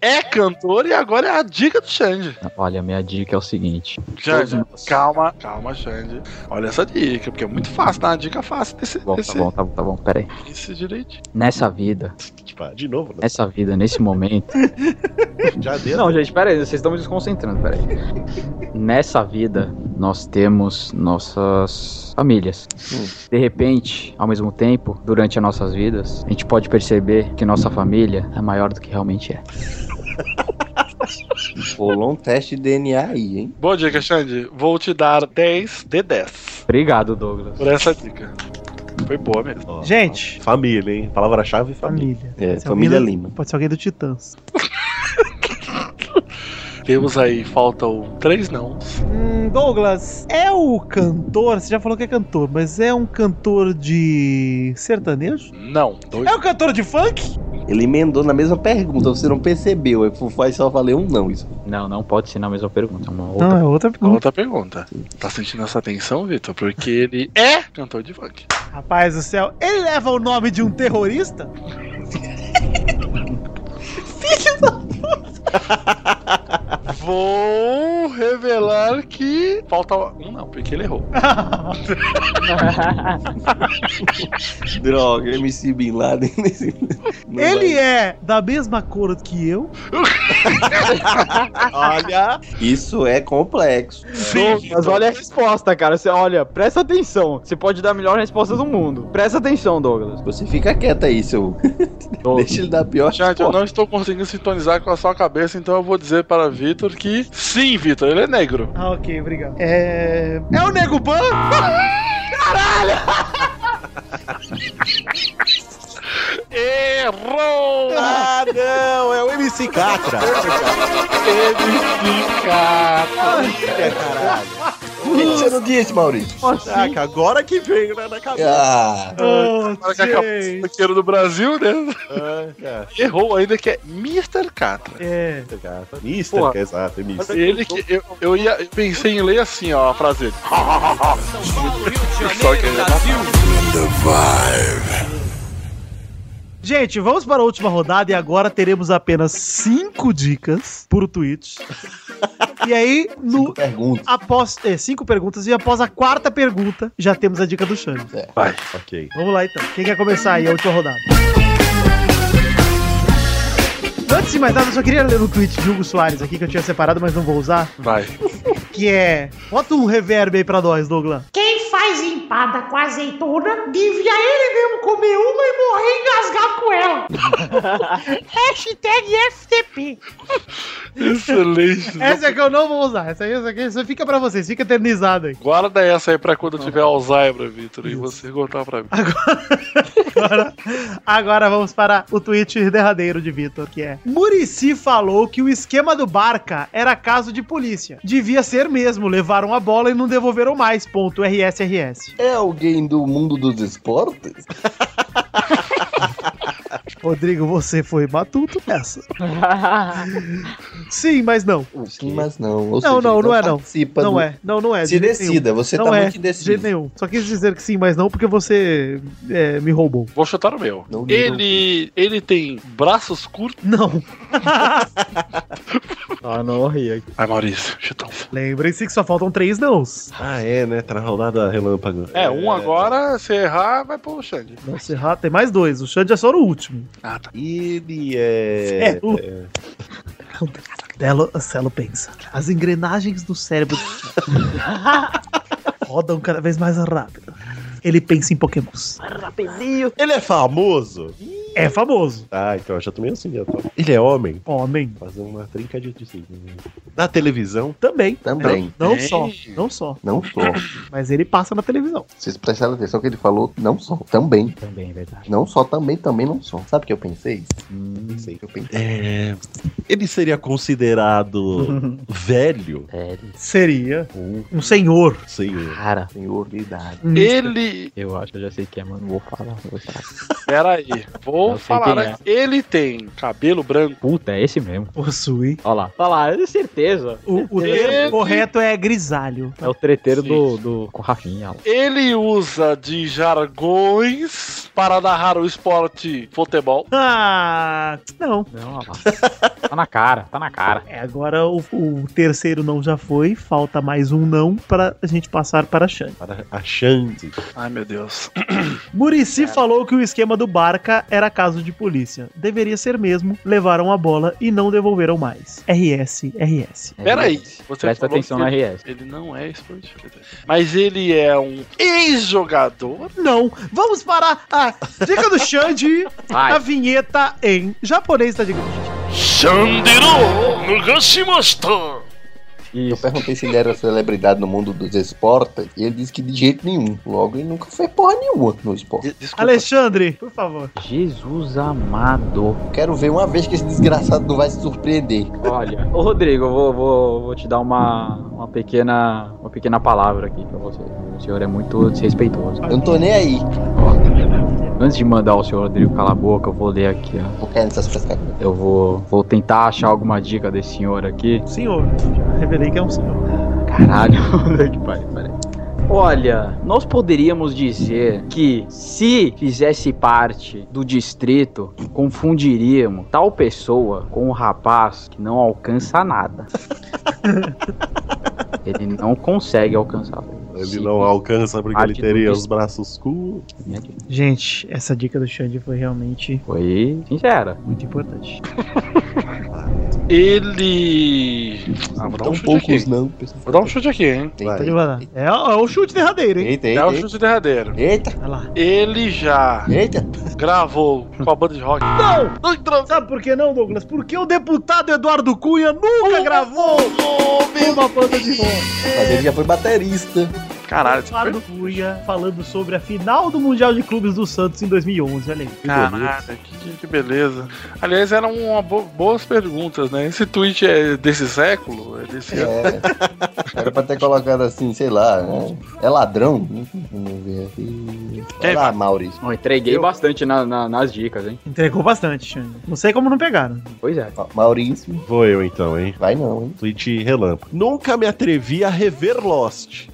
Speaker 4: É cantor e agora é a dica do Xande.
Speaker 8: Olha, minha dica é o seguinte.
Speaker 4: Xande,
Speaker 8: Todos nós.
Speaker 4: calma, calma, Xande. Olha essa dica, porque é muito fácil, tá? Uma dica fácil desse,
Speaker 8: Bom, tá
Speaker 4: desse,
Speaker 8: bom, tá bom, tá bom. Pera aí.
Speaker 4: desse direitinho.
Speaker 8: Nessa vida,
Speaker 3: Tipo, de novo, né?
Speaker 8: nessa vida, nesse momento.
Speaker 3: Já deu.
Speaker 8: Não, gente, pera aí, vocês estão me desconcentrando, pera aí. Nessa vida, nós temos nossas famílias.
Speaker 14: Hum.
Speaker 8: De repente, ao mesmo tempo, durante as nossas vidas, a gente pode perceber que nossa família é maior do que realmente é.
Speaker 9: Rolou um teste de DNA aí, hein?
Speaker 4: Boa dica, Xande. Vou te dar 10 de 10
Speaker 8: Obrigado, Douglas.
Speaker 4: por essa dica. Foi boa mesmo.
Speaker 3: Ó,
Speaker 10: Gente,
Speaker 3: Família, hein? Palavra-chave família.
Speaker 10: família.
Speaker 9: É,
Speaker 10: Essa
Speaker 9: família
Speaker 10: mina-
Speaker 9: Lima.
Speaker 10: Pode ser alguém do Titãs.
Speaker 4: Temos aí, faltam três não.
Speaker 10: Hum, Douglas, é o cantor. Você já falou que é cantor, mas é um cantor de sertanejo?
Speaker 4: Não, dois.
Speaker 10: É um cantor de funk?
Speaker 9: Ele emendou na mesma pergunta, você não percebeu. Aí o Fufai só falei um não. Isso.
Speaker 8: Não, não pode ser na mesma pergunta. é Uma outra.
Speaker 10: Não, é outra pergunta.
Speaker 4: Outra pergunta. Tá sentindo essa tensão, Vitor? Porque ele é cantor de funk.
Speaker 10: Rapaz do céu, ele leva o nome de um terrorista?
Speaker 4: Vou revelar que falta um não, porque ele errou.
Speaker 9: Droga, MC Bin Laden. nesse- não
Speaker 10: ele
Speaker 9: vai.
Speaker 10: é da mesma cor que eu?
Speaker 3: Olha,
Speaker 9: Isso é complexo.
Speaker 8: Mas olha a resposta, cara. Você olha, presta atenção. Você pode dar a melhor resposta do mundo. Presta atenção, Douglas.
Speaker 9: Você fica quieto aí, seu. Deixa ele dar a pior.
Speaker 4: Chat, eu
Speaker 9: resposta.
Speaker 4: não estou conseguindo sintonizar com a sua cabeça, então eu vou dizer para Vitor que sim, Vitor, ele é negro.
Speaker 10: Ah, ok, obrigado. É. É o Nego Ban?
Speaker 4: Errou!
Speaker 3: Ah, não, é o MC Catra. Olha, caralho.
Speaker 9: Por que você não disse, Maurício?
Speaker 3: Caraca, agora que veio né, na cabeça.
Speaker 9: Ah,
Speaker 10: Oh,
Speaker 4: Agora que acabou o banqueiro do Brasil, né?
Speaker 3: Ah, cara.
Speaker 4: Errou ainda que é Mr. Catra.
Speaker 10: É.
Speaker 3: Mister,
Speaker 8: Porra.
Speaker 3: que é exato, é Mister.
Speaker 4: Ele que eu, eu ia eu pensei em ler assim, ó, a frase dele. Só que ele é
Speaker 10: Gente, vamos para a última rodada e agora teremos apenas cinco dicas por tweet. E aí, no,
Speaker 9: pergunta.
Speaker 10: após é, cinco perguntas e após a quarta pergunta, já temos a dica do Xande.
Speaker 3: Ok.
Speaker 10: Vamos lá então. Quem quer começar aí a última rodada? Antes de mais nada, eu só queria ler um tweet de Hugo Soares aqui que eu tinha separado, mas não vou usar.
Speaker 4: Vai.
Speaker 10: Que é. Bota um reverb aí pra nós, Douglas.
Speaker 15: Quem faz empada com azeitona, devia ele mesmo comer uma e morrer engasgado com ela. Hashtag FTP.
Speaker 4: Excelente.
Speaker 10: Essa é que eu não vou usar. Essa aí, essa aqui, essa fica pra vocês, fica eternizada aí.
Speaker 4: Guarda essa aí pra quando tiver Alzheimer, Vitor, e você contar pra mim.
Speaker 10: Agora, agora vamos para o tweet derradeiro de Vitor, que é: Murici falou que o esquema do Barca era caso de polícia. Devia ser mesmo, levaram a bola e não devolveram mais. Ponto RSRS.
Speaker 9: É alguém do mundo dos esportes?
Speaker 10: Rodrigo, você foi matuto nessa. Sim, mas não.
Speaker 9: Sim, mas não.
Speaker 10: não, não, não é não. Não
Speaker 9: do-
Speaker 10: é, não, não é. de
Speaker 9: Se
Speaker 10: jeito
Speaker 9: decida,
Speaker 10: nenhum.
Speaker 9: você
Speaker 10: não
Speaker 9: tá
Speaker 10: é,
Speaker 9: muito indeciso.
Speaker 10: De jeito nenhum. Só quis dizer que sim, mas não, porque você é, me roubou.
Speaker 4: Vou chutar o meu.
Speaker 9: não.
Speaker 4: Ele, ele tem braços curtos?
Speaker 10: Não.
Speaker 14: Ah, não ri aí.
Speaker 4: Ai, Maurício, um. chutão.
Speaker 10: Lembrem-se que só faltam três nãos.
Speaker 3: Ah, é, né? Tá rolada relâmpago.
Speaker 4: É, um agora, se errar, vai pro Xande.
Speaker 10: Nossa, errar, tem mais dois. O Xande é só no último.
Speaker 4: Ah, tá.
Speaker 3: Ele é.
Speaker 10: É, o- Delo Celo pensa. As engrenagens do cérebro rodam cada vez mais rápido. Ele pensa em pokémons.
Speaker 3: Rapidinho. Ele é famoso?
Speaker 10: É famoso.
Speaker 3: Ah, então eu já tomei assim. Já tô... Ele é homem?
Speaker 10: Homem.
Speaker 3: Fazer uma trinca de de cinco, né? Na televisão?
Speaker 10: Também.
Speaker 9: Também.
Speaker 10: Não, não
Speaker 3: Ei.
Speaker 10: só, não só.
Speaker 9: Não só.
Speaker 10: Mas ele passa na televisão.
Speaker 9: Vocês prestaram atenção que ele falou não só, também.
Speaker 8: Também, é verdade.
Speaker 9: Não só, também, também, não só. Sabe o que eu pensei?
Speaker 8: Hum,
Speaker 9: Sei. Eu pensei.
Speaker 3: É. Ele seria considerado velho?
Speaker 8: sério.
Speaker 10: Seria
Speaker 3: Ou
Speaker 10: um senhor.
Speaker 3: senhor?
Speaker 8: É, Cara,
Speaker 9: Senhor de idade.
Speaker 10: Um
Speaker 4: Ele.
Speaker 8: eu acho que eu já sei quem é, mano. Não vou falar. Não vou falar.
Speaker 4: Pera aí, vou
Speaker 8: Não sei
Speaker 4: falar.
Speaker 8: quem é.
Speaker 4: né? Ele tem cabelo branco.
Speaker 8: Puta, é esse mesmo.
Speaker 10: Possui.
Speaker 8: Olha lá. Olha lá, é certeza.
Speaker 10: O, o termo correto é grisalho.
Speaker 8: É o treteiro
Speaker 4: Sim.
Speaker 8: do, do. Com o Rafinha. olha lá.
Speaker 4: Ele usa de jargões para narrar o esporte futebol.
Speaker 10: Ah, não.
Speaker 8: Não, olha lá. Tá na cara, tá na cara.
Speaker 10: É, agora o, o terceiro não já foi, falta mais um não pra gente passar para Xande.
Speaker 3: Para a chance.
Speaker 4: Ai, meu Deus.
Speaker 10: Murici falou que o esquema do Barca era caso de polícia. Deveria ser mesmo, levaram a bola e não devolveram mais. RS, RS.
Speaker 8: É
Speaker 4: Pera aí,
Speaker 8: RS.
Speaker 4: você
Speaker 8: Presta
Speaker 4: falou
Speaker 8: atenção
Speaker 4: que-
Speaker 8: na RS.
Speaker 4: Ele não é esportista. Mas ele é um ex-jogador.
Speaker 10: Não, vamos parar a dica do Xande,
Speaker 8: Vai.
Speaker 10: a vinheta em japonês da dica.
Speaker 9: Eu
Speaker 8: Isso.
Speaker 9: perguntei se ele era celebridade no mundo dos esportes e ele disse que de jeito nenhum. Logo, ele nunca foi porra nenhuma no esporte.
Speaker 4: De- Desculpa.
Speaker 10: Alexandre, por favor.
Speaker 8: Jesus amado.
Speaker 9: Quero ver uma vez que esse desgraçado não vai se surpreender.
Speaker 8: Olha, ô Rodrigo, eu vou, vou, vou te dar uma, uma, pequena, uma pequena palavra aqui pra você. O senhor é muito desrespeitoso.
Speaker 9: Eu não tô nem aí.
Speaker 8: Antes de mandar o senhor Rodrigo calar a boca, eu vou ler aqui, ó.
Speaker 9: Não quero essas frescadas.
Speaker 8: Eu vou, vou tentar achar alguma dica desse senhor aqui.
Speaker 10: Senhor, já revelei que é um senhor.
Speaker 8: Caralho, puta que pariu, peraí. Olha, nós poderíamos dizer que se fizesse parte do distrito, confundiríamos tal pessoa com um rapaz que não alcança nada. Ele não consegue alcançar.
Speaker 3: Ele não alcança
Speaker 4: Ah,
Speaker 3: porque ele
Speaker 8: Atitude.
Speaker 3: teria os braços curtos.
Speaker 10: Gente, essa dica do Xande foi realmente
Speaker 8: Foi sincera.
Speaker 10: muito importante.
Speaker 4: Ele. Ah, vou dar um
Speaker 9: Tão
Speaker 4: chute
Speaker 9: poucos
Speaker 4: aqui.
Speaker 9: não, pessoal.
Speaker 4: Vou dar um chute aqui, hein?
Speaker 9: Eita,
Speaker 10: Pode mandar.
Speaker 9: eita,
Speaker 10: É, é o chute derradeiro, hein?
Speaker 9: eita,
Speaker 4: É
Speaker 9: eita,
Speaker 4: o
Speaker 9: eita,
Speaker 4: chute derradeiro.
Speaker 9: eita,
Speaker 10: Olha lá.
Speaker 4: Ele já
Speaker 9: eita.
Speaker 4: gravou com a banda de rock.
Speaker 10: Não!
Speaker 4: Não entrou.
Speaker 10: Sabe por que não, Douglas? Porque o deputado Eduardo Cunha nunca gravou uma banda de rock.
Speaker 9: Mas ele já foi baterista.
Speaker 4: Caralho, você
Speaker 10: Eduardo Cunha falando sobre a final do Mundial de Clubes do Santos em 2011, olha aí.
Speaker 4: Caralho, que, que- que beleza. Aliás, eram uma bo- boas perguntas, né? Esse tweet é desse século? É desse ano?
Speaker 9: É. Era pra ter colocado assim, sei lá, né? É ladrão? Vamos ver aqui. Vai
Speaker 4: Quem
Speaker 9: lá, Maurício.
Speaker 8: Eu entreguei bastante na- na- nas dicas, hein?
Speaker 10: Entregou bastante, Xande. Não sei como não pegaram.
Speaker 8: Pois é.
Speaker 9: Ma- Maurício,
Speaker 3: Vou eu então, hein?
Speaker 9: vai não, hein?
Speaker 3: Tweet relâmpago. Nunca me atrevi a rever Lost.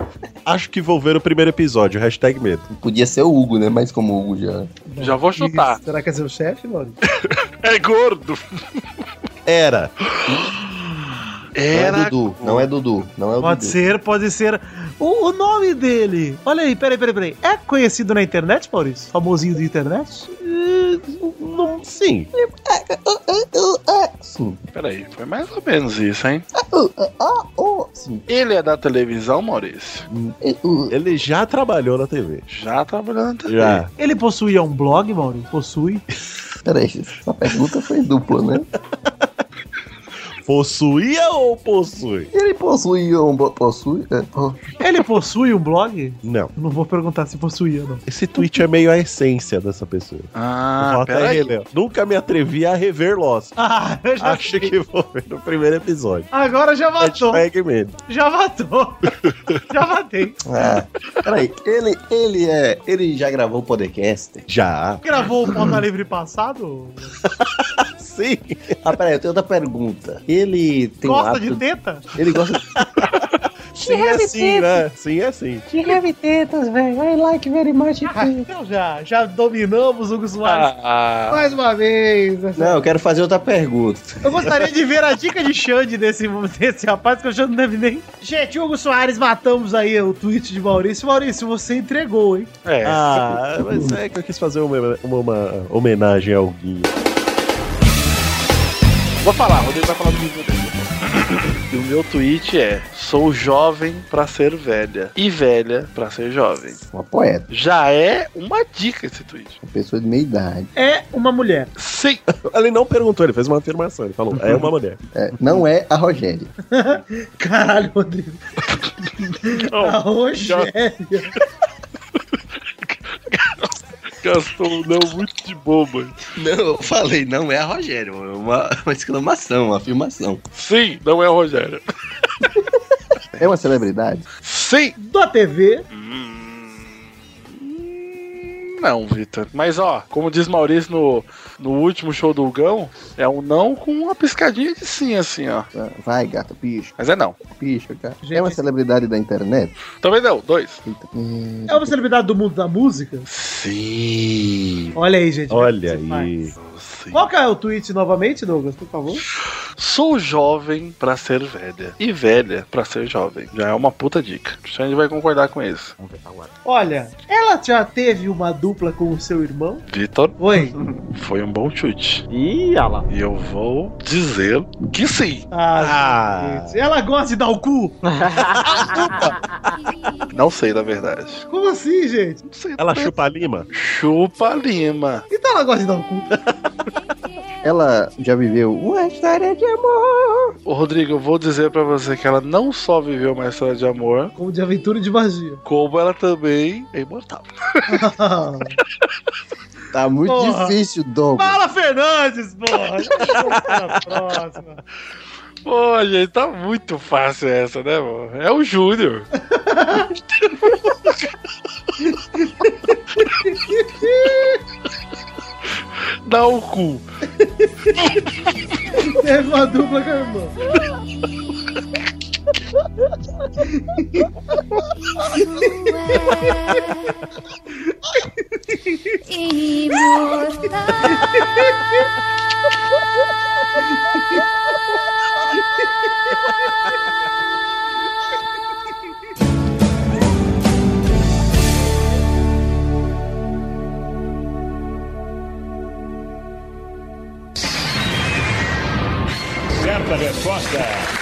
Speaker 3: Acho que vou ver o primeiro episódio. Hashtag medo.
Speaker 9: Podia ser o Hugo, né? Mas como o Hugo já.
Speaker 4: Já vou chutar.
Speaker 10: Será que é seu chefe, Maurício?
Speaker 4: É gordo.
Speaker 3: Era.
Speaker 9: Não é Dudu, não é Dudu, não é o
Speaker 10: Pode
Speaker 9: Dudu.
Speaker 10: ser, pode ser. O, o nome dele. Olha aí, peraí, peraí, peraí. É conhecido na internet, Maurício? Famosinho da internet?
Speaker 3: Não, sim.
Speaker 9: Sim. Uh,
Speaker 4: Peraí, foi mais ou menos isso, hein?
Speaker 9: Oh, sim.
Speaker 4: Ele é da televisão, Maurício?
Speaker 9: Eh, uh,
Speaker 3: Ele já trabalhou na TV.
Speaker 4: Já trabalhando na TV.
Speaker 3: Já.
Speaker 10: Ele possuía um blog, Maurício? Possui.
Speaker 9: Peraí, essa pergunta foi dupla, né?
Speaker 3: Possuía ou possui?
Speaker 9: Ele possui um bo- possui? É, po-
Speaker 10: Ele possui um blog?
Speaker 3: Não.
Speaker 10: Não vou perguntar se possuía, não.
Speaker 3: Esse tweet é meio a essência dessa pessoa.
Speaker 4: Ah,
Speaker 3: Vou até
Speaker 4: peraí.
Speaker 3: reler. Nunca me atrevi a rever Lost.
Speaker 10: Ah, eu já Tá
Speaker 3: Acho que vou ver no primeiro episódio.
Speaker 10: Agora
Speaker 4: É
Speaker 10: já matou.
Speaker 3: Hashtag medo.
Speaker 10: Já matou. já matei.
Speaker 9: Ah, peraí, ele, ele é. Ele já gravou o podcast?
Speaker 3: Já.
Speaker 10: Gravou o Pauta Livre passado?
Speaker 3: Sim.
Speaker 9: Ah, peraí, eu tenho outra pergunta. Ele tem um
Speaker 10: Gosta
Speaker 9: hábito-
Speaker 10: de teta?
Speaker 9: Ele gosta de.
Speaker 3: Sim é assim, né? Sim é assim.
Speaker 11: She have tetas, velho. I tá like very much.
Speaker 10: Então já, já dominamos o Hugo Soares.
Speaker 4: Ah,
Speaker 10: Mais uma vez. essa-
Speaker 9: Não, eu quero fazer outra pergunta.
Speaker 10: Eu gostaria de ver a dica de Xande desse, desse rapaz, que o Xande não deve nem. Gente, Hugo Soares, matamos aí o tweet de Maurício. Maurício, você entregou, hein?
Speaker 4: é.
Speaker 3: Ah, mas é que eu quis fazer uma, uma- uma homenagem a alguém.
Speaker 4: Vou falar, o Rodrigo vai falar do livro dele. E o meu tweet é: Sou jovem pra ser velha e velha pra ser jovem.
Speaker 9: Uma poeta,
Speaker 4: Já é uma dica esse tweet.
Speaker 9: uma pessoa de meia idade.
Speaker 10: É uma mulher.
Speaker 4: Sim.
Speaker 3: Ele não perguntou, ele fez uma afirmação. Ele falou, é uma mulher.
Speaker 9: É, não é a Rogéria.
Speaker 10: Caralho, Rodrigo. A Rogéria.
Speaker 4: Gastou um não muito de boba.
Speaker 9: Não, eu falei, não é a Rogéria. É uma, uma exclamação, uma afirmação.
Speaker 4: Sim, não é o Rogério.
Speaker 9: É uma celebridade?
Speaker 4: Sim.
Speaker 10: Da TV.
Speaker 4: Hum, Não, Vitor. Mas ó, como diz Maurício no, no último show do Hugão, é um não com uma piscadinha de sim, assim, ó.
Speaker 9: Ah, Vai, gata, picha,
Speaker 4: Mas é não.
Speaker 9: picha, cara. É uma celebridade da internet?
Speaker 4: Também não, dois.
Speaker 9: Eita. Hum,
Speaker 10: É uma celebridade do mundo da música?
Speaker 4: Sim.
Speaker 10: Olha aí, gente.
Speaker 3: Olha
Speaker 10: Você
Speaker 3: aí.
Speaker 4: sim.
Speaker 10: Qual que é o tweet novamente, Douglas, por favor?
Speaker 4: Sou jovem pra ser velha e velha pra ser jovem. Já é uma puta dica. O Xande vai concordar com isso.
Speaker 10: Olha, ela já teve uma dupla com o seu irmão?
Speaker 4: Vitor,
Speaker 10: Oi.
Speaker 4: foi um bom chute.
Speaker 8: Ih, olha lá.
Speaker 4: E eu vou dizer que sim.
Speaker 10: Ah,
Speaker 3: Ah.
Speaker 10: gente. Ela gosta de dar o cu?
Speaker 4: Não sei, na verdade.
Speaker 10: Como assim, gente?
Speaker 4: Não sei.
Speaker 3: Ela chupa a lima?
Speaker 4: Chupa Lima.
Speaker 10: Então ela gosta de dar o cu.
Speaker 9: Ela já viveu uma história de amor.
Speaker 4: Ô, Rodrigo, eu vou dizer pra você que ela não só viveu uma história de amor,
Speaker 10: Como de aventura e de magia.
Speaker 4: como ela também é imortal.
Speaker 9: Tá muito
Speaker 10: Porra.
Speaker 9: difícil, Douglas.
Speaker 10: Fala, Fernandes, porra! Na próxima.
Speaker 4: Pô, gente, tá muito fácil essa, né, mano? É o Júnior. Dá o cu.
Speaker 10: Teve uma dupla com a irmã.
Speaker 16: Certa resposta.